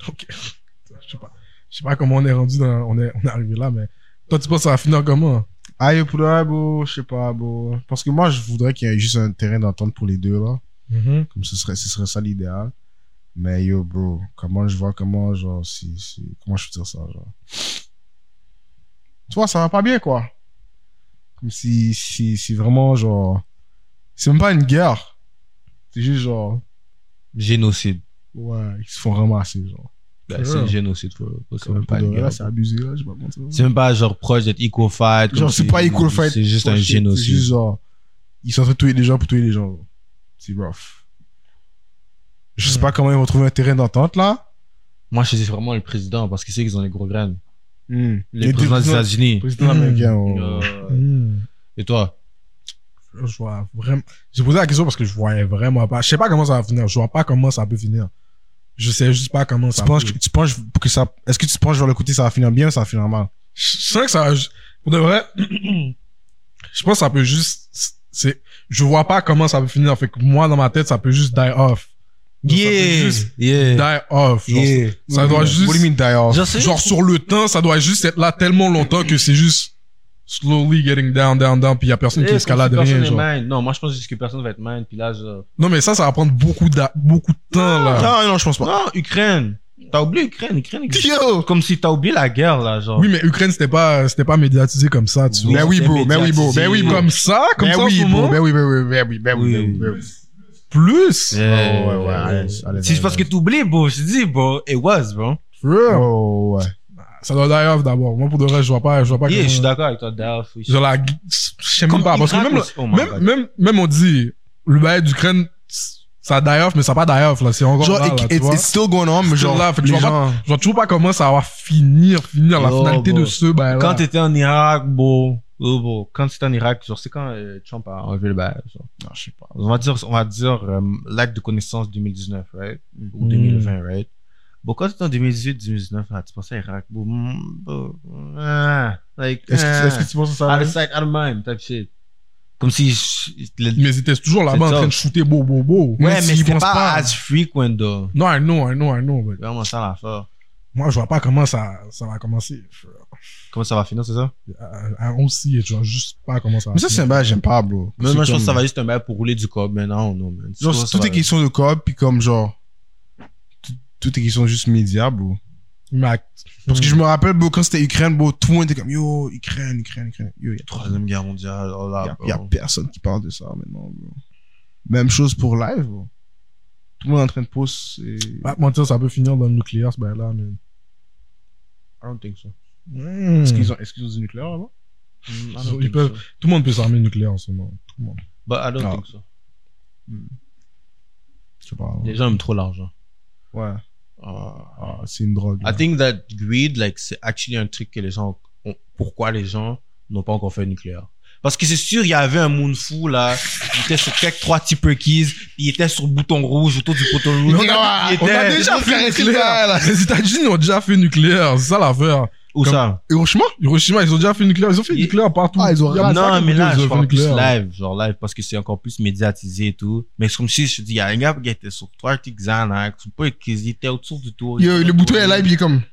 [SPEAKER 2] Ok. Je sais pas. Je sais pas comment on est rendu dans, on est, on est arrivé là, mais toi, tu penses que ça va finir comment?
[SPEAKER 3] Ah, yo, pour le vrai, bro, je sais pas, bro. Parce que moi, je voudrais qu'il y ait juste un terrain d'entente pour les deux, là. Comme ce serait, ce serait ça l'idéal. Mais yo, bro, comment je vois, comment, genre, si, si- comment je peux dire ça, genre. Tu vois, ça va pas bien, quoi. Comme si, si, si vraiment, genre, c'est même pas une guerre. C'est juste, genre,
[SPEAKER 1] Génocide.
[SPEAKER 3] ouais, ils se font ramasser, genre.
[SPEAKER 1] Ben,
[SPEAKER 2] Ouais.
[SPEAKER 1] c'est le génocide. faut- faut- C'est même pas une
[SPEAKER 3] Pour de vrai, là,
[SPEAKER 1] guerre.
[SPEAKER 3] c'est abusé, là, je vais pas mentir.
[SPEAKER 1] C'est même pas genre proche d'être equal fight. comme
[SPEAKER 3] Genre, c'est
[SPEAKER 1] si-
[SPEAKER 3] pas equal fight.
[SPEAKER 1] C'est juste
[SPEAKER 3] Oh,
[SPEAKER 1] un
[SPEAKER 3] shit, C'est juste,
[SPEAKER 1] génocide.
[SPEAKER 3] genre, ils sont en train de tuer des gens pour tuer des gens. genre. C'est rough. Je sais
[SPEAKER 2] Hmm.
[SPEAKER 3] pas comment ils vont trouver un terrain d'entente, là.
[SPEAKER 1] Moi, je dis vraiment le président parce qu'ils savent qu'ils ont les gros graines.
[SPEAKER 3] Les
[SPEAKER 1] Les
[SPEAKER 3] deux
[SPEAKER 1] présidents des
[SPEAKER 3] présidents-
[SPEAKER 1] États-Unis.
[SPEAKER 3] Président américain.
[SPEAKER 2] Hmm.
[SPEAKER 3] ouais.
[SPEAKER 1] Euh, Et toi
[SPEAKER 2] Je vois vraiment. J'ai posé la question parce que je voyais vraiment pas. Je sais pas comment ça va finir. Je vois pas comment ça peut finir. Je sais juste pas comment
[SPEAKER 3] Tu
[SPEAKER 2] ça
[SPEAKER 3] penses
[SPEAKER 2] peut.
[SPEAKER 3] que, tu penses que ça, est-ce que tu penses vers le côté ça va finir bien ou ça va finir mal?
[SPEAKER 2] Je je sens que ça. je- Pour de vrai, je pense que ça peut juste. C'est. Je vois pas comment ça peut finir. Fait que moi dans ma tête, ça peut juste die off. Donc, ça peut juste Die
[SPEAKER 1] Yeah
[SPEAKER 2] off. Genre, Ça doit juste.
[SPEAKER 3] What do you mean die off?
[SPEAKER 1] Genre, c'est-
[SPEAKER 2] genre sur le temps, ça doit juste être là tellement longtemps que c'est juste slowly getting down, down, down, puis il y a personne qui
[SPEAKER 1] Eh,
[SPEAKER 2] escalade
[SPEAKER 1] comme si
[SPEAKER 2] rien.
[SPEAKER 1] personne
[SPEAKER 2] Genre.
[SPEAKER 1] est mine. Non, moi je pense juste que personne va être mine. Puis là, genre.
[SPEAKER 2] Non, mais ça, ça va prendre beaucoup de, beaucoup de temps, là.
[SPEAKER 3] Ah, Non, non, je pense pas.
[SPEAKER 1] Non, Ukraine T'as oublié Ukraine, Ukraine, Ukraine.
[SPEAKER 3] Bah. Yo!
[SPEAKER 1] Comme si t'as oublié la guerre là, genre.
[SPEAKER 2] Oui, mais Ukraine, c'était pas, c'était pas médiatisé comme ça, tu
[SPEAKER 1] Oui,
[SPEAKER 2] vois.
[SPEAKER 3] Ben oui,
[SPEAKER 1] c'est
[SPEAKER 3] bro, ben oui, bro, ben
[SPEAKER 1] médiatisé.
[SPEAKER 3] oui, bro.
[SPEAKER 2] Comme ça, comme
[SPEAKER 3] Ben
[SPEAKER 2] ça, en
[SPEAKER 3] oui,
[SPEAKER 2] ce
[SPEAKER 3] bro,
[SPEAKER 2] moment,
[SPEAKER 3] ben oui, ben oui, ben oui, ben oui, ben oui, ben oui.
[SPEAKER 2] plus.
[SPEAKER 1] Yeah.
[SPEAKER 3] Ouais, ouais, ouais, allez, allez,
[SPEAKER 1] C'est
[SPEAKER 3] allez,
[SPEAKER 1] parce que
[SPEAKER 3] allez.
[SPEAKER 1] t'oublies, bro. Je te dis, bro. It was, bro.
[SPEAKER 2] For real.
[SPEAKER 3] Oh, ouais.
[SPEAKER 2] Ça doit die off d'abord. Moi, pour de vrai, je vois pas, je vois pas
[SPEAKER 1] Yeah, je suis
[SPEAKER 2] comment-
[SPEAKER 1] d'accord avec toi, Daf. oui.
[SPEAKER 2] Genre, la, je sais même
[SPEAKER 1] Comme
[SPEAKER 2] pas, parce que
[SPEAKER 1] Irak
[SPEAKER 2] même,
[SPEAKER 1] aussi. Oh my
[SPEAKER 2] même,
[SPEAKER 1] God.
[SPEAKER 2] même, même on dit, le bail d'Ukraine, ça die off, mais ça pas die off, là. C'est encore
[SPEAKER 3] Genre,
[SPEAKER 2] là, là,
[SPEAKER 3] it-
[SPEAKER 2] tu vois.
[SPEAKER 3] it's still going on, mais
[SPEAKER 2] Still
[SPEAKER 3] genre,
[SPEAKER 2] là, fait que
[SPEAKER 3] les
[SPEAKER 2] je vois
[SPEAKER 3] gens- Oh,
[SPEAKER 2] Je vois toujours pas comment ça va finir, finir la
[SPEAKER 1] Yo,
[SPEAKER 2] finalité
[SPEAKER 1] bro.
[SPEAKER 2] de ce bail
[SPEAKER 1] Quand t'étais en Irak, bro, Oh, bon, quand c'était en Irak, genre, c'est quand euh, Trump a enlevé le bail, genre.
[SPEAKER 3] Non, je sais pas.
[SPEAKER 1] On va dire, on va dire, euh, l'acte de connaissance 2019, right? Ou 2020, right? Bon, quand c'était en 2018-2019, ah, tu pensais à Irak, bon, mm, bon, ah, like,
[SPEAKER 3] Est-ce que,
[SPEAKER 1] ah,
[SPEAKER 3] est-ce que tu penses que ça
[SPEAKER 1] out
[SPEAKER 3] va
[SPEAKER 1] of sight, out of mind, type shit. Comme si, je- le-
[SPEAKER 2] Mais ils étaient toujours là-bas en
[SPEAKER 1] C'est ça.
[SPEAKER 2] train de shooter beau, beau, beau.
[SPEAKER 1] ouais,
[SPEAKER 2] Même
[SPEAKER 1] mais
[SPEAKER 2] s'ils
[SPEAKER 1] c'était pas,
[SPEAKER 2] pensent
[SPEAKER 1] as frequent, though.
[SPEAKER 2] Non, I know, I know, I know. but
[SPEAKER 1] Vraiment ça l'affaire.
[SPEAKER 2] Moi, je vois pas comment ça, ça va commencer.
[SPEAKER 1] Comment ça va finir, c'est ça?
[SPEAKER 2] aussi, je vois juste pas comment ça va
[SPEAKER 3] Mais ça, c'est
[SPEAKER 2] finir.
[SPEAKER 3] un bail, j'aime pas, bro.
[SPEAKER 1] Mais
[SPEAKER 3] C'est
[SPEAKER 1] moi, je pense que ça
[SPEAKER 3] comme-
[SPEAKER 1] va juste un bail pour rouler du cob, mais non, non, man.
[SPEAKER 3] Genre,
[SPEAKER 1] Ça, ça
[SPEAKER 3] tout
[SPEAKER 1] va-
[SPEAKER 3] est question de coop, puis comme genre. tout- Tout est question juste média, bro.
[SPEAKER 2] Mac.
[SPEAKER 3] Parce que je me rappelle, bro, quand c'était Ukraine, bro, tout le monde était comme yo, Ukraine, Ukraine, Ukraine. Yo, y a trop-
[SPEAKER 1] Troisième guerre mondiale, oh là,
[SPEAKER 3] y a,
[SPEAKER 1] bro.
[SPEAKER 3] y a personne qui parle de ça maintenant, bro. Même chose pour live, bro. Tout le monde est en train de pousser. et-
[SPEAKER 2] Pas te mentir, ça peut finir dans le nucléaire, ce bail-là. Mais...
[SPEAKER 1] I don't think so.
[SPEAKER 3] Est-ce qu'ils ont, est-ce qu'ils ont du nucléaire là-bas?
[SPEAKER 1] Mm, I
[SPEAKER 2] Ils
[SPEAKER 1] don't think
[SPEAKER 2] peuvent-
[SPEAKER 1] so.
[SPEAKER 2] Tout le monde peut s'armer nucléaire en ce moment. Tout le monde.
[SPEAKER 1] But Bah, I don't
[SPEAKER 3] Ah.
[SPEAKER 1] think so.
[SPEAKER 3] Je sais pas.
[SPEAKER 1] Les gens aiment trop l'argent.
[SPEAKER 3] Ouais.
[SPEAKER 1] Ah.
[SPEAKER 3] Ah, c'est une drogue. là.
[SPEAKER 1] I think that greed, like, c'est actually un truc que les gens ont, pourquoi les gens n'ont pas encore fait le nucléaire. Parce que c'est sûr, il y avait un moon fou, là. Il était sur quelques trois tipper keys. Il était sur le bouton rouge, autour du bouton rouge.
[SPEAKER 2] Mais on a-
[SPEAKER 1] il
[SPEAKER 2] on a
[SPEAKER 1] était-
[SPEAKER 2] déjà fait nucléaire, là. Les États-Unis ont déjà fait nucléaire, c'est ça l'affaire.
[SPEAKER 1] Où
[SPEAKER 2] Comme-
[SPEAKER 1] ça?
[SPEAKER 2] Hiroshima Hiroshima, ils ont déjà fait nucléaire, ils ont fait
[SPEAKER 1] Ils-
[SPEAKER 2] nucléaire partout.
[SPEAKER 3] Ah, ils ont
[SPEAKER 2] Il y a
[SPEAKER 3] rien
[SPEAKER 2] pas
[SPEAKER 1] Non,
[SPEAKER 2] de
[SPEAKER 1] mais
[SPEAKER 2] côté,
[SPEAKER 1] là,
[SPEAKER 2] ils ont
[SPEAKER 1] je
[SPEAKER 2] fait
[SPEAKER 1] parle plus
[SPEAKER 2] nucléaire.
[SPEAKER 1] live, genre live, parce que c'est encore plus médiatisé et tout. Mais c'est comme si je te dis, il y a un gars qui était sur trois petits Xanax, ou pas, qui était autour du tour.
[SPEAKER 3] Yo, le bouton est là, il est
[SPEAKER 1] Euh,
[SPEAKER 3] comme.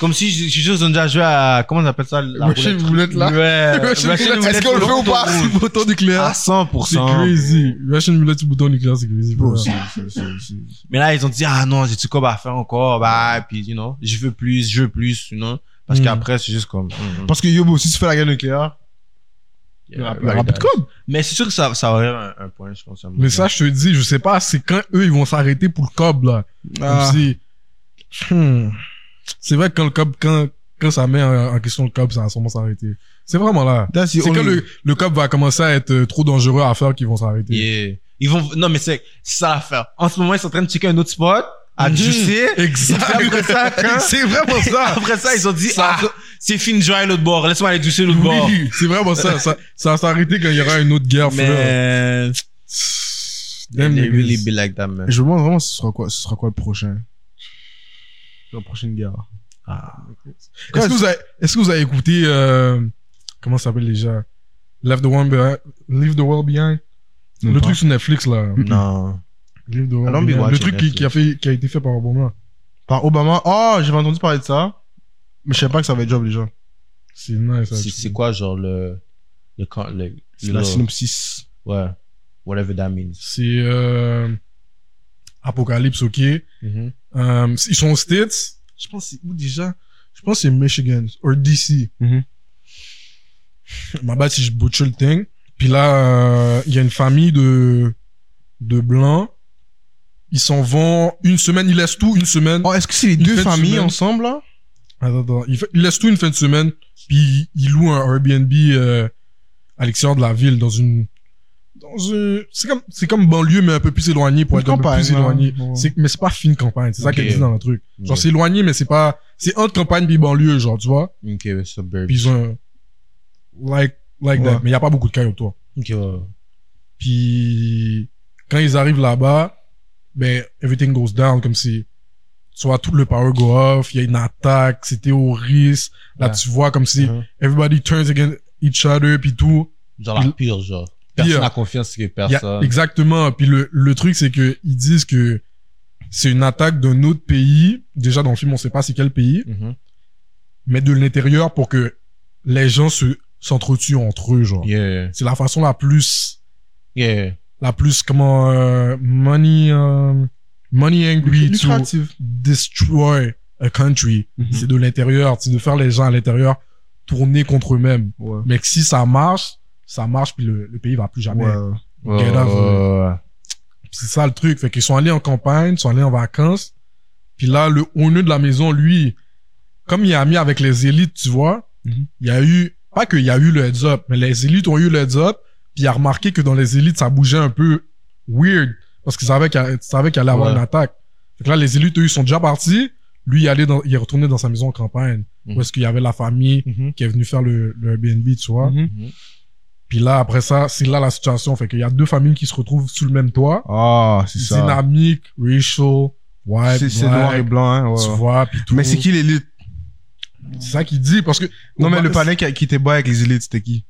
[SPEAKER 1] Comme si je suis juste déjà joué à, comment on appelle ça? La
[SPEAKER 3] Russian roulette, là.
[SPEAKER 1] Ouais.
[SPEAKER 3] Russian
[SPEAKER 1] Russian
[SPEAKER 3] roulette. Est-ce
[SPEAKER 1] roulette
[SPEAKER 3] qu'on le
[SPEAKER 1] sur
[SPEAKER 3] fait ou pas?
[SPEAKER 1] bouton Ah, rouge.
[SPEAKER 2] Le bouton
[SPEAKER 1] À
[SPEAKER 2] nucléaire, c'est
[SPEAKER 1] 100%.
[SPEAKER 2] crazy. Russian mullet sous bouton nucléaire, c'est crazy.
[SPEAKER 3] Bro,
[SPEAKER 2] frère.
[SPEAKER 3] c'est- c'est- c'est- c'est-
[SPEAKER 1] Mais là, ils ont dit, ah non, j'ai tout quoi à faire encore, bah, puis, you know, je veux plus, je veux plus, you know. Parce
[SPEAKER 3] Hmm.
[SPEAKER 2] Mm.
[SPEAKER 1] qu'après, c'est juste comme. mm, mm,
[SPEAKER 3] Parce que yo, bro, si tu fais la guerre nucléaire,
[SPEAKER 1] yeah,
[SPEAKER 3] il y aura
[SPEAKER 1] right
[SPEAKER 3] plus de
[SPEAKER 1] there.
[SPEAKER 3] coop.
[SPEAKER 1] Mais c'est sûr que ça, ça va avoir un, un point, je pense. à mon
[SPEAKER 2] Mais
[SPEAKER 1] gars.
[SPEAKER 2] ça, je te dis, je sais pas, c'est quand eux, ils vont s'arrêter pour le cob, là.
[SPEAKER 3] Ah.
[SPEAKER 2] Comme si- Hmm. C'est vrai que quand le cob, quand, quand ça met en, en question le cob, ça va sûrement s'arrêter. C'est vraiment là.
[SPEAKER 3] That's the
[SPEAKER 2] C'est quand
[SPEAKER 3] only-
[SPEAKER 2] le, le cob va commencer à être euh, trop dangereux à faire qu'ils vont s'arrêter.
[SPEAKER 1] Yeah. Ils vont, non, mais c'est c'est ça l'affaire. En ce moment, ils sont en train de checker un autre spot, à
[SPEAKER 2] Mhm.
[SPEAKER 1] juicer.
[SPEAKER 2] Exact.
[SPEAKER 1] Mm-hmm. Après ça, quand-
[SPEAKER 2] c'est vraiment ça.
[SPEAKER 1] après ça, ils ont dit,
[SPEAKER 2] Ça-
[SPEAKER 1] ah, c'est fini de jouer à l'autre bord, laisse-moi aller juicer l'autre bord.
[SPEAKER 2] Oui, c'est vraiment ça. Ça, ça va s'arrêter quand il y aura une autre guerre, frère.
[SPEAKER 1] Mais,
[SPEAKER 2] Damn,
[SPEAKER 1] they
[SPEAKER 2] niggas.
[SPEAKER 1] really be like that, man.
[SPEAKER 3] Je me demande vraiment ce sera quoi, ce sera quoi le prochain. La prochaine guerre.
[SPEAKER 2] Est-ce que vous avez, est-ce que vous avez écouté, euh, comment ça s'appelle déjà? Leave the One Behind, Leave the World Behind. le truc sur Netflix, là.
[SPEAKER 1] Non.
[SPEAKER 2] Leave the World
[SPEAKER 1] I don't be
[SPEAKER 2] Behind. Le
[SPEAKER 1] watching
[SPEAKER 2] truc qui, qui a fait, qui a été fait par Obama.
[SPEAKER 3] Par Obama. Oh, j'avais entendu parler de ça. Mais je savais pas que ça avait job, les gens.
[SPEAKER 2] C'est nice, hein. ça.
[SPEAKER 1] C'est c'est quoi, genre, le, le, quand- le,
[SPEAKER 3] C'est
[SPEAKER 1] le-
[SPEAKER 3] la synopsis.
[SPEAKER 1] ouais. Whatever that means.
[SPEAKER 2] C'est, euh, Apocalypse, ok.
[SPEAKER 1] Mm-hmm.
[SPEAKER 2] Euh, ils sont aux States. Je pense que c'est où déjà? Je pense que c'est Michigan, ou DC.
[SPEAKER 3] Mhm.
[SPEAKER 2] Ma bad si je butcher le thing. Puis là, euh, il y a une famille de, de blancs. Ils s'en vont une semaine, ils laissent tout une semaine.
[SPEAKER 3] Oh, est-ce que c'est les deux
[SPEAKER 2] fin de
[SPEAKER 3] familles
[SPEAKER 2] semaine.
[SPEAKER 3] ensemble, là?
[SPEAKER 2] Attends, attends. Ils, fa- ils laissent tout une fin de semaine, puis ils louent un Airbnb euh, à l'extérieur de la ville, dans une... Dans une c'est comme, c'est comme banlieue, mais un peu plus éloigné pour
[SPEAKER 3] Une
[SPEAKER 2] être un peu
[SPEAKER 3] campagne,
[SPEAKER 2] plus
[SPEAKER 3] là.
[SPEAKER 2] éloigné.
[SPEAKER 3] Ouais.
[SPEAKER 2] C'est- Mais c'est pas fine campagne, c'est ça
[SPEAKER 1] Ok.
[SPEAKER 2] qu'elle dit dans le truc. Genre,
[SPEAKER 1] Ok.
[SPEAKER 2] c'est éloigné, mais c'est pas... C'est entre campagne puis banlieue, genre, tu vois?
[SPEAKER 1] Ok, ouais, suburb.
[SPEAKER 2] Puis ils ont un... Like, like
[SPEAKER 3] Ouais.
[SPEAKER 2] that. Mais il y a pas beaucoup de cailles autour.
[SPEAKER 1] Ok, ouais.
[SPEAKER 2] Puis quand ils arrivent là-bas, ben everything goes down comme si tu vois tout le power go off, il y a une attaque, c'est terroriste. Là
[SPEAKER 1] Ouais.
[SPEAKER 2] tu vois comme si
[SPEAKER 1] Mhm.
[SPEAKER 2] everybody turns against each other puis tout.
[SPEAKER 1] Genre la
[SPEAKER 2] Il-
[SPEAKER 1] pure, genre. Personne
[SPEAKER 2] Pire.
[SPEAKER 1] n'a confiance que
[SPEAKER 2] Il y a-
[SPEAKER 1] personne.
[SPEAKER 2] exactement. Puis le, le truc c'est que ils disent que c'est une attaque d'un autre pays. Déjà dans le film on sait pas c'est quel pays,
[SPEAKER 1] Mhm.
[SPEAKER 2] mais de l'intérieur pour que les gens se s'entretuent entre eux genre.
[SPEAKER 1] Yeah,
[SPEAKER 2] C'est la façon la plus
[SPEAKER 1] yeah.
[SPEAKER 2] la plus comment euh, money euh, money angry to
[SPEAKER 3] Lucrative.
[SPEAKER 2] destroy a country
[SPEAKER 3] Mhm.
[SPEAKER 2] c'est de l'intérieur c'est de faire les gens à l'intérieur tourner contre eux-mêmes
[SPEAKER 3] Ouais.
[SPEAKER 2] mais que si ça marche ça marche puis le, le pays va plus jamais
[SPEAKER 3] Ouais.
[SPEAKER 1] Ouais, ouais,
[SPEAKER 2] Get out of
[SPEAKER 1] ouais, ouais.
[SPEAKER 2] Puis c'est ça le truc fait qu'ils sont allés en campagne ils sont allés en vacances puis là le owner de la maison lui comme il est ami avec les élites tu vois
[SPEAKER 3] Mhm.
[SPEAKER 2] il y a eu pas qu'il y a eu le heads up mais les élites ont eu le heads up puis il a remarqué que dans les élites ça bougeait un peu weird parce qu'ils savaient qu'il y a- savaient qu'il allait avoir
[SPEAKER 1] Ouais.
[SPEAKER 2] une attaque fait que là les élites eux ils sont déjà partis lui il est allé dans- il est retourné dans sa maison en campagne
[SPEAKER 1] Mhm.
[SPEAKER 2] où est-ce qu'il y avait la famille qui est venue faire le, le Airbnb, tu vois.
[SPEAKER 1] Mhm.
[SPEAKER 2] Puis là, après ça, c'est là la situation. Fait qu'il y a deux familles qui se retrouvent sous le même toit.
[SPEAKER 3] Ah, c'est ça.
[SPEAKER 2] Dynamique, racial, white,
[SPEAKER 3] C'est c'est
[SPEAKER 2] black,
[SPEAKER 3] noir et blanc, hein. ouais,
[SPEAKER 2] Tu
[SPEAKER 3] ouais.
[SPEAKER 2] vois, puis tout.
[SPEAKER 3] Mais c'est qui l'élite
[SPEAKER 2] C'est ça qu'il dit, parce que...
[SPEAKER 3] Non, mais
[SPEAKER 2] Bah,
[SPEAKER 3] le panel qui, qui était bas avec les élites, c'était qui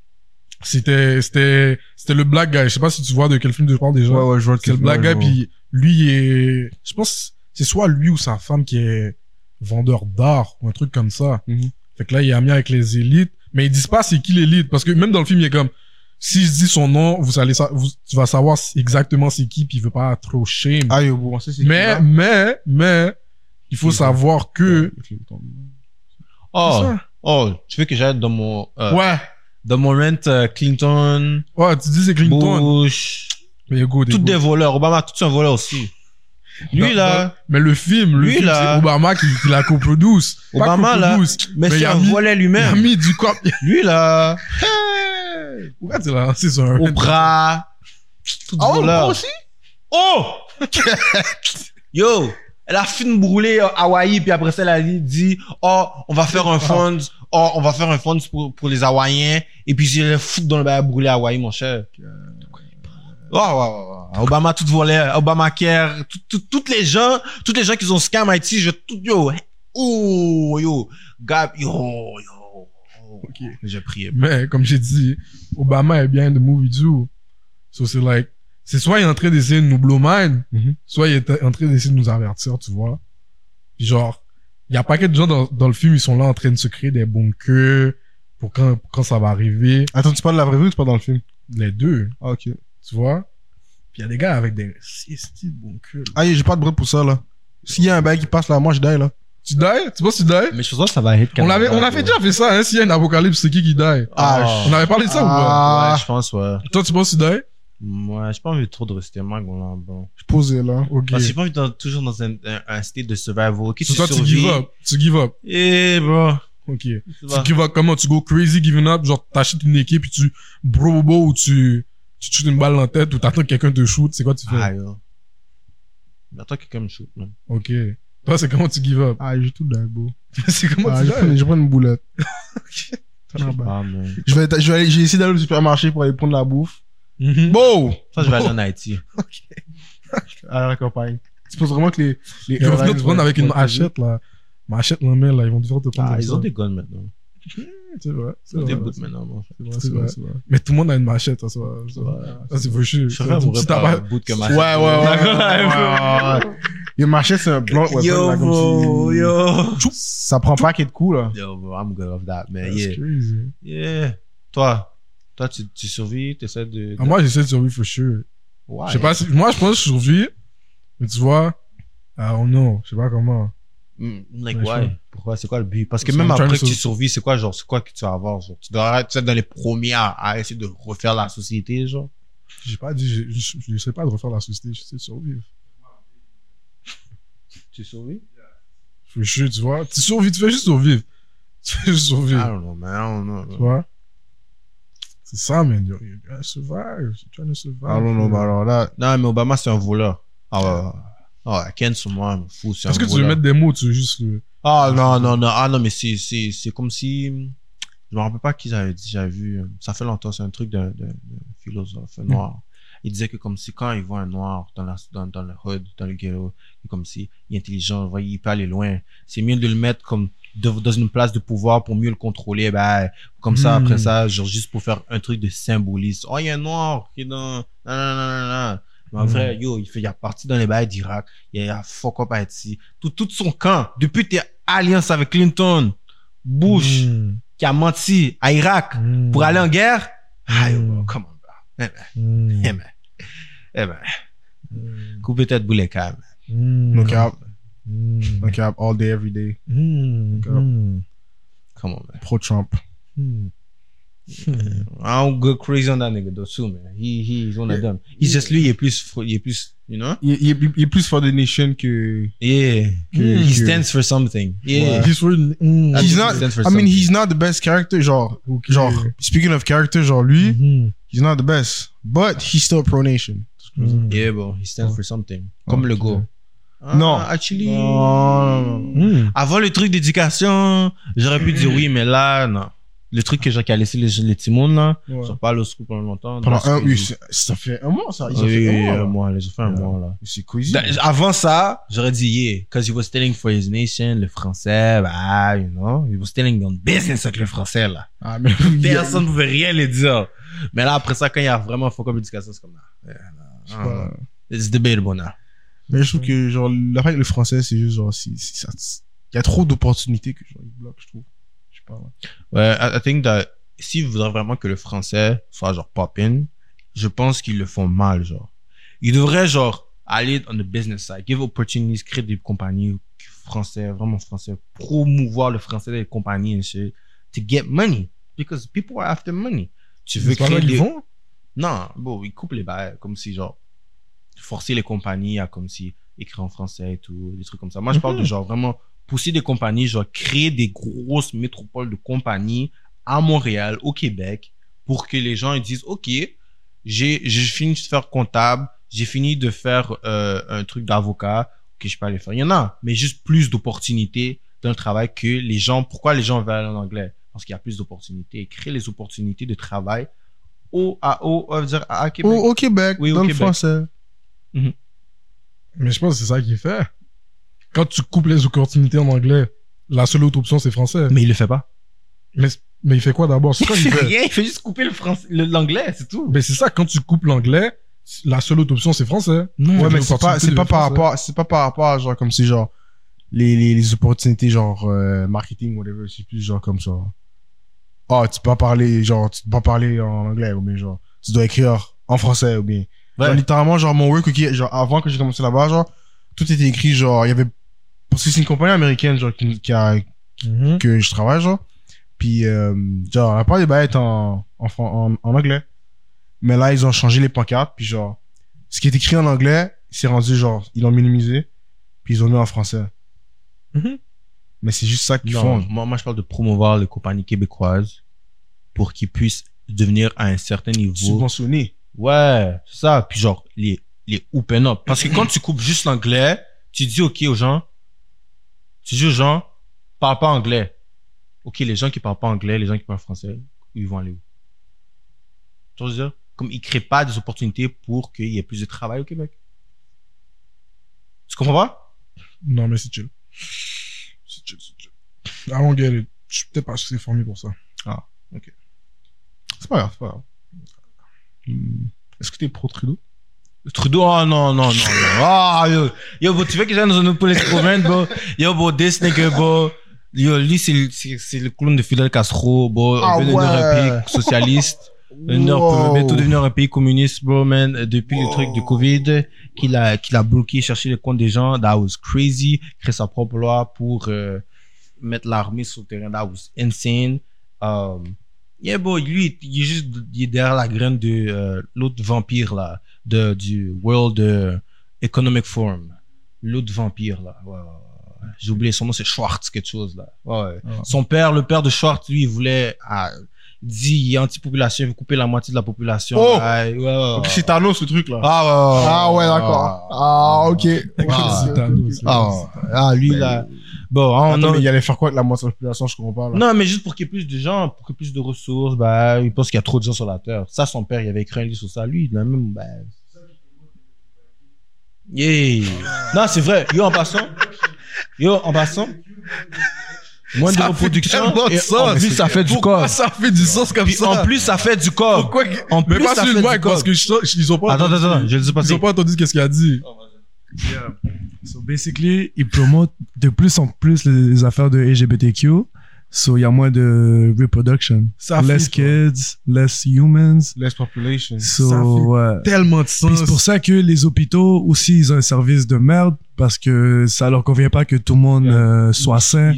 [SPEAKER 2] C'était, c'était, c'était le black guy. Je sais pas si tu vois de quel film je parle déjà.
[SPEAKER 3] Ouais, ouais, je vois
[SPEAKER 2] C'est le black guy, puis lui il est... Je pense c'est soit lui ou sa femme qui est vendeur d'art ou un truc comme ça.
[SPEAKER 3] Mhm.
[SPEAKER 2] Fait que là, il est ami avec les élites, mais ils disent pas c'est qui l'élite, parce que même dans le film, il est comme... Si je dis son nom, vous allez sa- vous- tu vas savoir c- exactement c'est qui, puis il veut pas trop shame.
[SPEAKER 3] Ah, yo, bon, on sait c'est qui,
[SPEAKER 2] mais,
[SPEAKER 3] là.
[SPEAKER 2] mais, mais, il faut
[SPEAKER 3] Mhm.
[SPEAKER 2] savoir que...
[SPEAKER 1] Oh,
[SPEAKER 2] C'est ça.
[SPEAKER 1] oh, tu veux que j'aille dans mon, euh,
[SPEAKER 2] Ouais,
[SPEAKER 1] dans mon rent euh, Clinton,
[SPEAKER 2] ouais, tu dis c'est Clinton.
[SPEAKER 1] Bush,
[SPEAKER 2] Mais écoute,
[SPEAKER 1] tous
[SPEAKER 2] écoute.
[SPEAKER 1] des voleurs. Obama, tout un voleur aussi. Bah, Lui,
[SPEAKER 2] Dans-
[SPEAKER 1] là,
[SPEAKER 2] Mais le film, le
[SPEAKER 1] Lui,
[SPEAKER 2] film,
[SPEAKER 1] là-
[SPEAKER 2] c'est Obama qui, qui la coproduce. Pas
[SPEAKER 1] Obama, là,
[SPEAKER 2] coproduce.
[SPEAKER 1] mais
[SPEAKER 2] mais il
[SPEAKER 1] c'est
[SPEAKER 2] a
[SPEAKER 1] un
[SPEAKER 2] mis-
[SPEAKER 1] volet
[SPEAKER 2] Il a
[SPEAKER 1] lui-même.
[SPEAKER 2] mis du cop.
[SPEAKER 1] Lui, là,
[SPEAKER 2] Pourquoi tu l'as lancé sur un
[SPEAKER 1] au bras, tout
[SPEAKER 3] Ah ouais,
[SPEAKER 1] voleur.
[SPEAKER 3] moi aussi
[SPEAKER 1] Oh! Yo! Elle a fini de brûler euh, Hawaï, puis après ça, elle a dit- dit, oh, on va
[SPEAKER 2] Ah.
[SPEAKER 1] faire un fund, oh, on va faire un fund pour, pour les Hawaïens, et puis j'ai le foutre dans le bail à brûler Hawaï, mon cher. Oh, ouais, ouais, ouais. Obama, tout volait, Obamacare, tout- tout- toutes les gens, toutes les gens qui ont scam Haïti, je tout, yo, oh, yo, Gab, yo, yo, ok, j'ai prié.
[SPEAKER 2] Mais comme j'ai dit, Obama est bien de movie too. So c'est like, c'est soit il est en train d'essayer de nous blow mind,
[SPEAKER 3] Mhm.
[SPEAKER 2] soit il est en train d'essayer de nous avertir, tu vois. Puis genre, il y a pas que de gens dans, dans le film, ils sont là en train de se créer des bunkers pour quand, pour quand ça va arriver,
[SPEAKER 3] Attends, tu parles de la vraie vie ou tu parles dans le film
[SPEAKER 2] les deux,
[SPEAKER 3] Ah, ok.
[SPEAKER 2] tu vois. Puis il y a des gars avec des six bunkers.
[SPEAKER 3] Ah, j'ai pas de bruit pour ça, là. S'il y a un bail qui passe là, moi, je die, là.
[SPEAKER 2] Tu die? Tu penses que tu die?
[SPEAKER 1] Mais je pense que ça va être
[SPEAKER 2] On l'avait, on avait déjà fait ça, hein, s'il y a un apocalypse, c'est qui qui die?
[SPEAKER 3] Ah,
[SPEAKER 2] On avait parlé de ça
[SPEAKER 3] Ah.
[SPEAKER 1] Ouais, je pense, ouais.
[SPEAKER 2] ou pas? Toi, tu penses que tu die?
[SPEAKER 1] Moi, j'ai pas envie de trop de rester mag, là, bon.
[SPEAKER 3] Ah. je euh, posais, là.
[SPEAKER 2] Ok.
[SPEAKER 1] Parce que j'ai pas envie d'être toujours dans un, un, un state de survival. Qui
[SPEAKER 2] So, toi, tu
[SPEAKER 1] survis?
[SPEAKER 2] give up. Tu give up.
[SPEAKER 1] Eh, bro.
[SPEAKER 2] Ok.
[SPEAKER 1] Tu
[SPEAKER 2] Tu
[SPEAKER 1] vas-
[SPEAKER 2] give up comment Tu go crazy giving up, genre t'achètes une équipe et tu brobo ou tu tu te shootes une balle dans la tête ou t'attends que quelqu'un te shoot, c'est quoi tu fais
[SPEAKER 1] Ah, yo. Mais Attends que quelqu'un me shoot, man.
[SPEAKER 2] Ok. Toi c'est comment tu give up
[SPEAKER 3] Ah, j'ai tout die, bro.
[SPEAKER 2] C'est comment
[SPEAKER 3] Ah,
[SPEAKER 2] tu
[SPEAKER 3] je
[SPEAKER 2] fais
[SPEAKER 3] prends, je prends une boulette. bah.
[SPEAKER 1] Je sais pas, Ah, man.
[SPEAKER 3] Je vais, je vais aller- j'ai essayé d'aller au supermarché pour aller prendre la bouffe. Bon!
[SPEAKER 1] Ça, je vais aller en Haïti.
[SPEAKER 3] À la campagne. Tu penses vraiment que les, les
[SPEAKER 2] Ils vont venir te prendre avec une
[SPEAKER 3] Ouais,
[SPEAKER 2] machette là, machette la main là, ils vont devoir te prendre.
[SPEAKER 1] Ah,
[SPEAKER 2] comme
[SPEAKER 1] ils ont
[SPEAKER 2] ça.
[SPEAKER 1] des guns maintenant.
[SPEAKER 2] C'est vrai.
[SPEAKER 1] Ils
[SPEAKER 2] c'est
[SPEAKER 1] ont des
[SPEAKER 2] vrai,
[SPEAKER 1] boots maintenant, man.
[SPEAKER 2] c'est vrai, c'est vrai. Mais tout le monde a une machette, ça c'est vrai, ça. Ça, c'est fauché.
[SPEAKER 1] Je préfère mourir par un bout que ma
[SPEAKER 3] Ouais, ouais, ouais. ouais, ouais, ouais. Une machette, c'est un blanc. weapon, là,
[SPEAKER 1] Yo,
[SPEAKER 3] comme
[SPEAKER 1] bro,
[SPEAKER 3] si-
[SPEAKER 1] yo.
[SPEAKER 3] Ça prend pas qu'un de coups, là.
[SPEAKER 1] Yo, bro, I'm good off that, man.
[SPEAKER 2] C'est
[SPEAKER 1] Yeah.
[SPEAKER 2] crazy.
[SPEAKER 1] Yeah. Toi, toi, tu, tu survis, t'essaies de.
[SPEAKER 2] Ah, Moi j'essaie de survivre fauché.
[SPEAKER 1] Ouais.
[SPEAKER 2] Je sais pas si, moi, je pense que je survis, mais tu vois, I don't know, je sais pas comment.
[SPEAKER 1] Mm, Like,
[SPEAKER 2] Ouais, je
[SPEAKER 1] why?
[SPEAKER 2] vois.
[SPEAKER 1] Pourquoi? C'est quoi le but? Parce que
[SPEAKER 2] Parce
[SPEAKER 1] même
[SPEAKER 2] qu'on
[SPEAKER 1] après
[SPEAKER 2] trying
[SPEAKER 1] que
[SPEAKER 2] to-
[SPEAKER 1] tu survis, c'est quoi, genre, c'est quoi que tu vas avoir, genre? Tu dois être tu dois être dans les premiers à, à essayer de refaire la société, genre.
[SPEAKER 2] J'ai pas dit, je- je je sais pas de refaire la société, je sais de survivre.
[SPEAKER 1] Tu survis?
[SPEAKER 2] Je suis sûr, tu vois, tu survis, tu fais juste survivre. Tu fais juste
[SPEAKER 1] I
[SPEAKER 2] survivre,
[SPEAKER 1] don't know, man. I don't
[SPEAKER 2] tu
[SPEAKER 1] know.
[SPEAKER 2] vois. C'est ça, man, yo, you gotta survive, you trying to survive.
[SPEAKER 3] Ah non, non, bah alors là.
[SPEAKER 1] Non, mais Obama, c'est un voleur. Ah ouais, ouais. Ah, ouais, Ken, sur moi, me fous, c'est un
[SPEAKER 2] Est-ce que
[SPEAKER 1] voleur.
[SPEAKER 2] tu veux mettre des mots, tu veux juste le...
[SPEAKER 1] Ah, non, non, non. Ah, non, mais c'est, c'est, c'est comme si, je me rappelle pas qui j'avais dit, j'avais vu, euh, ça fait longtemps, c'est un truc d'un, d'un- d'un philosophe
[SPEAKER 2] Hmm.
[SPEAKER 1] noir. Il disait que comme si quand il voit un noir dans, la, dans, dans le hood, dans le ghetto, c'est comme si il est intelligent, vous voyez, il peut aller loin. C'est mieux de le mettre comme de- dans une place de pouvoir pour mieux le contrôler. Ben, comme ça,
[SPEAKER 2] Hmm.
[SPEAKER 1] après ça, genre juste pour faire un truc de symbolisme. Oh, il y a un noir qui est dans... Non, non, non, non, non. Mais en
[SPEAKER 2] Hmm.
[SPEAKER 1] vrai, yo, il fait, il a parti dans les bails d'Irak. Il y a fuck up Haïti. Tout, tout son camp, depuis tes alliances avec Clinton, Bush,
[SPEAKER 2] Mm,
[SPEAKER 1] qui a menti à Irak
[SPEAKER 2] mm,
[SPEAKER 1] pour aller en guerre. Ah, yo,
[SPEAKER 2] Hmm.
[SPEAKER 1] come on, bro.
[SPEAKER 2] mm,
[SPEAKER 1] Eh ben, eh ben, coupez tête boulet quand même.
[SPEAKER 2] mm,
[SPEAKER 3] No cap.
[SPEAKER 2] mm,
[SPEAKER 3] No cap. All day, every day.
[SPEAKER 2] mm,
[SPEAKER 3] cap.
[SPEAKER 2] mm,
[SPEAKER 1] Come on, man.
[SPEAKER 3] Pro-Trump.
[SPEAKER 2] mm.
[SPEAKER 1] I don't go crazy on that nigga though too, man. He he's one of them. He's just lui, il est plus, fr- il est plus, you know.
[SPEAKER 3] Il, il est- il est plus for the nation que.
[SPEAKER 1] Yeah,
[SPEAKER 3] Que-
[SPEAKER 1] he
[SPEAKER 3] que-
[SPEAKER 1] stands for something. Yeah,
[SPEAKER 2] He's really- mm,
[SPEAKER 1] That
[SPEAKER 3] He's
[SPEAKER 1] nigga
[SPEAKER 3] not-
[SPEAKER 1] stands for
[SPEAKER 3] I mean,
[SPEAKER 1] something.
[SPEAKER 3] he's not the best character. Genre,
[SPEAKER 2] ok.
[SPEAKER 3] genre, speaking of character, genre lui,
[SPEAKER 2] Mhm,
[SPEAKER 3] he's not the best. But he's still pro-nation.
[SPEAKER 2] mm.
[SPEAKER 1] Yeah, bro, he stands for something. Comme
[SPEAKER 3] Ok.
[SPEAKER 1] le go. Ah,
[SPEAKER 3] Non.
[SPEAKER 1] Actually.
[SPEAKER 3] Non, non, non.
[SPEAKER 2] Hmm.
[SPEAKER 1] Avant le truc d'éducation, j'aurais pu dire oui, mais là, non. Le truc que j'ai qui a laissé les, les timons, là,
[SPEAKER 3] Ouais.
[SPEAKER 1] j'en parle au school pendant longtemps.
[SPEAKER 3] Pendant
[SPEAKER 1] Donc,
[SPEAKER 3] un,
[SPEAKER 1] c'est-
[SPEAKER 3] oui, c'est- ça fait un mois, ça. Ils ont
[SPEAKER 1] Oui,
[SPEAKER 3] fait un
[SPEAKER 1] oui,
[SPEAKER 3] mois,
[SPEAKER 1] un
[SPEAKER 3] là.
[SPEAKER 1] mois, là, j'ai fait un mois, là.
[SPEAKER 3] C'est crazy.
[SPEAKER 1] Da- Avant ça, j'aurais dit yeah, because he was stealing for his nation, le français, bah, you know, he was stealing dans le business avec le français, là.
[SPEAKER 3] Ah, mais
[SPEAKER 1] Personne ne pouvait rien lui dire. Mais là, après ça, quand il y a vraiment fuck up l'éducation, c'est comme là. Yeah,
[SPEAKER 3] Je sais
[SPEAKER 1] là,
[SPEAKER 3] pas.
[SPEAKER 1] là. It's debatable now.
[SPEAKER 3] Ah. Mais je trouve que, genre, l'affaire avec le français, c'est juste, genre, si, si ça- il y a trop d'opportunités que, genre, ils bloquent, je trouve. Je sais pas. ouais.
[SPEAKER 1] Ouais, I, I think that s'ils voudraient vraiment que le français soit genre pop-in, je pense qu'ils le font mal, genre. Ils devraient genre aller on the business side, give opportunities, créer des compagnies français, vraiment français, promouvoir le français des compagnies and shit, to get money, because people are after money. Tu veux
[SPEAKER 2] C'est pas
[SPEAKER 1] créer
[SPEAKER 2] là qu'ils
[SPEAKER 1] des...
[SPEAKER 2] vont?
[SPEAKER 1] Non, bon, ils coupent les bails, comme si genre, forcer les compagnies à comme si écrire en français et tout, des trucs comme ça. Moi, je parle
[SPEAKER 2] Mhm.
[SPEAKER 1] de genre vraiment pousser des compagnies, genre créer des grosses métropoles de compagnies à Montréal, au Québec, pour que les gens ils disent, OK, j'ai j'ai fini de faire comptable, j'ai fini de faire euh, un truc d'avocat, que je peux aller faire. Il y en a, mais juste plus d'opportunités dans le travail que les gens. Pourquoi les gens veulent aller en anglais Parce qu'il y a plus d'opportunités. Et Créer les opportunités de travail au, à, au, on va dire, à, à Québec.
[SPEAKER 3] Au, au Québec,
[SPEAKER 1] Oui, au
[SPEAKER 3] dans le
[SPEAKER 1] Québec.
[SPEAKER 3] français.
[SPEAKER 2] Mais je pense que c'est ça qu'il fait. Quand tu coupes les opportunités en anglais, la seule autre option, c'est français.
[SPEAKER 1] Mais il le fait pas.
[SPEAKER 2] Mais, mais il fait quoi d'abord? C'est ça qu'il
[SPEAKER 1] Il fait
[SPEAKER 2] fait.
[SPEAKER 1] rien, il fait juste couper le français, le- l'anglais, c'est tout.
[SPEAKER 2] Mais c'est ça, quand tu coupes l'anglais, la seule autre option, c'est français.
[SPEAKER 1] Non,
[SPEAKER 3] Ouais,
[SPEAKER 2] Des
[SPEAKER 3] mais c'est pas,
[SPEAKER 2] opportunités hein.
[SPEAKER 3] c'est
[SPEAKER 2] de
[SPEAKER 3] pas par
[SPEAKER 2] français.
[SPEAKER 3] rapport, c'est pas par rapport à, genre, comme si, genre, les, les, les opportunités, genre, euh, marketing, whatever, c'est plus, genre, comme ça. Ah, tu peux pas parler, genre, tu peux pas parler en anglais, ou bien, genre, tu dois écrire en français, ou bien.
[SPEAKER 1] Ouais.
[SPEAKER 3] Genre, littéralement, genre, mon work, ok, genre, avant que j'ai commencé là-bas, genre, tout était écrit, genre, il y avait, parce que c'est une compagnie américaine, genre, qui, qui a, que je travaille, genre. Puis, euh, genre, la part des bails est en, en, fran- en, en anglais. Mais là, ils ont changé les pancartes. Puis, genre, ce qui est écrit en anglais, c'est rendu, genre, ils l'ont minimisé. Puis, ils ont mis en français.
[SPEAKER 2] Mhm.
[SPEAKER 3] Mais c'est juste ça qu'ils
[SPEAKER 1] Non,
[SPEAKER 3] font.
[SPEAKER 1] moi, moi, je parle de promouvoir les compagnies québécoises pour qu'ils puissent devenir à un certain niveau.
[SPEAKER 3] Subventionné.
[SPEAKER 1] Ouais, c'est ça. Puis genre, les, les open up. Parce que quand tu coupes juste l'anglais, tu dis OK aux gens, tu dis aux gens, parle pas anglais. OK, les gens qui parlent pas anglais, les gens qui parlent français, ils vont aller où? Tu vois ce que je veux dire? Comme ils créent pas des opportunités pour qu'il y ait plus de travail au Québec. Tu comprends pas?
[SPEAKER 2] Non, mais c'est chill. C'est chill, c'est chill. I don't get it. Je suis peut-être pas assez formé pour ça.
[SPEAKER 3] C'est pas grave, c'est pas grave. Hmm. Est-ce que t'es pro Trudeau?
[SPEAKER 1] Trudeau, oh non, non, non, non. Ah, yo, yo, bro, tu veux que j'aille dans une autre politique comment, bro? Yo, bro, this nigga, bro. Yo, lui, c'est le- c'est c'est le clown de Fidel Castro, bro.
[SPEAKER 3] Ah
[SPEAKER 1] On veut devenir un
[SPEAKER 3] ouais.
[SPEAKER 1] pays socialiste. Le Nord
[SPEAKER 3] Wow.
[SPEAKER 1] peut bientôt devenir un pays communiste, bro, man. Euh, Depuis le
[SPEAKER 3] Wow.
[SPEAKER 1] truc de Covid, qu'il a, qu'il a bloqué, cherché les comptes des gens, that was crazy. Créer sa propre loi pour euh, mettre l'armée sur le terrain, that was insane. Um, yeah, bro, lui, il est juste il est derrière la graine de euh, l'autre vampire, là, de, du World euh, Economic Forum. L'autre vampire, là. Ouais, ouais, ouais. J'ai oublié son nom, c'est Schwartz, quelque chose, là. Ouais.
[SPEAKER 3] Ah.
[SPEAKER 1] Son père, le père de Schwartz, lui, il voulait... ah, dit il est anti-population, il veut couper la moitié de la population.
[SPEAKER 3] Oh!
[SPEAKER 1] Ah, ouais, ouais, ouais.
[SPEAKER 3] Ok, c'est Thanos, ce truc, là.
[SPEAKER 1] Ah, ouais,
[SPEAKER 3] Ah ouais, d'accord. Ah, ok.
[SPEAKER 1] Ah.
[SPEAKER 2] C'est à nous, c'est-
[SPEAKER 1] Ah, ouais. Ah, lui, là. Bon, on
[SPEAKER 3] Attends,
[SPEAKER 1] en-
[SPEAKER 3] hein, mais il allait faire quoi avec la moitié de la population? Je comprends pas, là.
[SPEAKER 1] Non, mais juste pour qu'il y ait plus de gens, pour qu'il y ait plus de ressources, bah, il pense qu'il y a trop de gens sur la Terre. Ça, son père, il avait écrit un livre sur ça. Lui, il a même, bah... Yeah. non, c'est vrai. Yo, en passant. Yo, en passant. Moins de
[SPEAKER 3] Ça fait
[SPEAKER 1] reproduction.
[SPEAKER 3] tellement de
[SPEAKER 1] et
[SPEAKER 3] sens.
[SPEAKER 1] en plus, ça fait du
[SPEAKER 2] Pourquoi
[SPEAKER 1] corps.
[SPEAKER 2] ça fait du sens comme
[SPEAKER 1] Puis
[SPEAKER 2] ça?
[SPEAKER 1] en plus, ça fait du corps.
[SPEAKER 2] Pourquoi que-
[SPEAKER 1] En
[SPEAKER 2] Mais
[SPEAKER 1] plus,
[SPEAKER 2] pas
[SPEAKER 1] ça
[SPEAKER 2] sur
[SPEAKER 1] fait
[SPEAKER 2] le
[SPEAKER 1] du
[SPEAKER 2] mic, parce
[SPEAKER 1] corps.
[SPEAKER 2] que je sens- ils ont pas
[SPEAKER 1] Attends,
[SPEAKER 2] entendu-
[SPEAKER 1] attends, attends, je le dis pas.
[SPEAKER 2] Ils ont pas entendu qu'est-ce qu'il a dit.
[SPEAKER 4] So basically, ils promotent de plus en plus les, les affaires de LGBTQ. So il y a moins de reproduction.
[SPEAKER 2] Ça
[SPEAKER 4] less
[SPEAKER 2] fait
[SPEAKER 4] kids, less humans.
[SPEAKER 3] Less population.
[SPEAKER 2] Ça fait-
[SPEAKER 4] So, ouais.
[SPEAKER 2] tellement de
[SPEAKER 4] Puis
[SPEAKER 2] sens.
[SPEAKER 4] c'est pour ça que les hôpitaux aussi, ils ont un service de merde parce que ça leur convient pas que tout le monde euh, soit sain.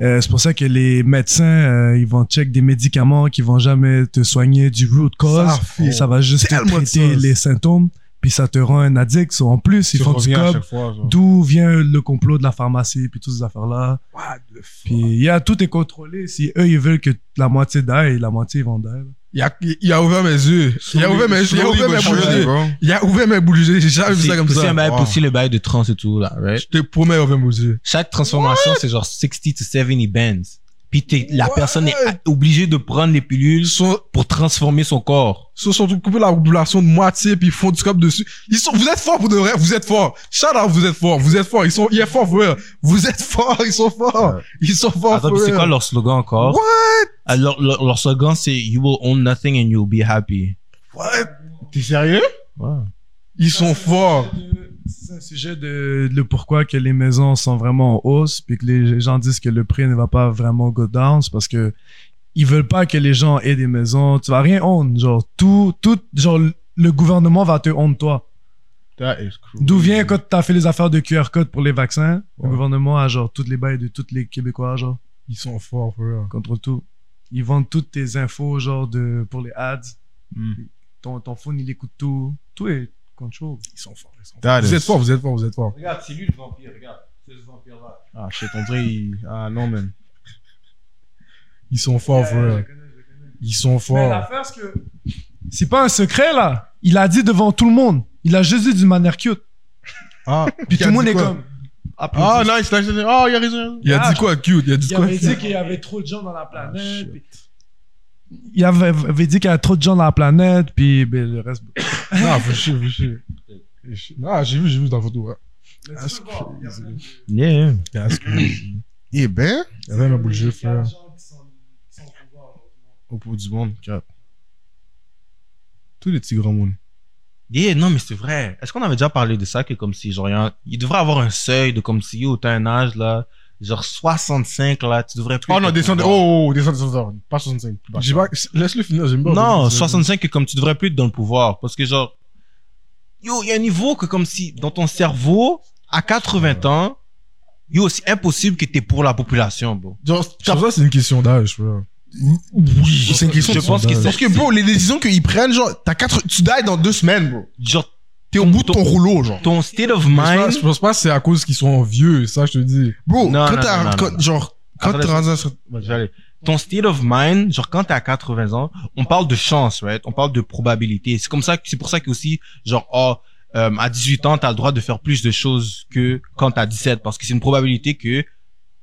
[SPEAKER 4] Euh, c'est pour ça que les médecins, euh, ils vont check des médicaments qui vont jamais te soigner du root cause.
[SPEAKER 2] Ça fait
[SPEAKER 4] Ça va juste te
[SPEAKER 2] tellement de
[SPEAKER 4] traiter
[SPEAKER 2] sens.
[SPEAKER 4] les symptômes, puis ça te rend un addict. So, en plus, ils
[SPEAKER 3] Tu
[SPEAKER 4] font du
[SPEAKER 3] reviens à
[SPEAKER 4] cob.
[SPEAKER 3] chaque fois, genre.
[SPEAKER 4] D'où vient le complot de la pharmacie, puis toutes ces affaires-là.
[SPEAKER 2] What the fuck?
[SPEAKER 4] Puis il y a tout est contrôlé. Si eux, ils veulent que la moitié d'aille, la moitié, ils vont d'aille.
[SPEAKER 2] Il a, il a ouvert mes yeux. Il a ouvert mes yeux. Il a ouvert mes bouches.
[SPEAKER 3] bouches.
[SPEAKER 2] Il a ouvert mes bouches. J'ai jamais vu ça comme
[SPEAKER 1] C'est
[SPEAKER 2] ça.
[SPEAKER 1] un bail
[SPEAKER 2] Wow.
[SPEAKER 1] aussi le bail de trans et tout, là, right?
[SPEAKER 2] Je te promets, il a ouvert mes yeux.
[SPEAKER 1] Chaque transformation, c'est genre 60 to 70 bands. Puis t'es- la personne est a- obligée de prendre les pilules
[SPEAKER 2] Ils sont,
[SPEAKER 1] pour transformer son corps.
[SPEAKER 2] ils sont surtout coupés la population de moitié puis ils font du cop dessus. Ils sont, vous êtes forts pour de vrai. Vous êtes forts. Shout out, vous êtes forts. Vous êtes forts. Ils sont, il est fort pour eux. Vous êtes forts. Ils sont forts. Ils sont
[SPEAKER 3] Oh,
[SPEAKER 2] forts
[SPEAKER 1] Attends,
[SPEAKER 2] pour
[SPEAKER 1] puis c'est
[SPEAKER 2] eux.
[SPEAKER 1] quoi leur slogan encore?
[SPEAKER 2] What?
[SPEAKER 1] Alors, leur, leur slogan, c'est You will own nothing and you'll be happy.
[SPEAKER 3] T'es sérieux?
[SPEAKER 2] Ils sont forts.
[SPEAKER 4] C'est un sujet de le pourquoi que les maisons sont vraiment en hausse, puis que les gens disent que le prix ne va pas vraiment go down, c'est parce que ils veulent pas que les gens aient des maisons. Tu vas rien honte, genre tout, tout, genre le gouvernement va te honte toi.
[SPEAKER 3] That is cruel.
[SPEAKER 4] D'où vient quand t'as fait les affaires de QR code pour les vaccins, le gouvernement a genre toutes les bails de tous les Québécois, genre
[SPEAKER 2] Ils sont forts pour eux.
[SPEAKER 4] contrôle tout. Ils vendent toutes tes infos, genre de pour les ads. Ton, ton phone il écoute tout, tout est contrôle.
[SPEAKER 2] Ils sont forts. Ils sont forts.
[SPEAKER 3] That
[SPEAKER 2] Vous
[SPEAKER 3] is-
[SPEAKER 2] êtes forts. Vous êtes forts. Vous êtes forts.
[SPEAKER 1] Regarde, c'est lui le vampire, regarde. C'est ce vampire-là.
[SPEAKER 3] Ah, shit, on dirait, il- ah, non, man.
[SPEAKER 2] Ils sont forts pour eux. Ils sont
[SPEAKER 4] Mais
[SPEAKER 2] forts.
[SPEAKER 4] l'affaire, c'est que. C'est pas un secret, là. Il a dit devant tout le monde. Il a juste dit d'une manière cute.
[SPEAKER 3] Ah,
[SPEAKER 4] Puis tout
[SPEAKER 2] a
[SPEAKER 4] le monde
[SPEAKER 2] dit
[SPEAKER 4] est
[SPEAKER 2] quoi
[SPEAKER 4] comme.
[SPEAKER 3] ah,
[SPEAKER 4] applaudissez.
[SPEAKER 3] nice, nice, nice. Ah, il a raison.
[SPEAKER 2] Il a
[SPEAKER 4] Ah,
[SPEAKER 2] dit quoi, cute? Il a dit
[SPEAKER 4] il
[SPEAKER 2] quoi? Ah,
[SPEAKER 4] avait dit qu'il y avait trop de gens dans la planète. puis- il avait, avait dit qu'il y avait trop de gens dans la planète, puis ben, le reste.
[SPEAKER 2] Non, faut chier, faut chier. Non, j'ai vu, j'ai vu dans la photo. ouais.
[SPEAKER 7] Mais
[SPEAKER 2] That's
[SPEAKER 7] tu peux voir, il y a plein de-
[SPEAKER 1] Yeah.
[SPEAKER 3] Eh ben,
[SPEAKER 2] Il avait ma boule
[SPEAKER 7] il y a
[SPEAKER 2] jeu,
[SPEAKER 7] plein de
[SPEAKER 2] frère.
[SPEAKER 7] gens qui sont- qui sont au pouvoir, genre,
[SPEAKER 3] au bout du monde, cap. Tous les petits grands mondes.
[SPEAKER 1] Yeah, non, mais c'est vrai. Est-ce qu'on avait déjà parlé de ça que comme si, genre, il y a- il devrait avoir un seuil de comme si, yo, t'as un âge, là, genre 65, là, tu devrais plus...
[SPEAKER 3] Oh non,
[SPEAKER 1] être
[SPEAKER 3] descendez.
[SPEAKER 1] au pouvoir.
[SPEAKER 3] Oh, descendez, descendez. Pas 65. plus bas.
[SPEAKER 2] J'ai pas- Laisse-le finir, j'aime pas.
[SPEAKER 1] Non, 65, que comme tu devrais plus être dans le pouvoir. Parce que, genre, yo, il y a un niveau que comme si, dans ton cerveau, à 80 ans, yo, c'est impossible que t'es pour la population, bro.
[SPEAKER 3] Genre,
[SPEAKER 2] Pour ça, c'est une question d'âge, frère.
[SPEAKER 3] Oui, c'est une question.
[SPEAKER 1] Je
[SPEAKER 3] de
[SPEAKER 1] pense
[SPEAKER 3] sondage.
[SPEAKER 1] qu'ils sont-
[SPEAKER 3] Parce que, bro, les décisions qu'ils prennent, genre, t'as quatre, tu die dans deux semaines, bro.
[SPEAKER 1] Genre,
[SPEAKER 3] T'es au bout de ton rouleau, genre.
[SPEAKER 1] ton state of
[SPEAKER 2] Je pense pas-
[SPEAKER 1] mind...
[SPEAKER 2] Je pense pas que c'est à cause qu'ils sont vieux, ça, je te dis.
[SPEAKER 3] Bro,
[SPEAKER 1] Non,
[SPEAKER 3] quand
[SPEAKER 1] non, non,
[SPEAKER 3] t'as,
[SPEAKER 1] non,
[SPEAKER 3] quand-
[SPEAKER 1] non.
[SPEAKER 3] genre, quand
[SPEAKER 1] Attends,
[SPEAKER 3] t'es rendu à un certain-
[SPEAKER 1] Bon, je vais aller. Ton state of mind, genre quand t'es à 80 ans, on parle de chance, right? On parle de probabilité. C'est comme ça, que- c'est pour ça que aussi, genre, oh, euh, à 18 ans, t'as le droit de faire plus de choses que quand t'as 17, parce que c'est une probabilité que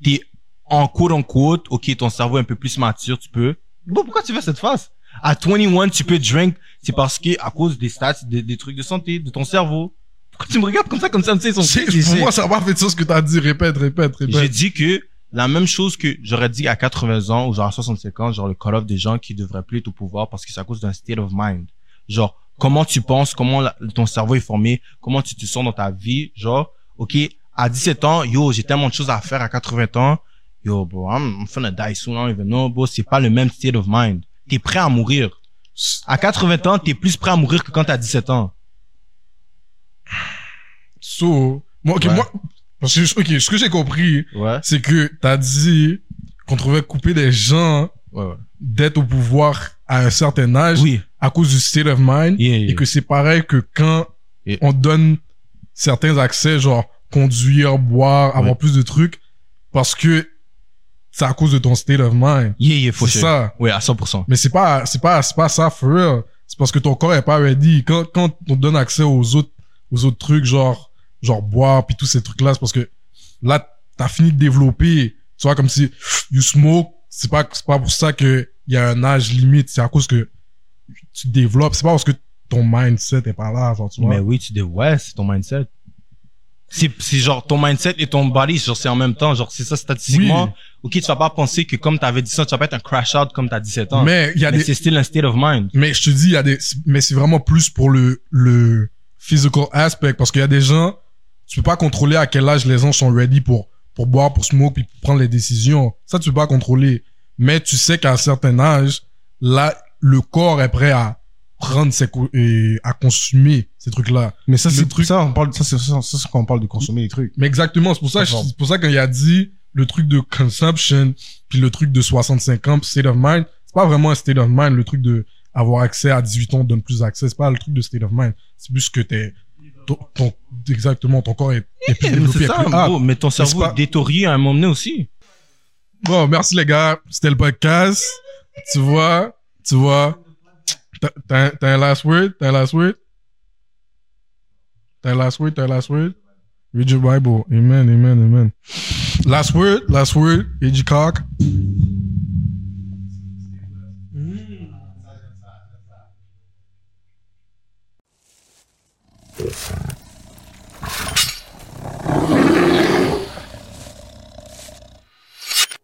[SPEAKER 1] t'es en quote en quote, ok, ton cerveau est un peu plus mature, tu peux. Bon, pourquoi tu fais cette face? À 21, tu peux drink, c'est parce que à cause des stats, des, des trucs de santé, de ton cerveau. Pourquoi tu me regardes comme ça, comme ça, tu sais, ils sont-
[SPEAKER 2] C'est- Pour moi, ça n'a pas fait de sens ce que t'as dit. Répète, répète,
[SPEAKER 1] j'ai
[SPEAKER 2] répète.
[SPEAKER 1] dit que la même chose que j'aurais dit à 80 ans ou genre à 65 ans, genre le call-off des gens qui devraient plus être au pouvoir parce que c'est à cause d'un state of mind. Genre, comment tu penses, comment la- ton cerveau est formé, comment tu te sens dans ta vie, genre, ok, à 17 ans, yo, j'ai tellement de choses à faire à 80 ans, yo, bro, I'm, I'm finna die soon, I don't even know, bro, c'est pas le même state of mind. T'es prêt à mourir. À 80 ans, t'es plus prêt à mourir que quand t'as 17 ans.
[SPEAKER 2] So, moi, ok,
[SPEAKER 1] Ouais.
[SPEAKER 2] moi, parce que, ok, ce que j'ai compris,
[SPEAKER 1] Ouais.
[SPEAKER 2] c'est que t'as dit qu'on trouvait couper les gens
[SPEAKER 1] Ouais, ouais.
[SPEAKER 2] d'être au pouvoir à un certain âge
[SPEAKER 1] Oui.
[SPEAKER 2] à cause du state of mind.
[SPEAKER 1] Yeah, yeah.
[SPEAKER 2] Et que c'est pareil que quand
[SPEAKER 1] Et-
[SPEAKER 2] on donne certains accès, genre conduire, boire, avoir plus de trucs, parce que c'est à cause de ton state of mind.
[SPEAKER 1] Yeah, yeah, faut
[SPEAKER 2] C'est
[SPEAKER 1] ça.
[SPEAKER 2] ça.
[SPEAKER 1] Ouais, à 100%.
[SPEAKER 2] Mais c'est pas, c'est pas, c'est pas ça, for real. C'est parce que ton corps est pas ready. Quand, quand on donne accès aux autres, aux autres trucs, genre, genre boire, puis tous ces trucs-là, c'est parce que là, t'as fini de développer. Tu vois, comme si you smoke, c'est pas, c'est pas pour ça que il y a un âge limite. C'est à cause que tu développes. C'est pas parce que ton mindset est pas là, genre, tu vois.
[SPEAKER 1] Mais oui, tu dis, ouais, c'est ton mindset. C'est, c'est genre ton mindset et ton body, genre c'est en même temps, genre c'est ça statistiquement.
[SPEAKER 2] Oui.
[SPEAKER 1] Ok, tu vas pas penser que comme t'avais 17 ans, tu vas pas être un crash out comme t'as 17 ans. Mais,
[SPEAKER 2] Mais il y a des,
[SPEAKER 1] c'est still un state of mind.
[SPEAKER 2] Mais je te dis, il y a des, mais c'est vraiment plus pour le, le physical aspect parce qu'il y a des gens, tu peux pas contrôler à quel âge les gens sont ready pour, pour boire, pour smoke, puis pour prendre les décisions. Ça, tu peux pas contrôler. Mais tu sais qu'à un certain âge, là, le corps est prêt à prendre ses, co- et à consommer ces trucs-là.
[SPEAKER 3] Mais ça,
[SPEAKER 2] Le
[SPEAKER 3] c'est
[SPEAKER 2] truc-
[SPEAKER 3] ça, on parle, ça, c'est ça, ça, c'est quand on parle de consommer des trucs.
[SPEAKER 2] Mais exactement, c'est pour ça,
[SPEAKER 3] D'accord.
[SPEAKER 2] c'est pour ça qu'il y a dit le truc de consumption, puis le truc de 65 ans, state of mind, c'est pas vraiment un state of mind, le truc de avoir accès à 18 ans, donne plus accès, c'est pas le truc de state of mind, c'est plus que t'es, ton, ton- exactement, ton corps est, est plus
[SPEAKER 1] Mais
[SPEAKER 2] développé,
[SPEAKER 1] c'est
[SPEAKER 2] est
[SPEAKER 1] ça,
[SPEAKER 2] plus apte.
[SPEAKER 1] gros, mais ton cerveau
[SPEAKER 2] pas-
[SPEAKER 1] est détorié à un moment donné aussi.
[SPEAKER 2] Bon, merci les gars, c'était le podcast, tu vois, tu vois, T'as- T'as un- t'as un last word? T'as un last word? T'as un last word? T'as un last word? Read your Bible. Amen, amen, amen. Last word, last word. Read your cock.